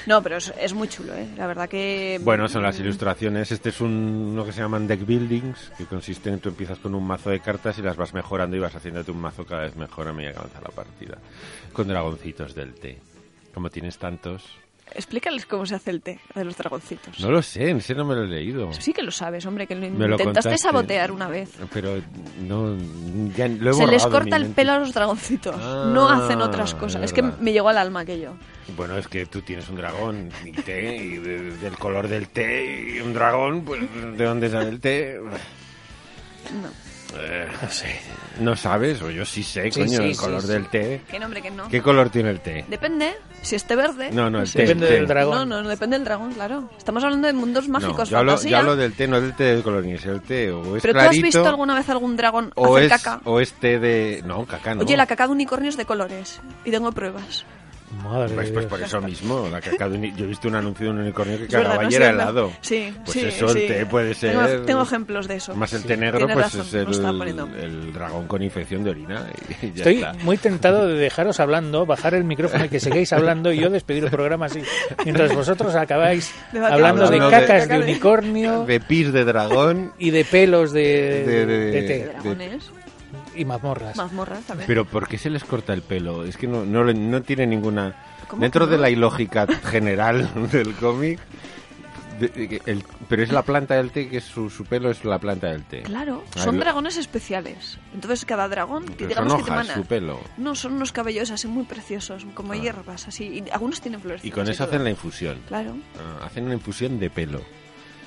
[SPEAKER 3] No, pero es, es muy chulo, ¿eh? La verdad que...
[SPEAKER 1] Bueno, son las
[SPEAKER 3] Mm,
[SPEAKER 1] ilustraciones. Este es un, uno que se llaman deck buildings, que consiste en tú empiezas con un mazo de cartas y las vas mejorando y vas haciéndote un mazo cada vez mejor a medida que avanza la partida. Con dragoncitos del té. Como tienes tantos.
[SPEAKER 3] Explícales cómo se hace el té de los dragoncitos.
[SPEAKER 1] No lo sé, en serio no me lo he leído.
[SPEAKER 3] Eso sí que lo sabes, hombre, que lo
[SPEAKER 1] Me lo
[SPEAKER 3] intentaste
[SPEAKER 1] contaste.
[SPEAKER 3] sabotear una vez.
[SPEAKER 1] Pero no. ya lo he
[SPEAKER 3] Se
[SPEAKER 1] borrado
[SPEAKER 3] les
[SPEAKER 1] de
[SPEAKER 3] corta
[SPEAKER 1] mi
[SPEAKER 3] el
[SPEAKER 1] mente.
[SPEAKER 3] pelo a los dragoncitos.
[SPEAKER 1] Ah,
[SPEAKER 3] no hacen otras cosas.
[SPEAKER 1] es
[SPEAKER 3] Es que
[SPEAKER 1] verdad.
[SPEAKER 3] me llegó al alma aquello.
[SPEAKER 1] Bueno, es que tú tienes un dragón y té, y de- del color del té, y un dragón, pues, ¿de dónde sale el té?
[SPEAKER 3] No.
[SPEAKER 1] Eh, no sé. ¿No sabes? O yo sí sé,
[SPEAKER 2] Sí,
[SPEAKER 1] coño,
[SPEAKER 2] sí,
[SPEAKER 1] el
[SPEAKER 2] sí,
[SPEAKER 1] color
[SPEAKER 2] sí.
[SPEAKER 1] del té.
[SPEAKER 3] ¿Qué nombre que no?
[SPEAKER 1] ¿Qué color tiene el té?
[SPEAKER 3] Depende. Si esté verde...
[SPEAKER 1] No, no, el té.
[SPEAKER 2] Depende
[SPEAKER 1] el té.
[SPEAKER 2] del dragón.
[SPEAKER 3] No, no, no, depende del dragón, claro. Estamos hablando de mundos
[SPEAKER 1] No,
[SPEAKER 3] mágicos,
[SPEAKER 1] yo, hablo,
[SPEAKER 3] fantasía.
[SPEAKER 1] yo hablo del té, no del té de colonis, el té o es
[SPEAKER 3] Pero
[SPEAKER 1] clarito
[SPEAKER 3] ¿tú has visto alguna vez algún dragón
[SPEAKER 1] o
[SPEAKER 3] hacer
[SPEAKER 1] es,
[SPEAKER 3] caca?
[SPEAKER 1] o es té de... No, caca no.
[SPEAKER 3] Oye, la caca de unicornio es de colores. Y tengo pruebas.
[SPEAKER 2] Madre
[SPEAKER 1] Pues, pues
[SPEAKER 2] de Dios.
[SPEAKER 1] por eso mismo, la caca de uni- Yo he visto un anuncio de un unicornio que
[SPEAKER 3] Es verdad,
[SPEAKER 1] cagaba
[SPEAKER 3] ¿no?
[SPEAKER 1] y
[SPEAKER 3] Sí,
[SPEAKER 1] era
[SPEAKER 3] verdad.
[SPEAKER 1] helado.
[SPEAKER 3] Sí,
[SPEAKER 1] Pues
[SPEAKER 3] sí,
[SPEAKER 1] eso el
[SPEAKER 3] sí.
[SPEAKER 1] té puede ser...
[SPEAKER 3] Tengo, tengo ejemplos de eso.
[SPEAKER 1] Más el
[SPEAKER 3] Sí,
[SPEAKER 1] té negro,
[SPEAKER 3] tienes
[SPEAKER 1] pues
[SPEAKER 3] razón,
[SPEAKER 1] es
[SPEAKER 3] no estaba poniendo.
[SPEAKER 1] el, el dragón con infección de orina y ya
[SPEAKER 2] Estoy
[SPEAKER 1] está.
[SPEAKER 2] muy tentado de dejaros hablando, bajar el micrófono y que sigáis hablando y yo despedir el programa así. Mientras vosotros acabáis
[SPEAKER 3] Debatiendo.
[SPEAKER 2] hablando de
[SPEAKER 1] Hablando de-
[SPEAKER 2] cacas de,
[SPEAKER 3] Caca de-
[SPEAKER 2] unicornio
[SPEAKER 1] De pis de dragón...
[SPEAKER 2] y de pelos de,
[SPEAKER 1] De- de-
[SPEAKER 2] de
[SPEAKER 3] De
[SPEAKER 2] té
[SPEAKER 3] dragones,
[SPEAKER 2] y mazmorras.
[SPEAKER 3] mazmorras también.
[SPEAKER 1] Pero ¿por qué se les corta el pelo? Es que no, no, le- no tiene ninguna...
[SPEAKER 3] ¿Cómo
[SPEAKER 1] Dentro
[SPEAKER 3] que
[SPEAKER 1] de
[SPEAKER 3] no?
[SPEAKER 1] la ilógica general del cómic... de- de- el- pero es la planta del té, que es su, su pelo es la planta del té.
[SPEAKER 3] Claro,
[SPEAKER 1] Ah,
[SPEAKER 3] son
[SPEAKER 1] lo-
[SPEAKER 3] dragones especiales. Entonces cada dragón, que
[SPEAKER 1] Pero
[SPEAKER 3] digamos
[SPEAKER 1] son
[SPEAKER 3] que te
[SPEAKER 1] hojas,
[SPEAKER 3] van a-
[SPEAKER 1] su pelo.
[SPEAKER 3] No, son unos cabellos así muy preciosos, como hierbas, así. Y algunos tienen flores.
[SPEAKER 1] Y con eso hacen la infusión.
[SPEAKER 3] Claro,
[SPEAKER 1] Ah, hacen una infusión de pelo.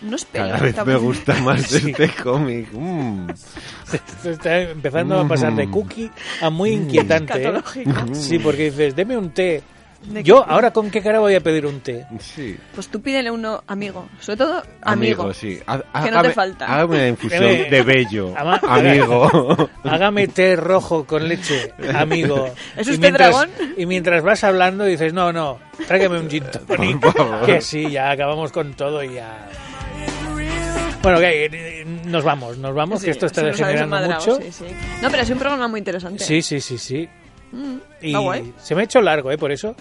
[SPEAKER 3] no es pelo.
[SPEAKER 1] Cada vez me
[SPEAKER 3] tampoco-
[SPEAKER 1] gusta más este cómic. Mm.
[SPEAKER 2] Esto está empezando a pasar de cookie a muy inquietante. ¿eh?
[SPEAKER 3] Escatológica.
[SPEAKER 2] Sí, porque dices, deme un té.
[SPEAKER 3] ¿De
[SPEAKER 2] Yo,
[SPEAKER 3] qué?
[SPEAKER 2] ahora con qué cara voy a pedir un té.
[SPEAKER 1] Sí.
[SPEAKER 3] Pues tú pídele uno amigo, sobre todo amigo.
[SPEAKER 1] Amigo, sí. Ha- ha-
[SPEAKER 3] Que no te
[SPEAKER 1] hágame-
[SPEAKER 3] falta.
[SPEAKER 1] Hágame una infusión
[SPEAKER 2] Deme-
[SPEAKER 1] de bello.
[SPEAKER 2] Ama-
[SPEAKER 1] Amigo.
[SPEAKER 2] Hágame té rojo con leche, amigo.
[SPEAKER 3] ¿Es
[SPEAKER 2] Y
[SPEAKER 3] usted
[SPEAKER 2] mientras-
[SPEAKER 3] dragón?
[SPEAKER 2] Y mientras vas hablando dices, no, no, tráigame un gin tonic.
[SPEAKER 1] Por favor.
[SPEAKER 2] Que sí, ya acabamos con todo y ya... Bueno, que, eh, nos vamos, nos vamos,
[SPEAKER 3] Sí,
[SPEAKER 2] que esto está
[SPEAKER 3] se nos ha
[SPEAKER 2] degenerando
[SPEAKER 3] desmadrado,
[SPEAKER 2] mucho.
[SPEAKER 3] sí, sí. No, pero es un programa muy interesante.
[SPEAKER 2] Sí, sí, sí, sí.
[SPEAKER 3] Mm,
[SPEAKER 2] Y
[SPEAKER 3] está guay.
[SPEAKER 2] se me ha hecho largo, ¿eh? Por eso.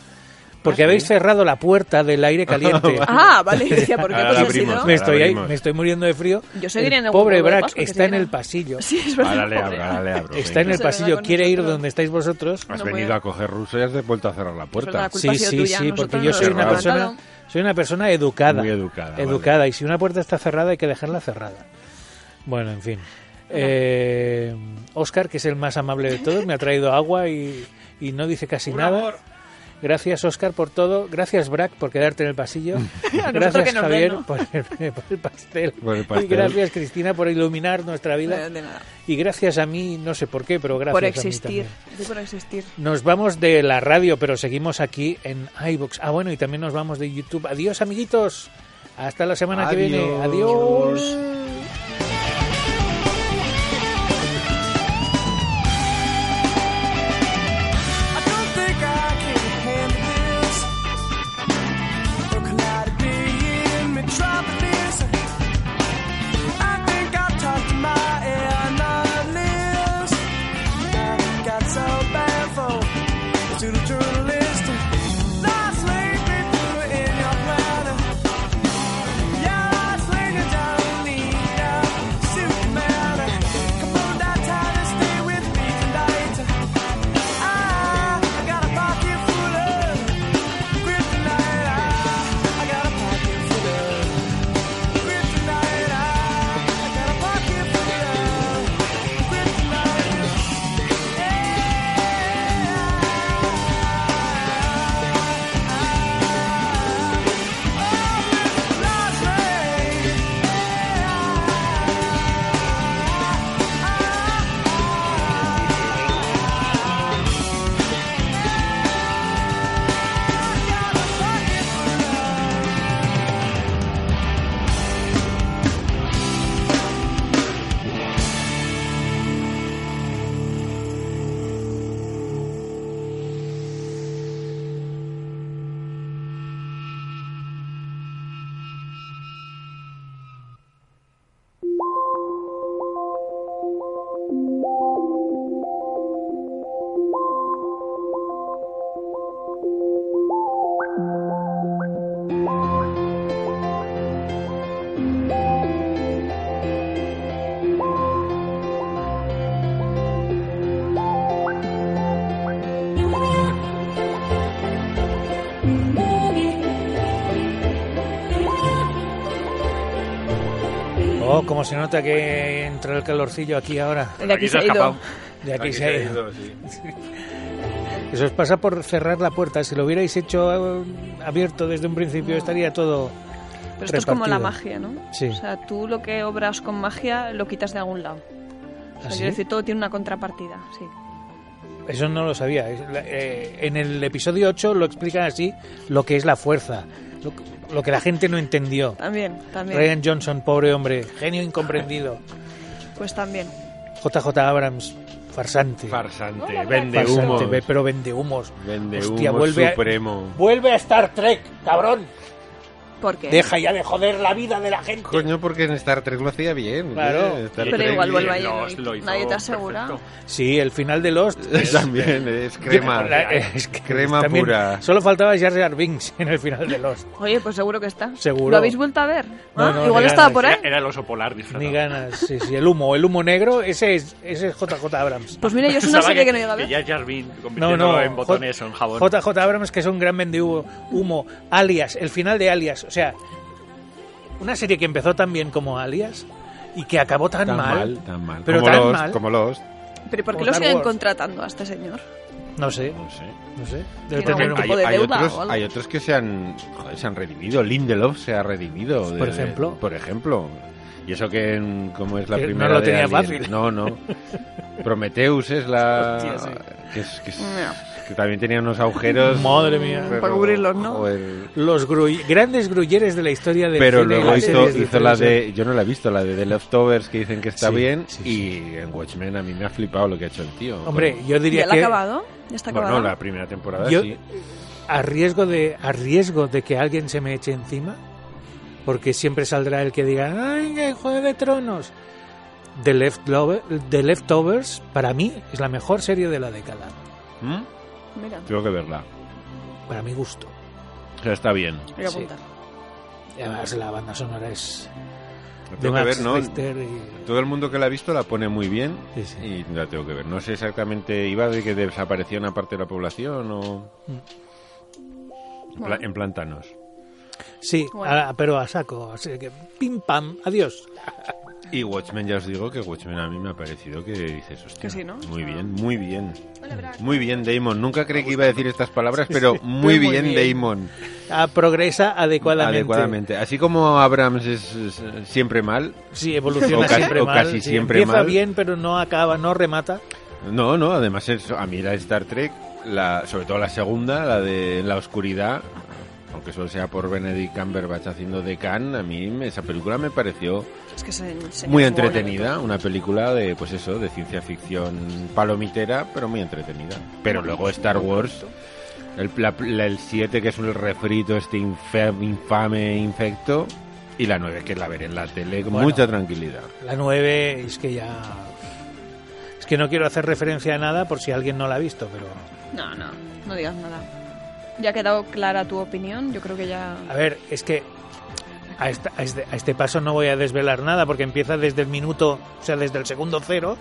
[SPEAKER 2] Porque habéis cerrado la puerta del aire caliente.
[SPEAKER 3] Ah, vale, decía, ¿por qué?
[SPEAKER 1] Ahora
[SPEAKER 3] Pues
[SPEAKER 1] la
[SPEAKER 3] ha sido-
[SPEAKER 1] abrimos.
[SPEAKER 2] me, estoy ahí-
[SPEAKER 1] abrimos.
[SPEAKER 2] me estoy muriendo de frío.
[SPEAKER 3] Yo seguiré en
[SPEAKER 2] el
[SPEAKER 3] el
[SPEAKER 2] pobre
[SPEAKER 3] huevo de
[SPEAKER 2] Brack
[SPEAKER 3] Pascua, que
[SPEAKER 2] está en
[SPEAKER 3] tiene-
[SPEAKER 2] el pasillo.
[SPEAKER 3] Sí, es verdad.
[SPEAKER 1] Ahora le abro,
[SPEAKER 3] pobre.
[SPEAKER 1] ahora le abro.
[SPEAKER 2] Está en
[SPEAKER 1] venga.
[SPEAKER 2] el
[SPEAKER 3] se
[SPEAKER 2] pasillo,
[SPEAKER 3] va con
[SPEAKER 2] quiere ir
[SPEAKER 3] nosotros.
[SPEAKER 2] donde estáis vosotros.
[SPEAKER 1] Has
[SPEAKER 3] No
[SPEAKER 1] venido
[SPEAKER 3] puedo.
[SPEAKER 1] a coger ruso y has de- vuelto a cerrar la puerta.
[SPEAKER 3] Perdona, culpa ha
[SPEAKER 2] sí,
[SPEAKER 3] sido
[SPEAKER 2] sí,
[SPEAKER 3] tuya,
[SPEAKER 2] sí,
[SPEAKER 3] nosotros
[SPEAKER 2] porque
[SPEAKER 3] no
[SPEAKER 2] yo
[SPEAKER 3] lo
[SPEAKER 2] soy
[SPEAKER 1] hemos
[SPEAKER 2] una persona,
[SPEAKER 3] cerrado.
[SPEAKER 2] soy una persona educada.
[SPEAKER 1] Muy educada,
[SPEAKER 2] Educada. Y si una puerta está cerrada hay que dejarla cerrada. Bueno, en fin. Eh, Oscar, que es el más amable de todos, me ha traído agua y, y no dice casi nada. Gracias, Oscar, por todo. Gracias, Brack, por quedarte en el pasillo.
[SPEAKER 3] que
[SPEAKER 2] Gracias,
[SPEAKER 3] nos
[SPEAKER 2] Javier,
[SPEAKER 3] ven, ¿no?
[SPEAKER 2] por, el, por el pastel.
[SPEAKER 1] Por el
[SPEAKER 2] Y
[SPEAKER 1] pastel.
[SPEAKER 2] gracias, Cristina, por iluminar nuestra
[SPEAKER 3] Eh,
[SPEAKER 2] vida.
[SPEAKER 3] de nada.
[SPEAKER 2] Y gracias a mí, no sé por qué, pero gracias
[SPEAKER 3] Por
[SPEAKER 2] a mí
[SPEAKER 3] existir.
[SPEAKER 2] también.
[SPEAKER 3] Sí, por existir.
[SPEAKER 2] Nos vamos de la radio, pero seguimos aquí en iBox. Ah, bueno, y también nos vamos de YouTube. Adiós, amiguitos. Hasta la semana que viene.
[SPEAKER 1] Adiós.
[SPEAKER 2] Adiós.
[SPEAKER 6] I don't think I can handle this. Procrastinating metropolis. I think I've talked to my analyst. Now it got so bad for the pseudo-journalist. Not sleeping through in your planner. Yeah, slinging down the Superman. Come on, that time and stay with me tonight. I got a pocket full of kryptonite. I got a pocket full of kryptonite. I got a pocket full of kryptonite.
[SPEAKER 2] Oh, como se nota que entra el calorcillo aquí ahora.
[SPEAKER 3] De aquí
[SPEAKER 4] Aquí se
[SPEAKER 3] se
[SPEAKER 4] ha
[SPEAKER 3] ha ido.
[SPEAKER 4] escapado.
[SPEAKER 2] De aquí,
[SPEAKER 1] Aquí
[SPEAKER 2] se
[SPEAKER 1] se
[SPEAKER 2] ha
[SPEAKER 1] ha
[SPEAKER 2] ido.
[SPEAKER 1] ido, sí.
[SPEAKER 2] Eso os pasa por cerrar la puerta. Si lo hubierais hecho eh, abierto desde un principio, estaría todo.
[SPEAKER 3] Ah. Pero esto es como la
[SPEAKER 2] repartido.
[SPEAKER 3] magia, ¿no?
[SPEAKER 2] Sí.
[SPEAKER 3] O sea, tú lo que obras con magia lo quitas de algún lado. O sea,
[SPEAKER 2] ¿Ah, sí?
[SPEAKER 3] quiero decir, todo tiene una contrapartida, sí.
[SPEAKER 2] Eso no lo sabía. Es la- eh, en el episodio 8 lo explican así lo que es la fuerza, lo, lo que la gente no entendió.
[SPEAKER 3] También, también.
[SPEAKER 2] Ryan Johnson, pobre hombre, genio incomprendido.
[SPEAKER 3] Pues también.
[SPEAKER 2] JJ Abrams, farsante.
[SPEAKER 1] Farsante, vende
[SPEAKER 2] Farsante,
[SPEAKER 1] humo.
[SPEAKER 2] ve- pero vende humos.
[SPEAKER 1] Vende
[SPEAKER 2] Hostia,
[SPEAKER 1] humo
[SPEAKER 2] vuelve a-
[SPEAKER 1] supremo.
[SPEAKER 2] Vuelve a Star Trek, cabrón.
[SPEAKER 3] Porque
[SPEAKER 2] Deja ya de joder la vida de la gente.
[SPEAKER 1] Coño, porque en Star Trek lo hacía bien.
[SPEAKER 2] Claro.
[SPEAKER 1] ¿eh? Star
[SPEAKER 3] Pero
[SPEAKER 1] Trek
[SPEAKER 3] igual
[SPEAKER 1] bien.
[SPEAKER 3] vuelve a
[SPEAKER 4] Los
[SPEAKER 3] ir.
[SPEAKER 4] lo hizo
[SPEAKER 3] Nadie te asegura.
[SPEAKER 4] perfecto.
[SPEAKER 2] Sí, el final de Lost.
[SPEAKER 1] También es crema. eh,
[SPEAKER 2] La- es que
[SPEAKER 1] crema
[SPEAKER 2] también
[SPEAKER 1] pura.
[SPEAKER 2] Solo faltaba Jar Jar Binks en el final de Lost.
[SPEAKER 3] Oye, pues seguro que está.
[SPEAKER 2] Seguro.
[SPEAKER 3] ¿Lo habéis vuelto a ver?
[SPEAKER 2] No,
[SPEAKER 3] Ah,
[SPEAKER 2] no,
[SPEAKER 3] Igual
[SPEAKER 2] ni
[SPEAKER 3] estaba
[SPEAKER 2] ganas.
[SPEAKER 3] por ahí.
[SPEAKER 4] Era, era el oso polar disfrazado.
[SPEAKER 2] Ni ganas. Sí, sí, el humo, el humo negro, ese es, ese es JJ Abrams.
[SPEAKER 3] Pues mira, yo es una
[SPEAKER 4] Pensaba
[SPEAKER 3] serie que no he ido a
[SPEAKER 4] que
[SPEAKER 3] ver.
[SPEAKER 4] ya Jarvin
[SPEAKER 2] No,
[SPEAKER 4] convirtiéndolo
[SPEAKER 2] no.
[SPEAKER 4] en botones o en jabón.
[SPEAKER 2] JJ Abrams, que es un gran vendehumo, humo, alias, el final de alias. O sea, una serie que empezó tan bien como alias y que acabó tan,
[SPEAKER 1] Tan
[SPEAKER 2] mal,
[SPEAKER 1] mal, tan mal.
[SPEAKER 2] Pero
[SPEAKER 1] como
[SPEAKER 2] tan
[SPEAKER 1] los,
[SPEAKER 2] mal.
[SPEAKER 1] como los.
[SPEAKER 3] Pero ¿por
[SPEAKER 2] Como
[SPEAKER 3] qué lo
[SPEAKER 2] Star
[SPEAKER 3] siguen
[SPEAKER 2] Wars.
[SPEAKER 3] contratando a este señor?
[SPEAKER 2] No sé,
[SPEAKER 1] No sé.
[SPEAKER 2] no sé. Debe
[SPEAKER 3] Tiene
[SPEAKER 2] tener
[SPEAKER 3] algún
[SPEAKER 2] un-
[SPEAKER 3] tipo de deuda o
[SPEAKER 1] otros,
[SPEAKER 3] algo.
[SPEAKER 1] hay otros que se han, joder, se han redimido. Lindelof se ha redimido. de-
[SPEAKER 2] Por ejemplo.
[SPEAKER 1] de- por ejemplo. Y eso que en- como es la
[SPEAKER 2] Que no
[SPEAKER 1] primera
[SPEAKER 2] lo
[SPEAKER 1] de
[SPEAKER 2] tenía
[SPEAKER 1] Alien.
[SPEAKER 2] fácil.
[SPEAKER 1] No, no. Prometheus es la
[SPEAKER 2] Hostia, sí.
[SPEAKER 1] que, es- que es-
[SPEAKER 3] No.
[SPEAKER 1] que también tenía unos agujeros
[SPEAKER 2] Madre mía.
[SPEAKER 1] pero,
[SPEAKER 3] Para cubrirlos, ¿no?
[SPEAKER 1] joder.
[SPEAKER 2] Los gruy- grandes grulleres de la historia del
[SPEAKER 1] Pero
[SPEAKER 2] cine y
[SPEAKER 1] luego
[SPEAKER 2] las
[SPEAKER 1] hizo,
[SPEAKER 2] series de
[SPEAKER 1] hizo la
[SPEAKER 2] televisión.
[SPEAKER 1] de. Yo no la he visto, la de The Leftovers que dicen que está
[SPEAKER 2] Sí,
[SPEAKER 1] bien.
[SPEAKER 2] sí,
[SPEAKER 1] Y en Watchmen a mí me ha flipado lo que ha hecho el tío.
[SPEAKER 2] Hombre, yo diría
[SPEAKER 3] ¿Ya la ha
[SPEAKER 2] que
[SPEAKER 3] acabado? ¿Ya está
[SPEAKER 1] bueno,
[SPEAKER 3] acabado?
[SPEAKER 1] la primera temporada
[SPEAKER 2] Yo-
[SPEAKER 1] sí.
[SPEAKER 2] a riesgo de a riesgo de que alguien se me eche encima, porque siempre saldrá el que diga, ¡ay, que juego de tronos! The, Left Lover- The Leftovers, para mí, es la mejor serie de la década.
[SPEAKER 1] ¿Mm?
[SPEAKER 3] Mira.
[SPEAKER 1] Tengo que verla.
[SPEAKER 2] Para mi gusto.
[SPEAKER 1] sea, está bien.
[SPEAKER 3] Voy a
[SPEAKER 2] Sí.
[SPEAKER 3] apuntar.
[SPEAKER 2] Y Además, la banda sonora es
[SPEAKER 1] La
[SPEAKER 2] de
[SPEAKER 1] tengo que
[SPEAKER 2] Max
[SPEAKER 1] ver, ¿no?
[SPEAKER 2] Richter y-
[SPEAKER 1] Todo el mundo que la ha visto la pone muy bien
[SPEAKER 2] Sí, sí.
[SPEAKER 1] y la tengo que ver. No sé exactamente, iba de que desaparecía una parte de la población o...
[SPEAKER 2] Mm.
[SPEAKER 1] En, pla- en plantanos.
[SPEAKER 2] Sí,
[SPEAKER 3] Bueno.
[SPEAKER 2] a- pero a saco. Así que, pim pam, adiós.
[SPEAKER 1] Y Watchmen, ya os digo que Watchmen a mí me ha parecido que dices, hostia,
[SPEAKER 3] Que sí, ¿no?
[SPEAKER 1] muy
[SPEAKER 3] Ah.
[SPEAKER 1] bien, muy bien.
[SPEAKER 3] Hola, Brack.
[SPEAKER 1] Muy bien, Damon. Nunca creí que iba a decir estas palabras, pero muy
[SPEAKER 2] Muy
[SPEAKER 1] bien,
[SPEAKER 2] bien.
[SPEAKER 1] Damon.
[SPEAKER 2] Ah, progresa adecuadamente.
[SPEAKER 1] Adecuadamente. Así como Abrams es, es, eh, siempre mal,
[SPEAKER 2] Sí, evoluciona
[SPEAKER 1] O casi-
[SPEAKER 2] siempre
[SPEAKER 1] o
[SPEAKER 2] mal.
[SPEAKER 1] casi
[SPEAKER 2] sí,
[SPEAKER 1] siempre
[SPEAKER 2] empieza
[SPEAKER 1] mal.
[SPEAKER 2] bien, pero no acaba, no remata.
[SPEAKER 1] No, no, además es- a mí la Star Trek, la, sobre todo la segunda, la de En la oscuridad, aunque solo sea por Benedict Cumberbatch haciendo de Khan, a mí me- esa película me pareció
[SPEAKER 3] Es que se- se-
[SPEAKER 1] muy
[SPEAKER 3] se-
[SPEAKER 1] entretenida, una película de, pues eso, de ciencia ficción palomitera, pero muy entretenida. Pero luego Star Wars, el, la- la- el 7 que es un refrito, este infe- infame infecto, y la 9 que la veré en la tele con
[SPEAKER 2] Bueno.
[SPEAKER 1] mucha tranquilidad.
[SPEAKER 2] La 9 es que ya... Es que no quiero hacer referencia a nada por si alguien no la ha visto, pero...
[SPEAKER 3] No, no, no digas nada. Ya ha quedado clara tu opinión, yo creo que ya...
[SPEAKER 2] A ver, es que a, esta- a este, a este paso no voy a desvelar nada porque empieza desde el minuto, o sea, desde el segundo cero,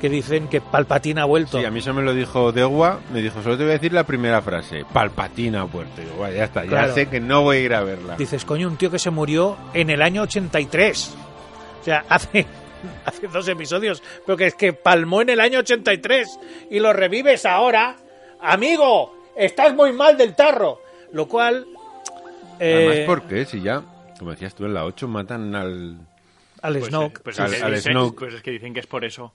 [SPEAKER 2] que dicen que Palpatine ha vuelto.
[SPEAKER 1] Sí, a mí eso me lo dijo Dewa, me dijo, solo te voy a decir la primera frase, palpatina puerto. Digo, "Vale, ya está, ya
[SPEAKER 2] Claro.
[SPEAKER 1] sé que no voy a ir a verla.
[SPEAKER 2] Dices, coño, un tío que se murió en el año 83. O sea, hace, hace dos episodios, pero que es que palmó en el año 83 y lo revives ahora. Amigo, estás muy mal del tarro. Lo cual... eh,
[SPEAKER 1] Además, ¿por qué? Si ya, como decías tú, en la 8 matan al...
[SPEAKER 2] Al
[SPEAKER 4] Pues,
[SPEAKER 2] Snoke.
[SPEAKER 4] eh, pues
[SPEAKER 1] Al-
[SPEAKER 4] es que
[SPEAKER 1] al
[SPEAKER 4] dicen-
[SPEAKER 1] Snoke.
[SPEAKER 4] pues es que dicen que es por eso.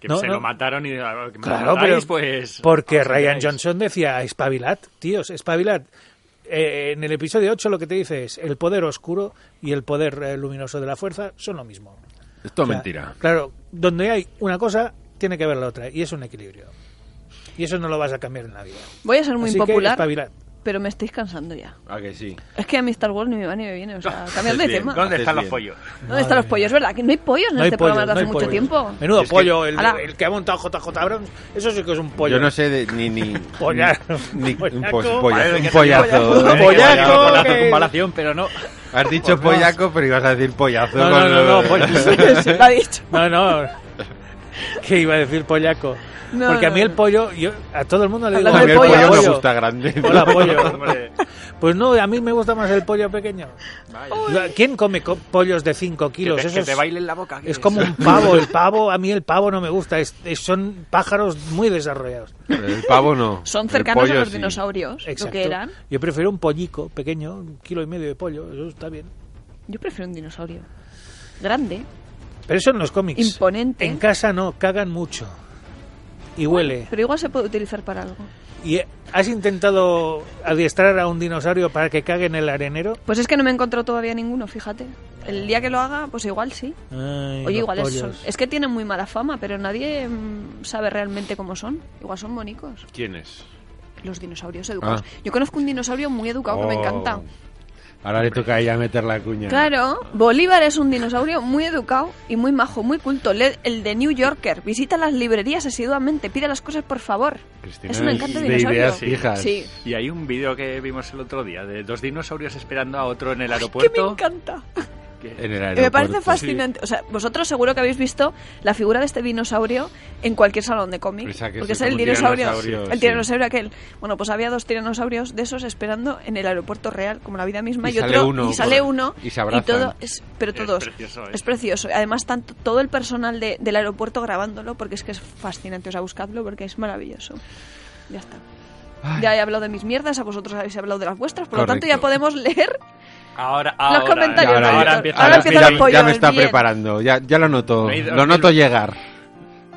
[SPEAKER 4] Que
[SPEAKER 2] No,
[SPEAKER 4] se
[SPEAKER 2] no.
[SPEAKER 4] lo mataron y de, "Ah, que me
[SPEAKER 2] Claro,
[SPEAKER 4] matáis,
[SPEAKER 2] pero
[SPEAKER 4] pues...
[SPEAKER 2] porque
[SPEAKER 4] os
[SPEAKER 2] Ryan
[SPEAKER 4] enteráis".
[SPEAKER 2] Johnson decía, espabilad, tíos, espabilad. Eh, en el episodio 8 lo que te dice es, el poder oscuro y el poder eh, luminoso de la fuerza son lo mismo.
[SPEAKER 1] Esto es
[SPEAKER 2] O sea,
[SPEAKER 1] mentira.
[SPEAKER 2] Claro, donde hay una cosa, tiene que haber la otra, y es un equilibrio. Y eso no lo vas a cambiar en la vida.
[SPEAKER 3] Voy a ser muy
[SPEAKER 2] Así que
[SPEAKER 3] impopular,
[SPEAKER 2] espabilad.
[SPEAKER 3] pero me estáis cansando ya.
[SPEAKER 1] ¿A que sí?
[SPEAKER 3] Es que a mí Star Wars ni me va ni me viene, o sea, cambiad de
[SPEAKER 1] bien.
[SPEAKER 3] tema.
[SPEAKER 4] ¿Dónde
[SPEAKER 1] Haces
[SPEAKER 4] están los
[SPEAKER 1] bien.
[SPEAKER 4] pollos?
[SPEAKER 3] ¿Dónde están los pollos? ¿Verdad? Que no hay pollos en
[SPEAKER 2] No hay
[SPEAKER 3] este
[SPEAKER 2] pollo,
[SPEAKER 3] programa desde
[SPEAKER 2] no hay
[SPEAKER 3] hace mucho
[SPEAKER 2] pollo.
[SPEAKER 3] tiempo.
[SPEAKER 2] Menudo
[SPEAKER 1] Es que-
[SPEAKER 2] pollo, el,
[SPEAKER 3] Ala.
[SPEAKER 2] el que ha montado JJ Abrams, eso sí que es un pollo.
[SPEAKER 1] Yo no sé de- ni... ni
[SPEAKER 2] Pollar.
[SPEAKER 1] ni- pues, un, pos-
[SPEAKER 2] Pollaco.
[SPEAKER 1] polla-
[SPEAKER 4] Parece
[SPEAKER 1] un
[SPEAKER 4] que te-
[SPEAKER 1] pollazo.
[SPEAKER 4] Parece que
[SPEAKER 2] Pollaco,
[SPEAKER 4] vaya con la
[SPEAKER 2] que-
[SPEAKER 4] circunvalación, pero no.
[SPEAKER 1] Has dicho pollaco, pero ibas a decir pollazo.
[SPEAKER 2] No, no,
[SPEAKER 1] con-
[SPEAKER 2] no, no, pollo.
[SPEAKER 3] Se lo ha dicho.
[SPEAKER 2] No, no. Que iba a decir pollaco.
[SPEAKER 3] No,
[SPEAKER 2] Porque
[SPEAKER 3] no,
[SPEAKER 2] a mí el
[SPEAKER 3] no.
[SPEAKER 2] pollo, yo, a todo el mundo le digo,
[SPEAKER 3] Hablando
[SPEAKER 1] A mí el
[SPEAKER 3] Pollo,
[SPEAKER 1] pollo me
[SPEAKER 3] pollo.
[SPEAKER 1] gusta grande.
[SPEAKER 2] Hola, pollo.
[SPEAKER 4] Hombre,
[SPEAKER 2] Pues no, a mí me gusta más el pollo pequeño. ¿Quién come co- pollos de 5
[SPEAKER 4] que,
[SPEAKER 2] kilos?
[SPEAKER 4] te,
[SPEAKER 2] Eso
[SPEAKER 4] que
[SPEAKER 2] es-
[SPEAKER 4] te bailen la boca.
[SPEAKER 2] es como un pavo. El pavo, a mí el pavo no me gusta. Es- es- son pájaros muy desarrollados.
[SPEAKER 1] El pavo no.
[SPEAKER 3] Son
[SPEAKER 1] El
[SPEAKER 3] cercanos
[SPEAKER 1] pollo
[SPEAKER 3] a los
[SPEAKER 1] sí.
[SPEAKER 3] dinosaurios, lo
[SPEAKER 2] Exacto.
[SPEAKER 3] que eran.
[SPEAKER 2] Yo prefiero un pollico pequeño, un kilo y medio de pollo. Eso está bien.
[SPEAKER 3] Yo prefiero un dinosaurio. Grande.
[SPEAKER 2] Pero eso en los cómics.
[SPEAKER 3] Imponente.
[SPEAKER 2] En casa no, cagan mucho. Y huele.
[SPEAKER 3] Pero igual se puede utilizar para algo.
[SPEAKER 2] ¿Y has intentado adiestrar a un dinosaurio para que cague en el arenero?
[SPEAKER 3] Pues es que no me he encontrado todavía ninguno, fíjate. El día que lo haga, pues igual sí.
[SPEAKER 2] Ay,
[SPEAKER 3] Oye,
[SPEAKER 2] los
[SPEAKER 3] igual es,
[SPEAKER 2] pollos.
[SPEAKER 3] son- es que tienen muy mala fama, pero nadie mm, sabe realmente cómo son. Igual son monicos.
[SPEAKER 1] ¿Quién es?
[SPEAKER 3] Los dinosaurios educados.
[SPEAKER 1] Ah.
[SPEAKER 3] Yo conozco un dinosaurio muy educado que me
[SPEAKER 1] Oh.
[SPEAKER 3] encanta.
[SPEAKER 1] Ahora le toca a ella meter la cuña.
[SPEAKER 3] Claro, Bolívar es un dinosaurio muy educado y muy majo, muy culto. Lee el de New Yorker. Visita las librerías asiduamente. Pide las cosas, por favor.
[SPEAKER 1] Cristina
[SPEAKER 3] Eso me
[SPEAKER 1] es
[SPEAKER 3] encanta
[SPEAKER 1] de
[SPEAKER 3] dinosaurio.
[SPEAKER 1] ideas fijas.
[SPEAKER 3] Sí.
[SPEAKER 4] Y hay un vídeo que vimos el otro día de dos dinosaurios esperando a otro en el
[SPEAKER 3] Que me
[SPEAKER 4] aeropuerto.
[SPEAKER 3] encanta.
[SPEAKER 1] En el
[SPEAKER 3] Me parece
[SPEAKER 1] aeropuerto.
[SPEAKER 3] fascinante. O sea, vosotros seguro que habéis visto la figura de este dinosaurio en cualquier salón de cómics.
[SPEAKER 1] Esa que
[SPEAKER 3] Porque
[SPEAKER 1] es
[SPEAKER 3] es el
[SPEAKER 1] como un
[SPEAKER 3] dinosaurio.
[SPEAKER 1] tiranosaurio,
[SPEAKER 3] el
[SPEAKER 1] sí.
[SPEAKER 3] tiranosaurio aquel. Bueno, pues había dos tiranosaurios de esos esperando en el aeropuerto real, como la vida misma.
[SPEAKER 1] Y
[SPEAKER 3] Y,
[SPEAKER 1] sale
[SPEAKER 3] otro,
[SPEAKER 1] uno,
[SPEAKER 3] y sale
[SPEAKER 1] por-
[SPEAKER 3] uno.
[SPEAKER 1] y se abrazan.
[SPEAKER 3] todo es, pero
[SPEAKER 4] Es
[SPEAKER 3] todos.
[SPEAKER 4] precioso, ¿eh?
[SPEAKER 3] es precioso. Además, tanto, todo el personal de- del aeropuerto grabándolo porque es que es fascinante. O sea, buscadlo porque es maravilloso. Ya está. Ya he hablado de mis mierdas, a vosotros habéis hablado de las vuestras, por lo tanto ya
[SPEAKER 1] Correcto.
[SPEAKER 3] podemos leer
[SPEAKER 4] Ahora, ahora.
[SPEAKER 1] Y
[SPEAKER 3] comentarios,
[SPEAKER 4] ahora,
[SPEAKER 3] Víctor.
[SPEAKER 4] ahora empieza
[SPEAKER 3] Ahora
[SPEAKER 4] la-
[SPEAKER 3] empieza
[SPEAKER 1] ya,
[SPEAKER 3] los pollos,
[SPEAKER 1] ya me está
[SPEAKER 3] bien.
[SPEAKER 1] preparando, ya, ya lo noto,
[SPEAKER 4] Me he ido-
[SPEAKER 1] lo noto llegar.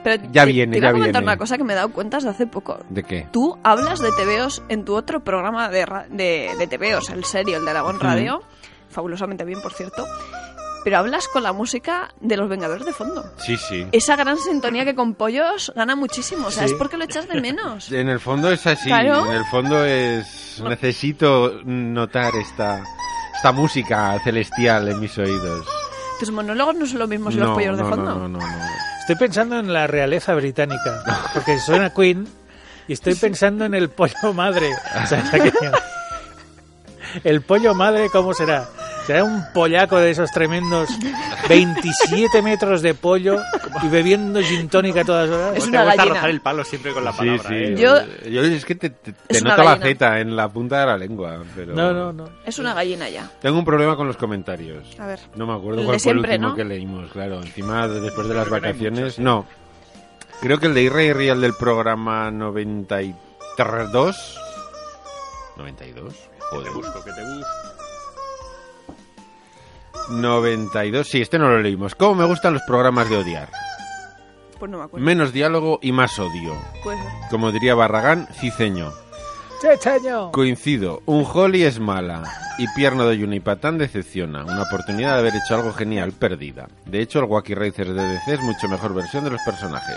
[SPEAKER 3] Pero
[SPEAKER 1] Ya
[SPEAKER 3] te-
[SPEAKER 1] viene,
[SPEAKER 3] te iba
[SPEAKER 1] ya
[SPEAKER 3] a comentar
[SPEAKER 1] viene.
[SPEAKER 3] una cosa que me he dado cuenta de hace poco.
[SPEAKER 1] ¿De qué?
[SPEAKER 3] Tú hablas de TVOs en tu otro programa de, ra- de, de TVOs, el serio, el de Aragón Radio. Fabulosamente bien, por cierto. Pero hablas con la música de Los Vengadores de fondo.
[SPEAKER 1] Sí, sí.
[SPEAKER 3] Esa gran sintonía que con pollos gana muchísimo. O sea,
[SPEAKER 2] Sí.
[SPEAKER 3] es porque lo echas de menos.
[SPEAKER 1] En el fondo es así,
[SPEAKER 3] Claro.
[SPEAKER 1] en el fondo es... Necesito notar esta, esta música celestial en mis oídos.
[SPEAKER 3] Tus monólogos no son lo mismo sin
[SPEAKER 1] no,
[SPEAKER 3] los pollos de
[SPEAKER 1] no,
[SPEAKER 3] fondo.
[SPEAKER 1] no, no, no, no.
[SPEAKER 2] Estoy pensando en la realeza británica, porque suena Queen y estoy pensando en el pollo madre. O sea, que- El pollo madre, ¿cómo será? Será un pollaco de esos tremendos 27 metros de pollo y bebiendo gin tónica a todas horas.
[SPEAKER 3] Es
[SPEAKER 4] Te
[SPEAKER 3] una
[SPEAKER 4] gusta
[SPEAKER 3] gallina.
[SPEAKER 4] rozar el palo siempre con la
[SPEAKER 1] Sí,
[SPEAKER 4] palabra.
[SPEAKER 1] sí.
[SPEAKER 4] ¿eh?
[SPEAKER 3] Yo-
[SPEAKER 1] Yo es que te, te- te
[SPEAKER 3] Es una
[SPEAKER 1] nota la
[SPEAKER 3] gallina.
[SPEAKER 1] Z en la punta de la lengua. Pero...
[SPEAKER 2] No, no, no.
[SPEAKER 3] Es una gallina ya.
[SPEAKER 1] Tengo un problema con los comentarios.
[SPEAKER 3] A ver.
[SPEAKER 1] No me acuerdo
[SPEAKER 3] El
[SPEAKER 1] cuál
[SPEAKER 3] de
[SPEAKER 1] fue el
[SPEAKER 3] siempre,
[SPEAKER 1] último
[SPEAKER 3] ¿no?
[SPEAKER 1] que leímos, claro. Encima, después de las
[SPEAKER 4] Creo que no hay
[SPEAKER 1] vacaciones. No. Creo que el de Irre y Riel del programa 92. 92.
[SPEAKER 4] Te
[SPEAKER 1] Joder.
[SPEAKER 4] busco, que te busco.
[SPEAKER 1] 92. Sí, este no lo leímos. ¿Cómo me gustan los programas de odiar?
[SPEAKER 3] Pues no me acuerdo.
[SPEAKER 1] Menos diálogo y más odio.
[SPEAKER 3] Puede ser.
[SPEAKER 1] Como diría Barragán, ciceño.
[SPEAKER 2] ¡Chechaño!
[SPEAKER 1] Coincido, un Holly es mala y Pierna de Junipatán decepciona. Una oportunidad de haber hecho algo genial perdida. De hecho, el Wacky Racer de DC es mucho mejor versión de los personajes.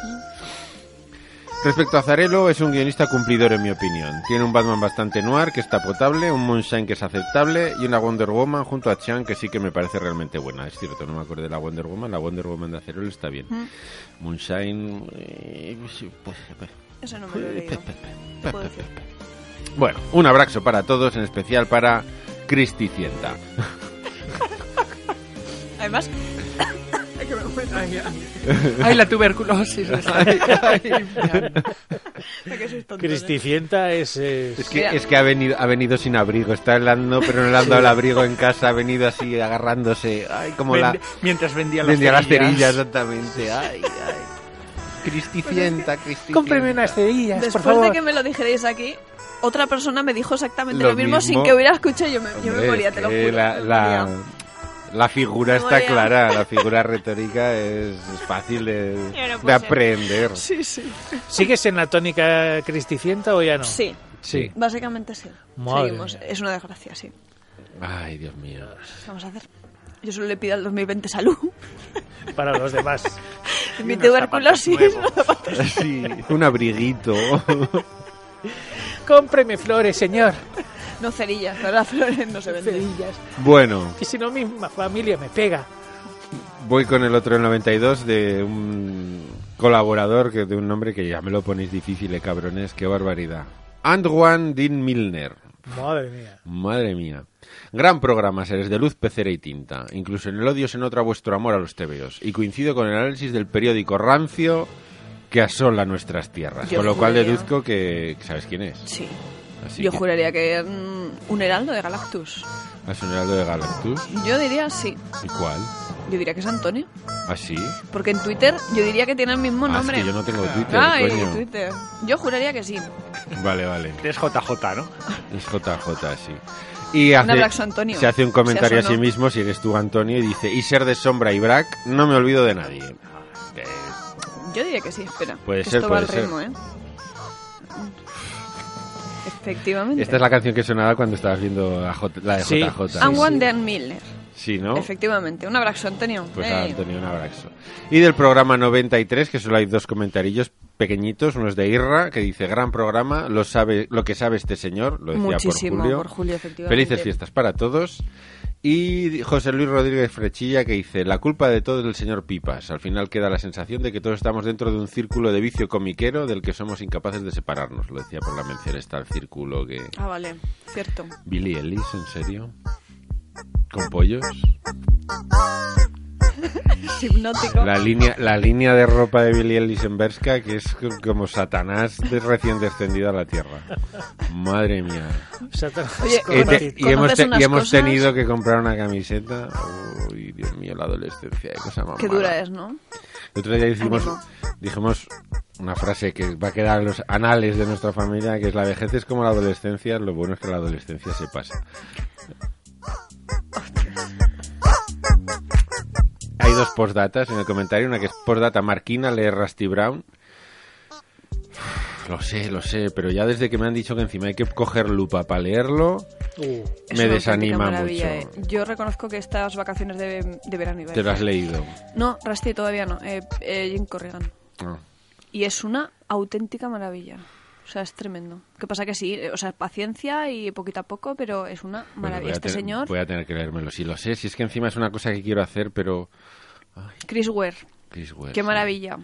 [SPEAKER 1] Respecto a Zarello, es un guionista cumplidor en mi opinión. Tiene un Batman bastante noir que está potable, un Moonshine que es aceptable y una Wonder Woman junto a Chan que sí que me parece realmente buena. Es cierto, no me acuerdo de la Wonder Woman, la Wonder Woman de Azarello está bien. Moonshine... eh, pues, pues,
[SPEAKER 3] Eso no me lo he leído. Te puedo decir.
[SPEAKER 1] bueno, un abrazo para todos, en especial para Cristi Cienta.
[SPEAKER 3] Además,
[SPEAKER 4] ¡Ay, la tuberculosis!
[SPEAKER 3] que sois tontos, ¿eh?
[SPEAKER 2] Cristicienta es... es-
[SPEAKER 1] Es que,
[SPEAKER 3] Mira.
[SPEAKER 1] es que ha, venido, ha venido sin abrigo, está helando, pero no le han dado el abrigo en casa, ha venido así agarrándose, ay, como la...
[SPEAKER 4] Mientras vendía las
[SPEAKER 1] Desde las cerillas,
[SPEAKER 4] cerillas.
[SPEAKER 1] exactamente. Ay, ay.
[SPEAKER 3] Pues
[SPEAKER 1] Cristicienta, Cristicienta.
[SPEAKER 2] Cómpreme unas cerillas, por
[SPEAKER 3] Después
[SPEAKER 2] favor.
[SPEAKER 3] de que me lo dijerais aquí, otra persona me dijo exactamente
[SPEAKER 1] Lo
[SPEAKER 3] lo, mismo,
[SPEAKER 1] mismo.
[SPEAKER 3] sin que hubiera escuchado. Yo me, yo me
[SPEAKER 1] Hombre,
[SPEAKER 3] moría,
[SPEAKER 1] es
[SPEAKER 3] te lo
[SPEAKER 1] que
[SPEAKER 3] juro.
[SPEAKER 1] La,
[SPEAKER 3] me
[SPEAKER 1] la-
[SPEAKER 3] moría.
[SPEAKER 1] la figura
[SPEAKER 3] Me
[SPEAKER 1] está
[SPEAKER 3] moría.
[SPEAKER 1] clara, la figura retórica es, es fácil de,
[SPEAKER 3] no
[SPEAKER 1] de
[SPEAKER 3] puede ser.
[SPEAKER 1] aprender.
[SPEAKER 3] Sí, sí.
[SPEAKER 2] ¿Sigues en la tónica cristicienta o ya no?
[SPEAKER 3] em- Sí,
[SPEAKER 2] Sí.
[SPEAKER 3] básicamente sí.
[SPEAKER 2] Ah. Madre
[SPEAKER 3] Seguimos.
[SPEAKER 2] mía.
[SPEAKER 3] Es una desgracia, sí.
[SPEAKER 1] Ay, Dios mío.
[SPEAKER 3] ¿Qué vamos a hacer? Yo solo le pido al 2020 salud.
[SPEAKER 2] Para los demás.
[SPEAKER 3] Mi
[SPEAKER 4] unos zapatos
[SPEAKER 3] tuberculosis.
[SPEAKER 4] nuevos.
[SPEAKER 3] unos zapatos.
[SPEAKER 1] Sí, un abriguito.
[SPEAKER 2] Cómpreme flores, señor.
[SPEAKER 3] No cerillas, pero las flores no se venden.
[SPEAKER 2] Cerillas.
[SPEAKER 1] Bueno,
[SPEAKER 2] Que si no, mi ma- familia me pega.
[SPEAKER 1] Voy con el otro del 92 de un colaborador que de un nombre que ya me lo ponéis difícil, eh, cabrones, qué barbaridad. Antoine Dean Milner.
[SPEAKER 2] Madre mía.
[SPEAKER 1] Madre mía. Gran programa, seres de luz, pecera y tinta. Incluso en el odio se nota vuestro amor a los tebeos. Y coincido con el análisis del periódico Rancio que asola nuestras tierras.
[SPEAKER 3] Yo
[SPEAKER 1] con lo cual
[SPEAKER 3] juraría.
[SPEAKER 1] deduzco que sabes quién es.
[SPEAKER 3] Sí.
[SPEAKER 1] Así
[SPEAKER 3] Yo
[SPEAKER 1] que,
[SPEAKER 3] juraría que mm, un heraldo de Galactus.
[SPEAKER 1] ¿Has un heraldo de Galactus?
[SPEAKER 3] Yo diría sí.
[SPEAKER 1] ¿Y cuál?
[SPEAKER 3] Yo diría que es Antonio.
[SPEAKER 1] ¿Así?
[SPEAKER 3] Porque en Twitter yo diría que tiene el mismo
[SPEAKER 1] Ah, es
[SPEAKER 3] nombre.
[SPEAKER 1] que yo no tengo Twitter,
[SPEAKER 3] Ay,
[SPEAKER 1] coño.
[SPEAKER 3] Twitter. Yo juraría que sí.
[SPEAKER 1] Vale, vale.
[SPEAKER 4] Es JJ, ¿no?
[SPEAKER 1] Es JJ, sí. Y hace,
[SPEAKER 3] abrazo, Antonio.
[SPEAKER 1] se hace un comentario
[SPEAKER 3] Seas
[SPEAKER 1] a
[SPEAKER 3] o no.
[SPEAKER 1] sí mismo, si eres tú Antonio, y dice, y ser de sombra y brac, no me olvido de nadie. Eh,
[SPEAKER 3] Yo diría que sí, espera.
[SPEAKER 1] Puede
[SPEAKER 3] que
[SPEAKER 1] ser,
[SPEAKER 3] esto va
[SPEAKER 1] puede
[SPEAKER 3] al
[SPEAKER 1] ser.
[SPEAKER 3] ritmo, ¿eh? Efectivamente.
[SPEAKER 1] Esta es la canción que sonaba cuando estabas viendo la, J- la de
[SPEAKER 2] Sí,
[SPEAKER 1] JJ.
[SPEAKER 2] sí,
[SPEAKER 1] ¿no?
[SPEAKER 3] And One Dan Miller.
[SPEAKER 1] Sí, ¿no?
[SPEAKER 3] Efectivamente. Un abrazo, Antonio.
[SPEAKER 1] Pues
[SPEAKER 3] Ey.
[SPEAKER 1] a Antonio un abrazo. Y del programa 93, que solo hay dos comentarillos pequeñitos, uno es de Irra, que dice, gran programa, lo, sabe, lo que sabe este señor, lo decía
[SPEAKER 3] Muchísimo,
[SPEAKER 1] por Julio.
[SPEAKER 3] por Julio, efectivamente.
[SPEAKER 1] Felices fiestas para todos. Y José Luis Rodríguez Frechilla que dice, la culpa de todo es del señor Pipas. Al final queda la sensación de que todos estamos dentro de un círculo de vicio comiquero del que somos incapaces de separarnos. Lo decía por la mención está el círculo que...
[SPEAKER 3] Ah, vale. Cierto.
[SPEAKER 1] Billy Ellis, ¿en serio? ¿Con pollos?
[SPEAKER 3] Es hipnótico.
[SPEAKER 1] La línea, la línea de ropa de Billy Ellis en Berska que es c- como Satanás de- recién descendido a la Tierra. Madre mía.
[SPEAKER 2] Satanás
[SPEAKER 3] Oye,
[SPEAKER 2] con
[SPEAKER 1] Y, te-
[SPEAKER 2] matiz.
[SPEAKER 1] y hemos, te-
[SPEAKER 3] ¿Conoces unas
[SPEAKER 1] y hemos
[SPEAKER 3] cosas?
[SPEAKER 1] tenido que comprar una camiseta. Uy, Dios mío, la adolescencia, qué cosa más
[SPEAKER 3] Qué dura es, ¿no?
[SPEAKER 1] El otro día dijimos,
[SPEAKER 3] Ánimo.
[SPEAKER 1] dijimos una frase que va a quedar en los anales de nuestra familia, que es la vejez es como la adolescencia, lo bueno es que la adolescencia se pasa. Hay dos postdatas en el comentario, una que es postdata Marquina lee Rusty Brown. Lo sé, lo sé, pero ya desde que me han dicho que encima hay que coger lupa para leerlo,
[SPEAKER 2] Uh,
[SPEAKER 3] Es
[SPEAKER 1] me
[SPEAKER 3] una
[SPEAKER 1] desanima
[SPEAKER 3] auténtica maravilla,
[SPEAKER 1] mucho.
[SPEAKER 3] eh. Yo reconozco que estas vacaciones de, de verano iba a
[SPEAKER 1] Te lo has
[SPEAKER 3] decir.
[SPEAKER 1] leído. Ah,
[SPEAKER 3] No, Rusty todavía no. Eh, eh, Jim Corrigan.
[SPEAKER 1] No.
[SPEAKER 3] Y es una auténtica maravilla. O sea, es tremendo. ¿Qué pasa? Que sí, eh, o sea, paciencia y poquito a poco, pero es una
[SPEAKER 1] Bueno,
[SPEAKER 3] maravilla.
[SPEAKER 1] voy a
[SPEAKER 3] este
[SPEAKER 1] tener-
[SPEAKER 3] señor,
[SPEAKER 1] Voy a tener que leérmelo, si lo sé. Si es que encima es una cosa que quiero hacer, pero...
[SPEAKER 3] Chris Ware,
[SPEAKER 1] Chris Ware,
[SPEAKER 3] qué
[SPEAKER 1] Pues sí.
[SPEAKER 3] maravilla.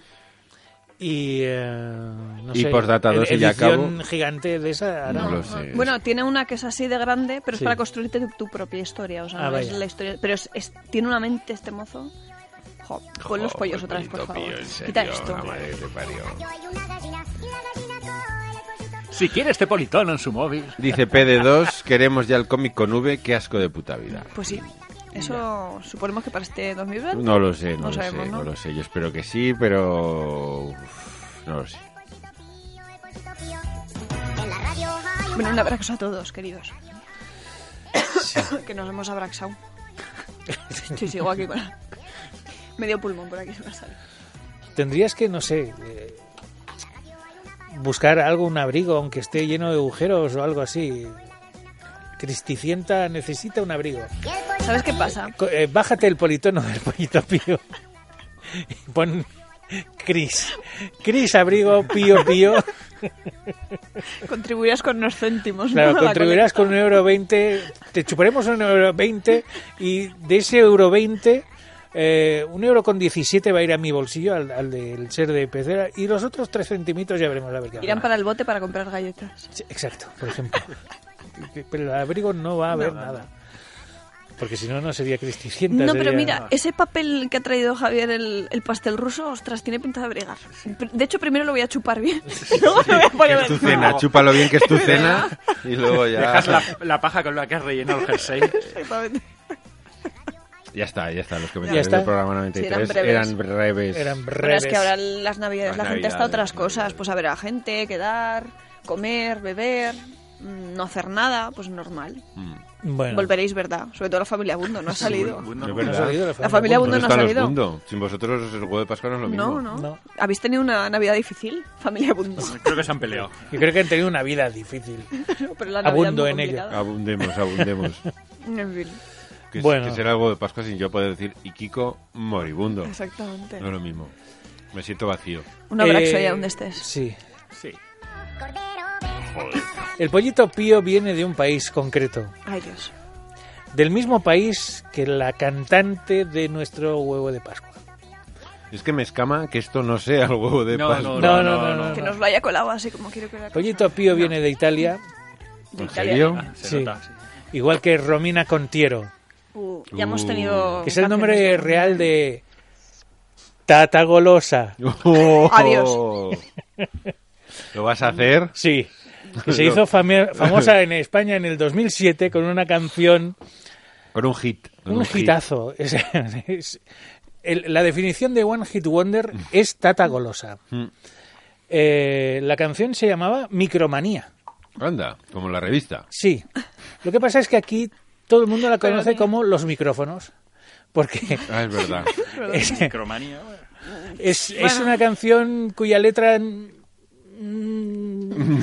[SPEAKER 2] Y, eh, no
[SPEAKER 1] Y
[SPEAKER 2] sé,
[SPEAKER 1] postdata dos y ya
[SPEAKER 2] edición
[SPEAKER 1] acabo.
[SPEAKER 2] gigante de esa hará.
[SPEAKER 1] No lo sé.
[SPEAKER 3] Bueno, tiene una que es así de grande, pero
[SPEAKER 2] Sí.
[SPEAKER 3] es para construirte tu, tu propia historia. O sea,
[SPEAKER 2] Ah,
[SPEAKER 3] no es
[SPEAKER 2] vaya.
[SPEAKER 3] la historia. Pero es- es- tiene una mente este mozo. Jo, pon los
[SPEAKER 1] Jo,
[SPEAKER 3] pollos
[SPEAKER 1] el
[SPEAKER 3] otra vez, por
[SPEAKER 1] pollito
[SPEAKER 3] favor.
[SPEAKER 1] Oh, pues pío, en serio,
[SPEAKER 3] Quita esto.
[SPEAKER 1] la madre que te parió.
[SPEAKER 4] Si quiere este politono en su móvil.
[SPEAKER 1] Dice PD2, queremos ya el cómic con V, qué asco de puta vida.
[SPEAKER 3] Pues sí. Eso suponemos que para este 2020.
[SPEAKER 1] No lo sé, no,
[SPEAKER 3] No
[SPEAKER 1] lo
[SPEAKER 3] sabemos,
[SPEAKER 1] sé,
[SPEAKER 3] ¿no?
[SPEAKER 1] ¿no? lo sé. Yo espero que sí, pero uf, no lo sé.
[SPEAKER 3] Bueno, un abrazo a todos, queridos. que nos hemos abrazado. Sí, sigo aquí con medio pulmón por aquí se me ha salido.
[SPEAKER 2] Tendrías que, no sé, eh, buscar algo, un abrigo, aunque esté lleno de agujeros o algo así. Cristicienta necesita un abrigo.
[SPEAKER 3] ¿Sabes qué pasa?
[SPEAKER 2] Co- eh, bájate el politono del pollito pío. Y Pon Cris. Cris abrigo pío pío.
[SPEAKER 3] Contribuirás con unos céntimos. ¿no?
[SPEAKER 2] Claro,
[SPEAKER 3] A la
[SPEAKER 2] contribuirás con un euro veinte. Te chuparemos un euro veinte y de ese euro veinte. eh, un euro con 17 va a ir a mi bolsillo, al, al del ser de pecera, y los otros tres centimitos ya veremos a ver qué
[SPEAKER 3] Irán
[SPEAKER 2] hacemos.
[SPEAKER 3] para el bote para comprar galletas.
[SPEAKER 2] Sí, Exacto, por ejemplo. Pero el abrigo no va a haber nada. Porque si no, no sería cristicienta.
[SPEAKER 3] No, pero
[SPEAKER 2] sería-
[SPEAKER 3] mira, ese papel que ha traído Javier el, el pastel ruso, ostras, tiene pinta de brigar. Pr- De hecho, primero lo voy a chupar bien. y Luego lo voy a poner
[SPEAKER 1] Tu
[SPEAKER 3] encima.
[SPEAKER 1] cena, chúpalo bien que es tu cena y luego
[SPEAKER 4] Dejas
[SPEAKER 1] ya...
[SPEAKER 4] la, la paja con la que has rellenado el jersey.
[SPEAKER 3] Exactamente.
[SPEAKER 1] Ya está, ya está. Los comentarios
[SPEAKER 2] Ya está.
[SPEAKER 1] del programa
[SPEAKER 3] Sí,
[SPEAKER 1] 93
[SPEAKER 3] eran
[SPEAKER 1] eran breves.
[SPEAKER 2] Eran
[SPEAKER 3] Pero es
[SPEAKER 2] breves.
[SPEAKER 3] que ahora las navidades la
[SPEAKER 1] Las
[SPEAKER 3] gente está a
[SPEAKER 1] navidades,
[SPEAKER 3] otras cosas. Pues a ver a la gente, quedar, comer, beber, mm, no hacer nada, pues normal.
[SPEAKER 1] Mm.
[SPEAKER 2] Bueno,
[SPEAKER 3] Volveréis, ¿verdad? Sobre todo la familia Bundo, no ha salido.
[SPEAKER 1] Es
[SPEAKER 2] no ha
[SPEAKER 4] pues,
[SPEAKER 1] verdad.
[SPEAKER 2] salido
[SPEAKER 3] La familia
[SPEAKER 2] Bundu.
[SPEAKER 1] ¿Dónde
[SPEAKER 3] Bundu no ha
[SPEAKER 1] están los
[SPEAKER 3] salido.
[SPEAKER 1] Bundo? Sin vosotros el huevo de Pascua no es lo mismo.
[SPEAKER 3] No, no,
[SPEAKER 2] No.
[SPEAKER 3] ¿Habéis tenido una Navidad difícil? Familia Bundo.
[SPEAKER 4] Creo que se han peleado.
[SPEAKER 2] Yo creo que han tenido una vida difícil.
[SPEAKER 3] Pero la Navidad
[SPEAKER 2] Abundo
[SPEAKER 3] muy
[SPEAKER 2] en ello.
[SPEAKER 3] complicada.
[SPEAKER 1] Abundemos, abundemos.
[SPEAKER 3] En fin,
[SPEAKER 1] Que, es-
[SPEAKER 2] Bueno.
[SPEAKER 1] que será algo de Pascua sin yo poder decir y Kiko moribundo.
[SPEAKER 3] exactamente.
[SPEAKER 1] No es lo mismo. Me siento vacío.
[SPEAKER 3] Un abrazo
[SPEAKER 2] Eh,
[SPEAKER 3] allá donde estés.
[SPEAKER 2] Sí.
[SPEAKER 4] Sí.
[SPEAKER 2] El pollito pío viene de un país concreto.
[SPEAKER 3] Ay, Dios.
[SPEAKER 2] Del mismo país que la cantante de nuestro huevo de Pascua.
[SPEAKER 1] Es que me escama que esto no sea el huevo de
[SPEAKER 4] No,
[SPEAKER 1] Pascua.
[SPEAKER 2] No,
[SPEAKER 4] no,
[SPEAKER 2] no, no. no,
[SPEAKER 3] Que
[SPEAKER 2] no.
[SPEAKER 3] nos lo haya colado así como quiero que la
[SPEAKER 2] El pollito pío viene de Italia,
[SPEAKER 1] ¿En serio?
[SPEAKER 4] Ah, se
[SPEAKER 2] Sí.
[SPEAKER 4] nota, sí.
[SPEAKER 2] igual que Romina Contiero.
[SPEAKER 3] Uh, ya hemos
[SPEAKER 1] Uh.
[SPEAKER 3] tenido...
[SPEAKER 2] Que es el nombre
[SPEAKER 3] canciones.
[SPEAKER 2] real de Tata Golosa.
[SPEAKER 1] Oh.
[SPEAKER 3] Adiós.
[SPEAKER 1] ¿Lo vas a hacer?
[SPEAKER 2] Sí, que se hizo fami- famosa en España en el 2007 con una canción,
[SPEAKER 1] Con un hit. con
[SPEAKER 2] un
[SPEAKER 1] hit.
[SPEAKER 2] hitazo. Es- es- el- la definición de One Hit Wonder es Tata Golosa.
[SPEAKER 1] Mm.
[SPEAKER 2] Eh, la canción se llamaba Micromanía.
[SPEAKER 1] Anda, como la revista.
[SPEAKER 2] Sí. Lo que pasa es que aquí todo el mundo la
[SPEAKER 3] Pero
[SPEAKER 2] conoce
[SPEAKER 3] ni-
[SPEAKER 2] como los micrófonos. Porque
[SPEAKER 1] Ah, es verdad.
[SPEAKER 2] es,
[SPEAKER 4] Cromanía.
[SPEAKER 2] es- es una canción cuya letra. mm,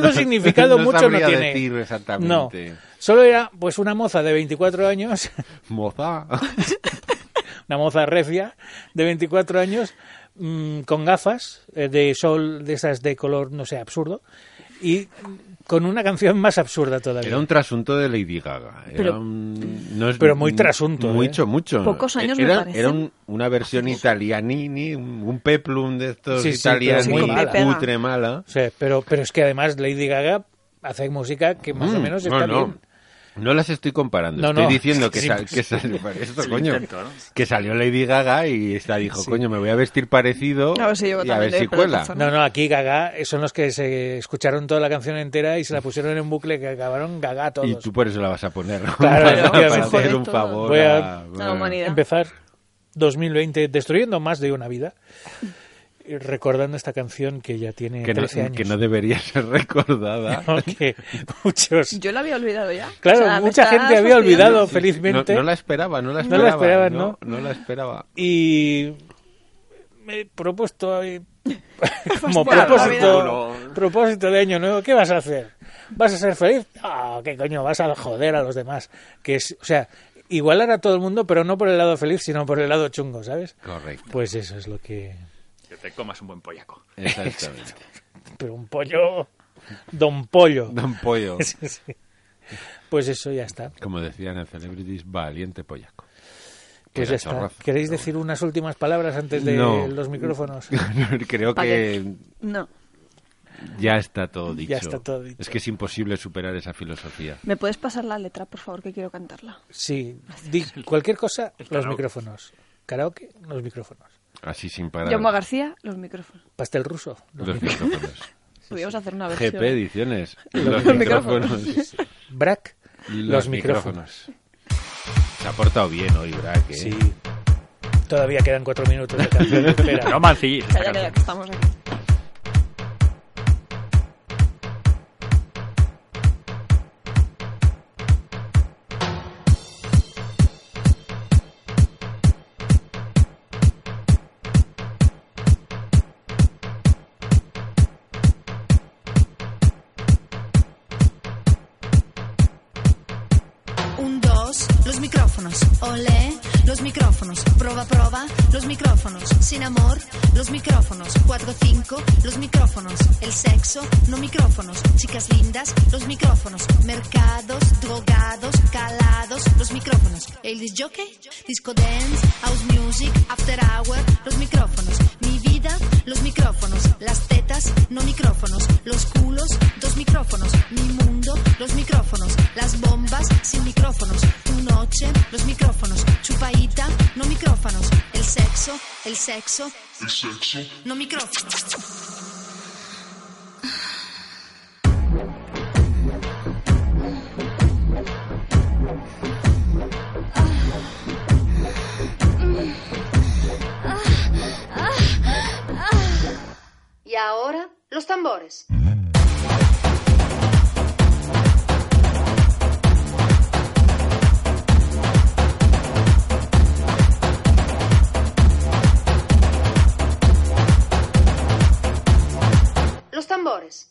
[SPEAKER 1] No- no-
[SPEAKER 2] significado
[SPEAKER 1] no
[SPEAKER 2] mucho no
[SPEAKER 1] sabría
[SPEAKER 2] tiene.
[SPEAKER 1] decir exactamente.
[SPEAKER 2] No. Solo era pues una moza de 24 años,
[SPEAKER 1] Moza.
[SPEAKER 2] una moza recia de 24 años mm, con gafas eh, de sol de esas de color no sé, absurdo y con una canción más absurda todavía.
[SPEAKER 1] Era un trasunto de Lady Gaga. Era
[SPEAKER 3] Pero-
[SPEAKER 1] un- no es-
[SPEAKER 2] pero muy trasunto, ¿eh?
[SPEAKER 1] Mucho, mucho.
[SPEAKER 3] Pocos años me
[SPEAKER 1] era,
[SPEAKER 3] parece.
[SPEAKER 1] Era un- una versión italianini, un un peplum de estos
[SPEAKER 2] Sí, sí, pero
[SPEAKER 1] italianos
[SPEAKER 2] muy
[SPEAKER 3] mala.
[SPEAKER 1] cutre mala.
[SPEAKER 2] O sea, pero pero es que además Lady Gaga hace música que más o
[SPEAKER 1] Mm,
[SPEAKER 2] menos
[SPEAKER 1] no,
[SPEAKER 2] está
[SPEAKER 1] no.
[SPEAKER 2] bien.
[SPEAKER 1] No las estoy comparando,
[SPEAKER 2] No,
[SPEAKER 1] estoy
[SPEAKER 2] no.
[SPEAKER 1] diciendo que,
[SPEAKER 2] Sí,
[SPEAKER 1] sal-
[SPEAKER 2] pues.
[SPEAKER 1] que sal- para esto,
[SPEAKER 4] El
[SPEAKER 1] coño,
[SPEAKER 4] intento, ¿no?
[SPEAKER 1] que salió Lady Gaga y esta dijo, coño, me voy a vestir parecido
[SPEAKER 3] A ver si yo
[SPEAKER 1] y a
[SPEAKER 3] también
[SPEAKER 1] ver
[SPEAKER 3] doy
[SPEAKER 1] si
[SPEAKER 3] pelo
[SPEAKER 1] cuela.
[SPEAKER 3] tazón.
[SPEAKER 2] No, no, aquí Gaga eh, son los que se escucharon toda la canción entera y se la pusieron en bucle que acabaron Gaga todos.
[SPEAKER 1] Y tú por eso la vas a poner, ¿no?
[SPEAKER 2] Claro,
[SPEAKER 1] para, para
[SPEAKER 2] efectivamente.
[SPEAKER 1] hacer un
[SPEAKER 3] Joder,
[SPEAKER 1] favor
[SPEAKER 2] Voy
[SPEAKER 1] a-
[SPEAKER 2] a- A la
[SPEAKER 1] bueno.
[SPEAKER 3] humanidad.
[SPEAKER 2] empezar 2020 destruyendo más de una vida, y recordando esta canción que ya tiene
[SPEAKER 1] que,
[SPEAKER 2] 13
[SPEAKER 1] no,
[SPEAKER 2] años.
[SPEAKER 1] que no debería ser recordada.
[SPEAKER 2] Porque muchos.
[SPEAKER 3] Yo la había olvidado ya.
[SPEAKER 2] Claro,
[SPEAKER 3] O sea, me
[SPEAKER 2] mucha
[SPEAKER 3] estás
[SPEAKER 2] gente había
[SPEAKER 3] fastidiando.
[SPEAKER 2] olvidado
[SPEAKER 1] Sí, sí,
[SPEAKER 2] felizmente.
[SPEAKER 1] No, no la esperaba, no la
[SPEAKER 2] No
[SPEAKER 1] esperaba.
[SPEAKER 2] la esperaban, ¿no?
[SPEAKER 1] No, la esperaba.
[SPEAKER 2] Y me he propuesto eh, como
[SPEAKER 3] Bueno,
[SPEAKER 2] propósito,
[SPEAKER 4] Navidad.
[SPEAKER 2] propósito de año nuevo, ¿qué vas a hacer? ¿Vas a ser feliz? Ah, qué coño, vas a joder a los demás. Que es, o sea, igualar a todo el mundo, pero no por el lado feliz, sino por el lado chungo, ¿sabes?
[SPEAKER 1] Correcto.
[SPEAKER 2] Pues eso es lo que
[SPEAKER 4] Que te comas un buen pollaco.
[SPEAKER 1] Exactamente.
[SPEAKER 2] pero un pollo, don pollo.
[SPEAKER 1] Don Pollo.
[SPEAKER 2] Sí, sí. Pues eso ya está.
[SPEAKER 1] Como decían en Celebrities, valiente pollaco.
[SPEAKER 2] Pues
[SPEAKER 1] Era
[SPEAKER 2] ya está.
[SPEAKER 1] chorrazo.
[SPEAKER 2] ¿Queréis decir unas últimas palabras antes de
[SPEAKER 1] No.
[SPEAKER 2] los micrófonos?
[SPEAKER 1] Creo
[SPEAKER 3] ¿Pa'
[SPEAKER 1] que
[SPEAKER 3] No.
[SPEAKER 1] ya está todo dicho.
[SPEAKER 2] está todo dicho.
[SPEAKER 1] Es que es imposible superar esa filosofía.
[SPEAKER 3] ¿Me puedes pasar la letra, por favor, que quiero cantarla?
[SPEAKER 2] Sí, di cualquier cosa, los
[SPEAKER 4] karaoke.
[SPEAKER 2] micrófonos. Karaoke, los micrófonos.
[SPEAKER 1] Así sin parar.
[SPEAKER 3] Llamo a García, los micrófonos.
[SPEAKER 2] Pastel ruso, los
[SPEAKER 1] Los
[SPEAKER 2] micrófonos.
[SPEAKER 1] micrófonos.
[SPEAKER 3] Podríamos hacer una versión.
[SPEAKER 1] GP Ediciones.
[SPEAKER 2] Los
[SPEAKER 1] Los
[SPEAKER 3] micrófonos.
[SPEAKER 1] micrófonos.
[SPEAKER 2] Brack, los
[SPEAKER 1] Los
[SPEAKER 2] micrófonos.
[SPEAKER 1] micrófonos. Se ha portado bien hoy, Brack. ¿eh?
[SPEAKER 2] Sí. Todavía quedan cuatro minutos de canción. Espera.
[SPEAKER 4] No mancillis esta
[SPEAKER 3] Calla, calla,
[SPEAKER 4] canción.
[SPEAKER 3] que estamos aquí.
[SPEAKER 7] Un, dos, los micrófonos. Olé, los micrófonos. Proba, proba, los micrófonos. Sin amor, los micrófonos. Cuatro, cinco, los micrófonos. El sexo, no micrófonos. Chicas lindas, los micrófonos. Mercados, drogados, calados, los micrófonos. El disc jockey, disco dance, house music, after hour, los micrófonos. Mi vida, los micrófonos. Las tetas, no micrófonos. Los culos, dos micrófonos. Mi mundo, los micrófonos. Las bombas, sin micrófonos. Tu noche, los micrófonos. Chupaita, no micrófonos. El sexo, el sexo. El sexo. No micrófonos. Y ahora, los tambores. Los tambores.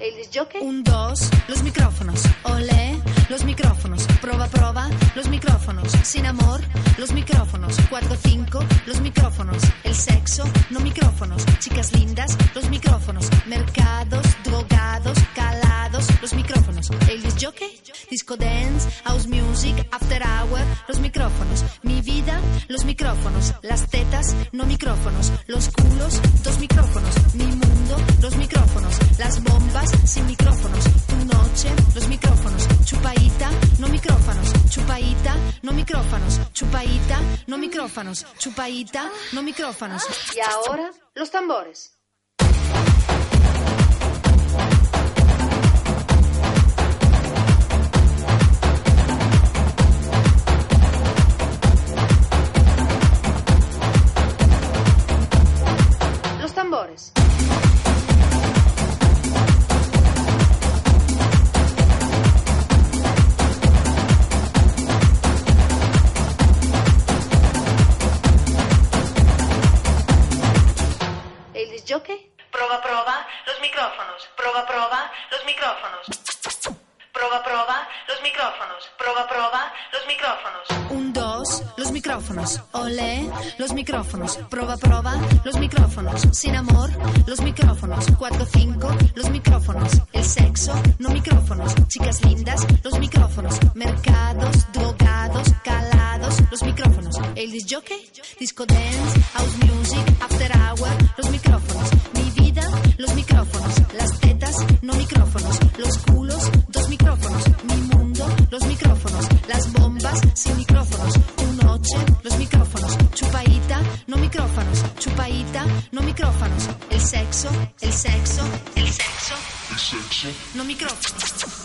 [SPEAKER 7] El disjockey. Un, dos, los micrófonos. Olé, los micrófonos. Proba, proba, los micrófonos. Sin amor, los micrófonos. Cuatro, cinco, los micrófonos. El sexo, no micrófonos. Chicas lindas, los micrófonos. Mercados, drogados, calados, los micrófonos. El disjockey, disco dance, house music, after hour, los micrófonos. Mi vida, los micrófonos. Las tetas, no micrófonos. Los culos, dos micrófonos. Mi mundo, los micrófonos. Las bombas, sin micrófonos. Tu noche, los micrófonos. Chupaita, no micrófonos. Chupaita, no micrófonos. Chupaita, no micrófonos. Chupaita, no micrófonos. Ah, Y ahora, los tambores. Los tambores. El disjockey.
[SPEAKER 8] Prova, prova, los micrófonos. Prova, prova, los micrófonos. Prova, prova, los micrófonos. Prova, prova, los micrófonos.
[SPEAKER 7] Un, dos, los micrófonos. Olé, los micrófonos. Proba, proba, los micrófonos. Sin amor, los micrófonos. Cuatro, cinco, los micrófonos. El sexo, no micrófonos. Chicas lindas, los micrófonos. Mercados, drogados, calados, los micrófonos. El disc jockey, disco dance, house music, after hour, los micrófonos. Mi vida, los micrófonos. Las tetas, no micrófonos. Los culos, dos micrófonos. Mi mundo, los micrófonos. Las bombas, sin micrófonos. Tu noche, los micrófonos. Chupaita, no micrófonos. Chupaita, no micrófonos. El sexo, el sexo, el sexo. El sexo. No micrófonos.